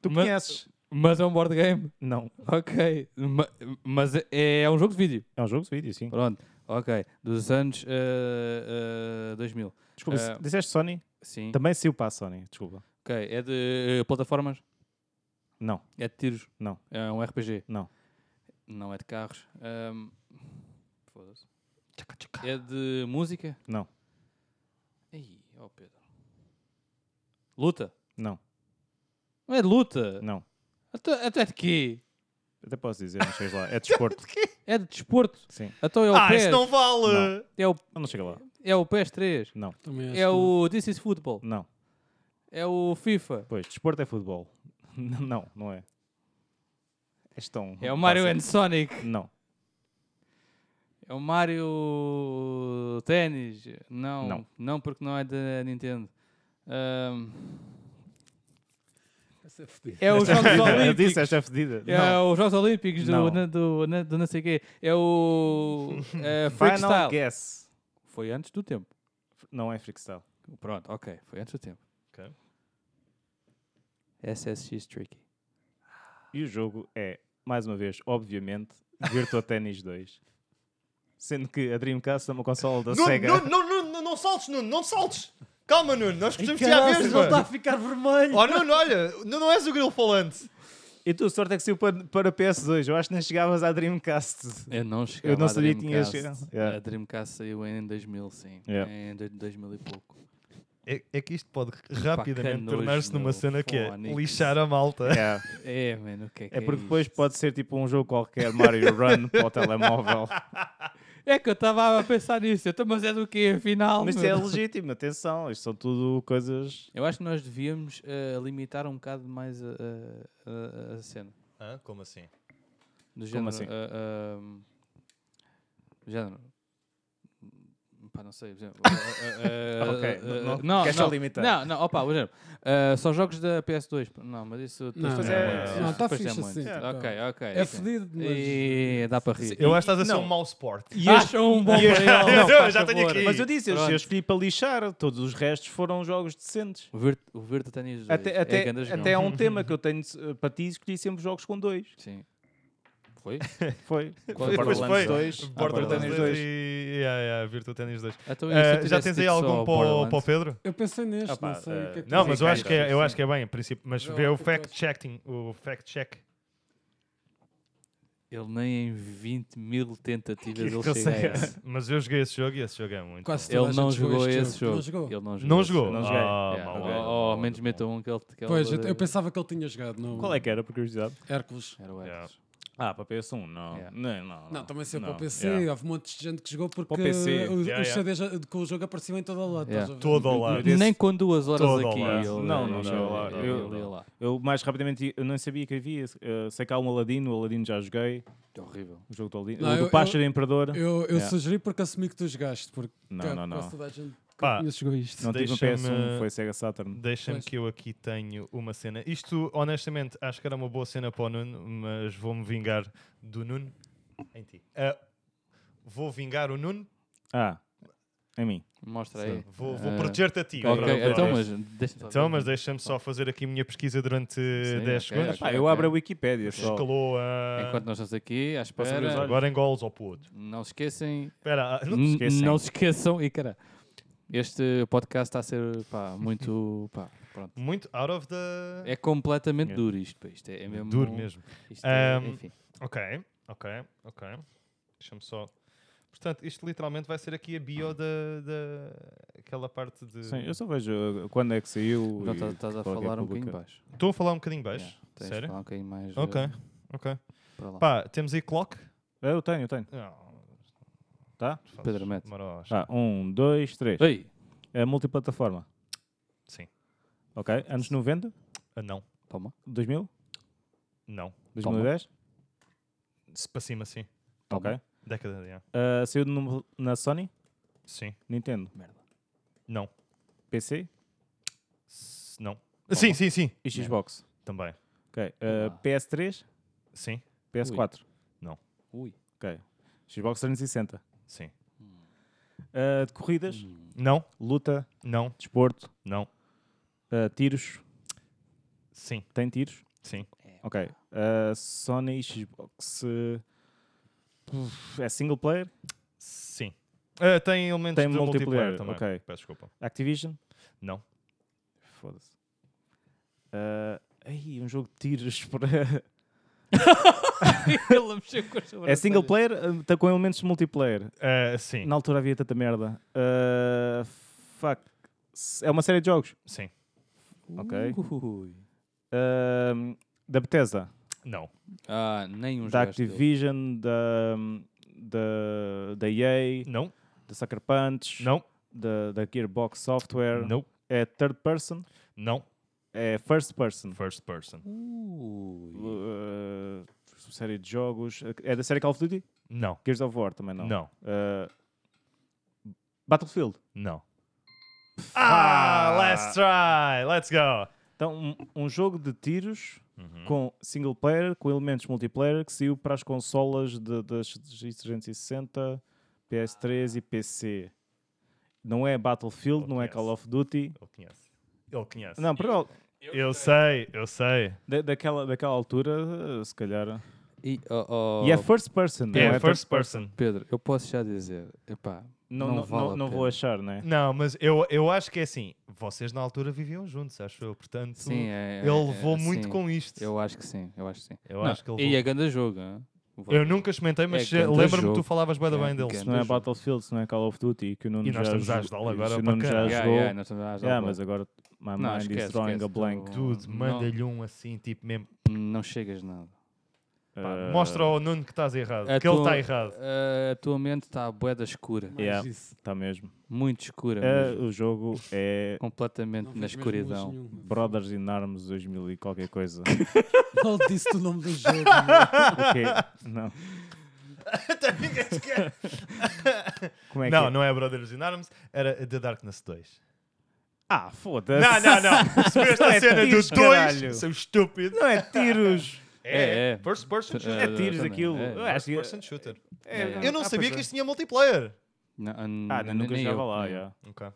S6: Tu
S5: Mas-
S6: conheces?
S5: Mas é um board game.
S6: Não.
S5: Ok. Ma- mas é, é um jogo de vídeo.
S6: É um jogo de vídeo, sim.
S5: Pronto. Ok. Dos anos eh, eh, 2000.
S6: Desculpa,
S5: Eh,
S6: disseste Sony?
S5: Sim.
S6: Também saiu para a Sony, desculpa.
S5: Ok. É de eh, plataformas?
S6: Não.
S5: É de tiros?
S6: Não.
S5: É um RPG?
S6: Não.
S5: Não é de carros. Ahm, Foda-se. É de música?
S6: Não.
S5: Ei, ó Pedro. Luta?
S6: Não.
S5: Não é de luta.
S6: Não.
S5: Até, até de quê?
S6: Até posso dizer, não chegas lá. É desporto.
S5: É de desporto.
S6: Sim.
S5: Então é o
S4: Ah,
S5: PES.
S4: isso não vale!
S5: É, o,
S6: Não, não chega lá.
S5: é o PES 3.
S6: Não.
S1: Também acho
S5: É o This is Football.
S6: Não.
S5: É o FIFA.
S6: Pois, desporto é futebol. Não, não é. És tão
S5: É o Mario
S6: fácil.
S5: and Sonic.
S6: Não.
S5: É o Mario Tennis. Não, não,
S6: Não.
S5: porque não é da Nintendo. Ahm,
S1: que Essa é fodida.
S5: é os Jogos
S6: Eu disse
S5: Olímpicos.
S6: esta fedida.
S5: É
S6: Não.
S5: os Jogos Olímpicos do,
S6: Não.
S5: na- do, na- do não sei quê. É o eh,
S6: Final
S5: Freestyle.
S6: Guess.
S5: Foi antes do tempo.
S6: Não é freestyle.
S5: Pronto, ok. Foi antes do tempo.
S4: Ok.
S5: SSX Tricky.
S6: E o jogo é, mais uma vez, obviamente, Virtua Tennis 2. Sendo que a Dreamcast é uma consola da
S4: Nuno,
S6: SEGA.
S4: Nuno, não, não, não, não saltes, Nuno, não saltes! Calma, Nuno, nós
S1: Ai,
S4: gostamos de ir à
S1: caralho, ele está a
S4: mesma!
S1: ficar vermelho.
S4: Oh, Nuno, olha, não, não és o grilo falante!
S6: E tu, sorte é que saiu para, para PS2. Eu acho que nem chegavas à Dreamcast.
S5: Eu não chegava
S6: não sabia
S5: à
S6: que tinha
S5: Dreamcast.
S6: chegado. Yeah.
S5: A Dreamcast saiu em 2000, sim.
S6: Yeah.
S5: Em dois- 2000 e pouco.
S4: É, é que isto pode rapidamente
S5: nojo,
S4: tornar-se numa
S5: meu,
S4: cena que é
S5: fónix.
S4: lixar a malta.
S6: É,
S5: É, mano, o que é que
S6: é porque
S5: isto?
S6: depois pode ser tipo um jogo qualquer, Mario Run, para o telemóvel.
S5: É que eu estava a pensar nisso. Então, mas é do quê, afinal?
S6: Mas isto
S5: meu?
S6: é legítimo, atenção. Isto são tudo coisas.
S5: Eu acho que nós devíamos eh, limitar um bocado mais a, a- a- a cena.
S4: Hã? Como assim?
S5: Do género.
S6: assim?
S5: ah, ahm, do género. Pá, não sei. por exemplo, ah, ah, ah,
S6: Ok,
S5: ah,
S6: não- não-
S5: não,
S6: queres
S5: não,
S6: só limitar.
S5: Não, não, opa, por exemplo. ah, só jogos da PS2. pá, Não, mas isso. depois
S1: Não,
S5: é
S6: não,
S5: muito,
S6: não,
S5: isso
S6: não,
S1: tá
S5: depois é
S1: fixe
S5: muito.
S1: assim, tá.
S5: Ok, ok.
S1: É
S5: sim.
S1: fedido, mas.
S5: E dá para rir.
S4: Eu acho que estás a ser
S6: Não.
S4: um mau suporte.
S5: E Acham um bom
S6: e este-
S5: para eles,
S6: Não,
S5: faz
S4: já tenho
S5: favor.
S4: aqui.
S6: Mas eu disse, eu,
S5: Pronto.
S6: eu escolhi para lixar. Todos os restos foram jogos decentes.
S5: O Virtu, o Virtu Tennis 2
S6: Até,
S5: é
S6: até,
S5: grande jogão.
S6: até há um tema que eu tenho eh, para ti, escolhi sempre jogos com dois.
S5: Sim. Foi?
S6: Foi.
S5: Foi,
S4: Pois
S5: Borderlands
S4: foi.
S6: 2.
S5: Ah,
S4: Borderlands
S5: Borderlands
S4: 2 e yeah, yeah, Virtua Tennis 2.
S5: Então,
S4: Eh,
S5: e se eu
S4: já
S5: tivesse
S4: tens aí
S5: dito
S4: algum
S5: só
S4: para o-
S5: Borderlands?
S4: para o Pedro?
S1: Eu pensei neste,
S6: Opa,
S1: não sei o que é que
S4: Não,
S1: tu
S4: mas
S1: dizes.
S4: eu acho que é, eu
S6: sim.
S4: acho que é bem, em princípio. Mas
S1: Não,
S4: vê o
S1: porque eu acho-
S4: fact-checking, o fact-check.
S5: Ele nem em 20 mil tentativas ele
S6: Eu sei.
S5: chega a esse.
S4: Mas eu joguei esse jogo e esse jogo é muito.
S1: Quase toda a
S5: Ele não
S1: gente
S5: jogou
S1: este
S5: esse jogo.
S1: Não jogou?
S5: Ele não
S4: bom.
S5: jogou.
S4: Não
S5: esse
S4: jogou?
S5: jogo.
S6: Não joguei.
S4: Ah,
S5: Yeah,
S4: mal
S5: ou-
S6: ok.
S4: bom,
S5: ou ao
S4: mal
S5: menos
S4: bom.
S5: meta um que ele... que ele-
S1: Pois, eu, eu pensava que ele tinha jogado no
S6: Qual é que era, por curiosidade?
S1: Hércules.
S5: Era o
S4: Yeah.
S5: Atlas.
S6: Ah, para PS1, não.
S5: Yeah.
S6: Não, não,
S1: Não, também saiu para o
S6: Não,
S1: PC.
S6: yeah.
S1: Houve um monte de gente que jogou porque
S6: Para o PC.
S1: uh,
S4: Yeah,
S1: o, os
S4: yeah.
S1: CDs já- com o jogo apareciam em toda a lata. estás
S5: Yeah.
S1: a ver?
S4: Todo ao lado.
S5: Nem com duas horas
S4: Todo
S5: aqui.
S4: lá.
S5: ele-
S6: Não, não
S5: ele-
S6: chegou lá.
S5: ele-
S6: Eu-
S5: ele ia lá.
S6: Eu mais rapidamente, eu não sabia que havia. eh, sei que há um Aladino, o Aladino já joguei.
S5: É horrível.
S6: O jogo do Aladino.
S1: Não,
S6: o do
S1: eu-
S6: Pássaro Imperador.
S1: Eu, eu
S6: Yeah.
S1: sugeri porque assumi que tu jogaste. Porque
S6: não,
S1: cá,
S6: não, não.
S1: quase toda a gente que
S4: Pá.
S1: eu conheço jogou isto.
S6: Não tive um
S4: Deixa-me-
S6: PS1, foi Sega Saturn.
S4: Deixa-me
S1: Pois.
S4: que eu aqui tenho uma cena. Isto, honestamente, acho que era uma boa cena para o Nuno, mas vou-me vingar do Nuno em ti. Ah, vou vingar o Nuno,
S6: Ah, em mim.
S5: Mostra aí.
S4: vou, vou
S5: Ah,
S4: proteger-te a ti.
S5: Ok,
S4: Agora vou
S5: então,
S4: proteger-te.
S5: mas deixa-me só
S4: Então,
S5: ver.
S4: mas deixa-me só fazer aqui a minha pesquisa durante
S5: Sim,
S4: 10
S5: ok,
S4: segundos.
S5: ok.
S6: Pá, eu abro a Wikipédia só.
S4: Escalou a...
S5: Enquanto nós estamos aqui, à
S6: abrir os
S5: espera, Hum.
S6: olhos?
S4: Agora engolos ao puto.
S5: não se esquecem
S4: Espera, ah, não-
S5: N-
S6: esqueçam.
S5: Não se esqueçam. E cara, este podcast está a ser pá, muito. Pá, pronto.
S4: muito out of the...
S5: É completamente
S6: É.
S5: duro isto. pá, Isto é, é mesmo.
S4: Duro mesmo.
S5: Isto é,
S4: Ahm,
S5: enfim.
S4: Ok, ok, ok. Deixa-me só Portanto, isto literalmente vai ser aqui a bio da, da aquela parte de.
S6: Sim, eu só vejo uh, quando é que saiu.
S5: Não,
S6: e
S5: estás- estás a
S6: qual é que é
S5: falar um
S6: publica.
S5: bocadinho baixo.
S4: Estou a falar um bocadinho baixo.
S5: Yeah, tens de
S4: Sério?
S5: falar um bocadinho mais.
S4: Ok,
S5: eh,
S4: ok.
S5: para lá.
S4: Pá, temos aí clock.
S6: É, eu tenho, eu tenho.
S4: Não,
S6: Tá?
S4: fazes
S5: Pedro, mete.
S4: marós.
S6: Ah, um, dois, três.
S5: Ei,
S6: É multiplataforma.
S4: Sim.
S6: Ok. Anos 90,
S4: Ah, não,
S6: 2000,
S4: não.
S6: 2010.
S4: Se para cima, sim.
S5: Toma.
S6: Ok.
S4: Década de. yeah.
S6: Uh, saiu no- na Sony,
S4: Sim,
S6: Nintendo,
S4: não.
S6: PC
S4: S- não. Sim, sim, sim.
S6: e Xbox.
S4: Também.
S6: Ok. Uh, PS3,
S4: Sim,
S6: PS4.
S5: Ui.
S6: Ok. Xbox 360.
S4: sim.
S6: Uh, de corridas,
S5: Hum.
S4: Não,
S6: luta,
S4: não,
S6: desporto,
S4: não.
S6: uh, tiros.
S4: Sim,
S6: Tem tiros?
S4: sim.
S6: Ok. Uh, Sony Xbox. uh, puf, é single player?
S4: Sim. Ah, tem elementos
S6: Tem
S4: de multiplayer,
S6: multiplayer,
S4: também.
S6: ok.
S4: Peço desculpa.
S6: Activision?
S4: Não.
S6: Foda-se. Ah, ai, um jogo de tiros. para-
S5: Ele mexeu com as
S6: é single player, está com elementos de multiplayer.
S4: Ah, sim,
S6: Na altura havia tanta merda. Ah, fuck. S- É uma série de jogos.
S4: sim.
S6: Ok.
S5: Ui.
S6: Ah, da Bethesda,
S4: Não,
S5: Ah, nem um
S6: da
S5: jogaste dele.
S6: Activision, da, da, da EA,
S5: Hum.
S4: não,
S6: da Sucker Punch,
S4: não,
S6: da, da Gearbox Software.
S4: não,
S6: É third person?
S4: não.
S6: É first person.
S4: First person.
S5: Ui.
S6: Ah, série de jogos. É da série Call of Duty?
S4: Não,
S6: Gears of War também não.
S4: não,
S6: Uh, Battlefield.
S4: não. Ah, let's try. Let's go.
S6: Então, um, um jogo de tiros
S4: Uhum.
S6: com single player, com elementos multiplayer, que saiu para as consolas de- das 360, PS3 e PC. Não é Battlefield,
S4: Oh,
S6: não é
S4: yes.
S6: Call of Duty.
S4: Ele conhece. Ele conhece.
S6: Não, perdão.
S4: Eu sei, eu sei.
S6: Da, daquela, daquela altura, uh, se calhar.
S5: E, oh, oh,
S6: E é first person. não
S4: É,
S6: third
S4: first person.
S5: Pedro, eu posso já dizer. Epá,
S6: Não,
S5: Não
S6: não, não,
S5: vale a
S6: não vou
S5: pena.
S6: achar, né?
S4: Não, mas eu, eu acho que é assim. Vocês na altura viviam juntos, acho eu. Portanto,
S5: sim, é.
S4: ele levou
S5: é,
S4: muito
S5: sim.
S4: com isto. Eu,
S5: Eu acho que sim, eu acho que sim.
S4: acho que ele
S5: E
S4: levou.
S5: é grande jogo, hã? Vou-
S4: Eu nunca experimentei, mas
S5: É grande
S4: lembro-me que
S5: jogo.
S4: tu falavas bem
S5: É
S4: bem dele.
S5: grande.
S6: Se não é
S5: Dois jogos.
S6: Battlefield, se não é Call of Duty, que o Nuno
S4: E nós
S6: já
S4: estamos a
S6: jogou-
S4: ajudá-lo agora
S6: se o
S4: para
S6: Nuno já
S4: caralho.
S5: Yeah,
S6: jogou.
S5: yeah, nós estamos a ajudar
S6: Yeah,
S5: o
S6: mas
S5: jogo.
S6: agora my
S5: Não,
S6: mind
S5: esquece,
S6: is drawing
S5: esquece,
S6: a blank.
S5: tu-
S4: Dude,
S5: Não.
S4: manda-lhe um assim, tipo mesmo.
S5: Não chegas nada.
S4: pá,
S6: Uh,
S4: mostra ao Nuno que estás errado.
S5: Eh, a
S4: que ele
S5: tua-
S4: está errado.
S5: Ah, a tua mente está a boeda escura.
S6: Yeah,
S1: isso.
S6: tá mesmo.
S5: Muito escura.
S6: Uh,
S5: mesmo.
S6: o jogo é
S5: Completamente na escuridão.
S6: Brothers in Arms 2000 e qualquer coisa.
S1: Ele disse o nome do jogo. é? meu.
S6: O quê? Não. Como é que
S4: Não,
S6: é?
S4: não é Brothers in Arms, era The Darkness 2.
S6: Ah, foda-se.
S4: Não, não, não. Recebeste
S6: Não
S4: a
S6: é
S4: cena
S6: tiros,
S4: do 2,
S6: caralho.
S4: seu estúpido.
S6: Não é tiros.
S5: É, é.
S4: First person shooter.
S5: É,
S6: tiros
S5: também,
S6: aquilo.
S5: é.
S6: Eu acho
S4: First
S6: que-
S4: person shooter.
S6: é,
S5: Eu
S4: Eu não
S6: ah,
S4: sabia
S6: pois
S4: que
S6: é.
S4: isto tinha multiplayer.
S5: Não, n-
S6: Ah,
S5: n-
S6: não, nunca
S5: nem
S6: jogava
S5: eu,
S6: lá,
S5: nem eu.
S6: yeah.
S4: Ok.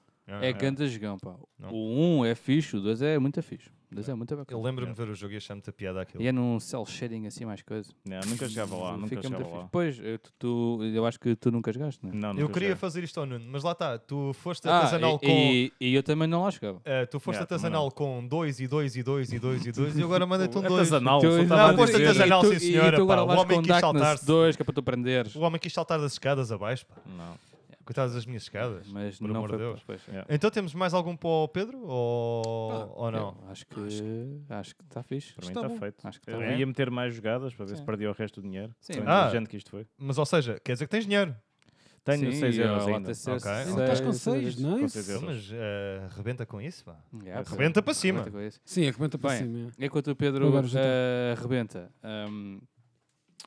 S5: É grande jogão, pá.
S4: Não.
S5: O 1 é fixe, o 2 é muito fixe. O 2 é muito bacana.
S4: Eu lembro-me de ver o jogo e achei muita piada aquilo.
S5: E é num cel shading assim mais coisa.
S6: Não, nunca jogava lá, nunca
S5: Fica muito
S6: jogava
S5: fixe.
S6: lá.
S5: Pois, eu, tu- tu- eu acho que tu nunca jogaste, não é?
S6: Não,
S4: Eu
S6: nunca
S4: queria
S6: joguei.
S4: fazer isto ao Nuno, mas lá está. Tu foste
S5: Ah,
S4: artesanal
S5: e,
S4: com.
S5: e- e eu também não lá jogava.
S4: eh, tu foste
S6: Yeah, também
S4: artesanal com 2 e 2 e 2 e 2 e 2 e agora manda-te
S6: É
S4: um 2.
S6: Artesanal,
S5: Então,
S6: só
S5: eu-
S6: estava a
S4: Não, foste
S6: dizer.
S5: e
S4: artesanal,
S5: tu-
S4: sim,
S5: e
S4: senhora,
S5: tu agora
S4: pá. O
S5: vais
S4: homem
S5: com
S4: quis
S5: Darkness
S4: saltar-se.
S5: 2, que é para tu aprenderes.
S4: O homem quis saltar das escadas abaixo, pá.
S6: Não.
S4: Coitadas das minhas escadas.
S5: Mas
S4: por
S5: não
S4: amor de
S5: foi
S4: Deus.
S5: pois, pois,
S6: Yeah.
S4: Então temos mais algum para o Pedro? Ou, ou não?
S5: eu Acho que acho que está fixe.
S6: Para mim está feito.
S5: Acho que
S6: Eu
S5: tá
S4: bem.
S6: ia meter mais jogadas para ver
S5: Sim.
S6: se perdia o resto do dinheiro.
S5: Sim,
S6: Tão
S5: mas-
S4: Ah.
S6: inteligente que isto foi.
S4: Mas ou seja, quer dizer que tens dinheiro.
S6: Tenho
S5: Sim,
S6: 6
S5: e,
S6: euros
S5: ó, lá
S6: ainda.
S5: tem seis-
S4: Ok,
S5: seis-
S4: ok.
S1: Estás com
S5: seis-
S1: 6,
S5: seis-
S1: não é?
S6: Com
S1: isso?
S6: certeza.
S4: Então, mas eh, rebenta com isso, pá.
S5: Yeah, pá.
S4: Rebenta para cima.
S5: Rebenta com isso.
S1: Sim, arrebenta para
S5: Bem,
S1: cima.
S5: Enquanto É o Pedro
S1: Agora já tá.
S5: eh, arrebenta, ahm,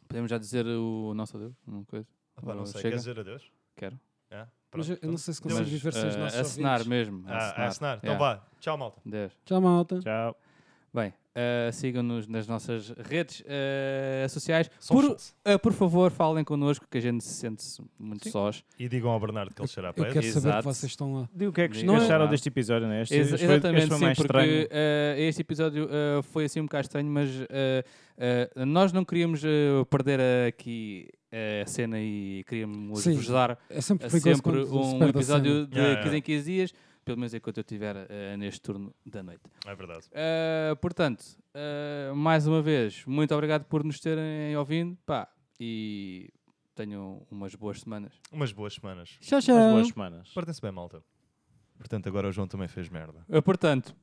S5: podemos já dizer o nosso adeus? Uma coisa?
S4: Ah, pá, não sei,
S5: Chega?
S4: queres dizer adeus?
S5: Quero.
S4: É? Pronto,
S1: Mas eu eu não sei se consegues
S5: Mas,
S1: viver sem os
S5: eh,
S1: nossos
S5: assinar
S1: ouvintes.
S5: mesmo.
S4: Ah, a assinar. Então
S5: Yeah.
S4: vá. Tchau, malta.
S5: Dez.
S1: Tchau, malta.
S6: Tchau.
S5: Bem, eh, sigam-nos nas nossas redes eh, sociais.
S6: um
S4: Só um
S5: Por,
S4: chute.
S5: eh, por favor, falem connosco, que a gente se sente -se muito sós.
S4: E digam ao Bernardo que ele cheira a
S1: Eu
S4: pé.
S1: quero saber que
S5: Exato.
S1: vocês estão lá.
S6: Digo o que é que
S5: Não é-
S6: acharam deste episódio, né? Este,
S5: Ex-
S6: este foi,
S5: exatamente,
S6: este foi
S5: sim,
S6: mais
S5: porque
S6: estranho.
S5: eh, este episódio eh, foi assim um bocado estranho, mas eh, eh, nós não queríamos eh, perder aqui eh, a cena e queríamos
S1: Sim.
S5: vos dar
S1: É sempre
S5: eh,
S1: perigoso
S5: sempre
S1: quando se
S5: um
S1: perde a cena.
S5: episódio de
S4: Yeah,
S5: 15
S4: yeah.
S5: em 15 dias, pelo menos enquanto eu estiver eh, neste turno da noite.
S4: É verdade.
S5: Eh, portanto, eh, mais uma vez, muito obrigado por nos terem ouvido pá, e Tenham umas boas semanas.
S4: Umas boas semanas.
S1: Tchau,
S6: Umas
S1: tchau.
S6: boas semanas.
S4: Portem-se bem, malta. Portanto, agora o João também fez merda.
S5: Eh, Portanto,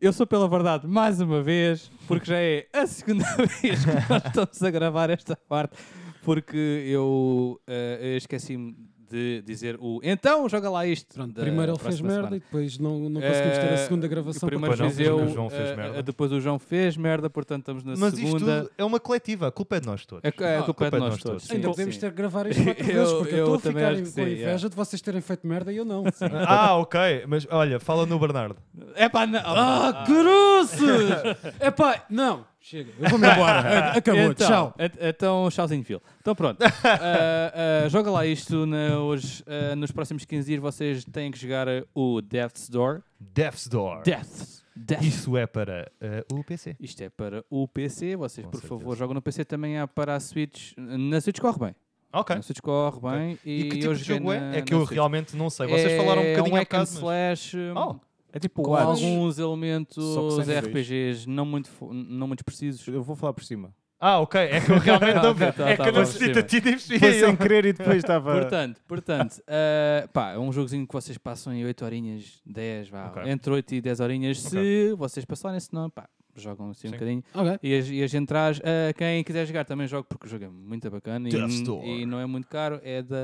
S5: eu sou pela verdade mais uma vez, porque já é a segunda vez que nós estamos a gravar esta parte, porque eu, eh, eu esqueci-me de dizer o então joga lá isto.
S1: Pronto,
S5: da
S1: primeiro ele fez
S5: próxima
S1: merda
S5: semana.
S1: e depois não, não conseguimos ter a
S5: Eh,
S1: segunda gravação.
S5: Primeiro
S4: Pois não,
S5: fiz
S4: porque
S5: eu,
S4: o João fez
S5: eh,
S4: merda.
S5: eh, depois o João fez merda, portanto estamos na
S4: Mas isto
S5: segunda.
S4: tudo é uma coletiva, a culpa é de nós todos.
S5: É, é, a
S4: Ah,
S5: culpa é de nós todos.
S1: Ainda
S5: sim,
S1: podemos
S5: sim.
S1: ter que gravar isto quatro
S5: Eu-
S1: vezes, porque eu
S5: eu
S1: estou a
S5: também
S1: ficar
S5: acho
S1: em-
S5: que
S1: com
S5: sim, é.
S1: inveja
S5: yeah.
S1: de vocês terem feito merda e eu não.
S4: Ah, ok. Mas olha, fala no Bernardo.
S5: É pá, não.
S1: Ah, cruzes! Epá, não, chega, eu vou-me embora. Acabou,
S5: então,
S1: tchau.
S5: et- Então, tchauzinho, Phil. Então, pronto. Ah, ah, joga lá isto na- hoje. ah, nos próximos 15 dias vocês têm que jogar ah, o Death's Door.
S4: Death's Door.
S5: Death. Death.
S4: Isso é para eh, o PC.
S5: Isto é para o PC. Vocês,
S4: Com
S5: por
S4: certeza.
S5: favor, jogam no PC. Também há para a Switch. Na Switch corre bem.
S4: Ok.
S5: Na Switch corre bem. E,
S4: E que tipo
S5: eu
S4: de
S5: joguei
S4: jogo
S5: na-
S4: é? É que
S5: na
S4: eu
S5: Switch.
S4: realmente não sei. Vocês falaram um
S5: É
S4: bocadinho
S5: um
S4: há
S5: hack and
S4: bocado, mas-
S5: slash. hum,
S4: Oh,
S6: É tipo
S5: Com
S6: o Hades.
S5: alguns elementos
S6: Só que sem
S5: RPGs não muito, fo- não muito precisos.
S6: Eu vou falar por cima.
S4: Ah, ok. É que eu realmente não
S5: Ok, tá,
S4: É
S5: tá
S4: que eu
S5: bom,
S4: não assisti
S5: sim.
S4: a ti nem percebi.
S6: Foi sem querer e depois estava...
S5: Portanto, portanto eh, pá, é um jogozinho que vocês passam em 8 horinhas, 10, vá,
S4: Ok.
S5: entre 8 e 10 horinhas, se vocês passarem, se não, pá, jogam assim um
S4: Sim.
S5: bocadinho.
S1: Ok.
S5: E a, e a gente traz, eh, quem quiser jogar também joga, porque o jogo é muito bacana e,
S4: Death
S5: n-
S4: Door.
S5: e não é muito caro, é da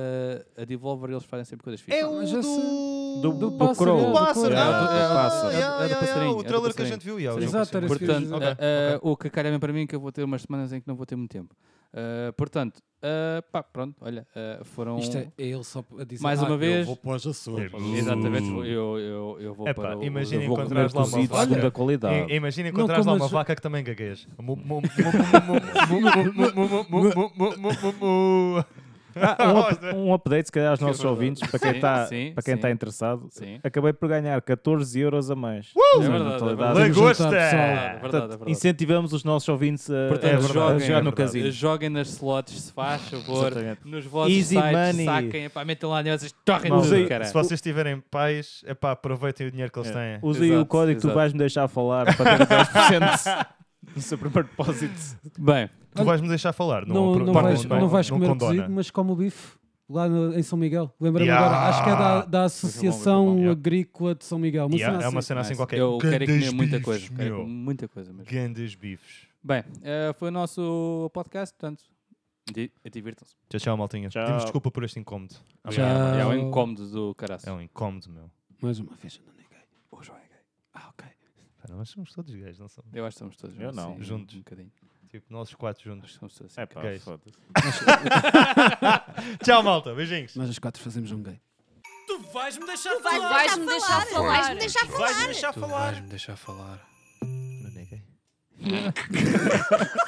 S5: a Devolver, eles fazem sempre coisas fixas.
S4: É o
S1: Mas esse-
S4: do...
S6: Do-
S1: Do
S6: do
S1: pássaro,
S6: Crow.
S1: é,
S4: O
S1: do
S4: pássaro.
S1: Crow.
S5: É,
S4: Ah,
S5: do- é do
S4: yeah,
S5: pássaro, é do-
S4: yeah,
S5: é do
S4: yeah,
S5: passarinho, é
S4: O
S5: do
S4: trailer que a
S5: passarinho.
S4: gente viu. yeah, o
S1: Sim,
S4: jogo
S1: exato,
S4: que a
S1: era
S4: gente
S1: isso que eu ia
S5: Portanto,
S1: dizer.
S4: Ok,
S5: ah, ah, o que calhar bem para mim é que eu vou ter umas semanas em que não vou ter muito tempo. Ah, portanto, ah, pá, pronto, olha, ah, foram...
S1: Isto é, é ele só a dizer.
S5: Mais
S1: "Ah,
S5: uma
S1: eu
S5: vez-
S1: Vou para os Açores.
S4: viu.
S5: Exatamente, eu, eu, eu vou
S4: Epá,
S5: para o...
S4: imagina
S6: Eu vou comer
S4: encontrares lá uma
S6: cozidos
S4: vaca.
S6: da qualidade.
S4: I- Imagina encontrares lá
S1: Não
S4: uma
S1: comas-
S4: vaca que também gagueja. Mu- mu- mu- mu- mu- mu- mu- mu- mu- mu- mu- mu- mu- mu.
S6: Ah, um, up- um update, se calhar, aos nossos
S4: verdade.
S6: ouvintes, para quem
S5: Sim,
S6: está
S5: sim,
S6: para quem
S5: sim.
S6: está interessado.
S5: Sim.
S6: Acabei por ganhar 14 euros a mais.
S5: É
S6: Na
S5: verdade, é
S6: totalidade.
S1: Vamos juntar,
S4: Lagosta!
S1: pessoal.
S5: É
S6: Portanto,
S5: verdade, é verdade.
S6: incentivamos os nossos ouvintes a,
S5: Portanto,
S6: a jogar- a
S5: joguem. eh,
S6: jogar no
S4: É verdade.
S6: casino.
S5: Joguem nas slots, se faz favor.
S6: Exatamente.
S5: Nos vossos
S6: Easy
S5: sites,
S6: money.
S5: saquem, pá, metam lá nessas, torrem
S6: Malta,
S5: tudo,
S6: se
S5: cara.
S4: Se vocês tiverem pais, epá, aproveitem o dinheiro que eles têm.
S6: Usa aí É. o
S5: Exato,
S6: código que tu
S5: exato.
S6: vais me deixar falar para ter 10% no seu primeiro depósito.
S5: Bem,
S4: Tu vais-me deixar falar.
S1: Não, não,
S4: partas
S1: vais,
S4: bem,
S1: não vais comer o
S4: condona.
S1: cozido, mas come o bife. Lá no- em São Miguel. Lembra-me
S4: Yeah.
S1: agora. Acho que é da, da
S6: Foi bom,
S1: Associação
S4: foi bom.
S1: Agrícola de São Miguel. Uma
S4: Yeah,
S1: cena
S4: é uma
S1: assim.
S4: cena assim qualquer.
S5: eu quero é comer
S4: Grandes
S5: muita
S4: bifes,
S5: coisa. Quero é
S4: meu.
S5: comer muita coisa mesmo.
S4: Grandes bifes.
S5: Bem, eh, foi o nosso podcast, portanto, di- divirtam-se.
S4: Tchau, tchau, maltinha.
S6: Tchau.
S4: Pedimos desculpa por este incómodo.
S1: Tchau.
S5: É um incómodo do caraço.
S4: É um incómodo, meu.
S1: Mais uma vez, eu não neguei.
S5: O João é gay.
S1: Ah, ok.
S4: Pá, nós somos todos gays, não somos?
S5: Eu acho que estamos todos
S6: Eu não.
S5: assim,
S4: Juntos.
S5: Um bocadinho.
S4: Tipo, nós os quatro
S5: Acho que
S4: juntos.
S5: estamos todos assim.
S6: É
S5: cara.
S6: pá,
S4: Ok.
S6: foda-se.
S4: Tchau, malta. Beijinhos.
S1: Nós as quatro fazemos um gay.
S2: Vai, vais-me deixar falar. Vais-me deixar falar.
S4: é
S5: Tu vais-me deixar falar.
S4: Não é gay.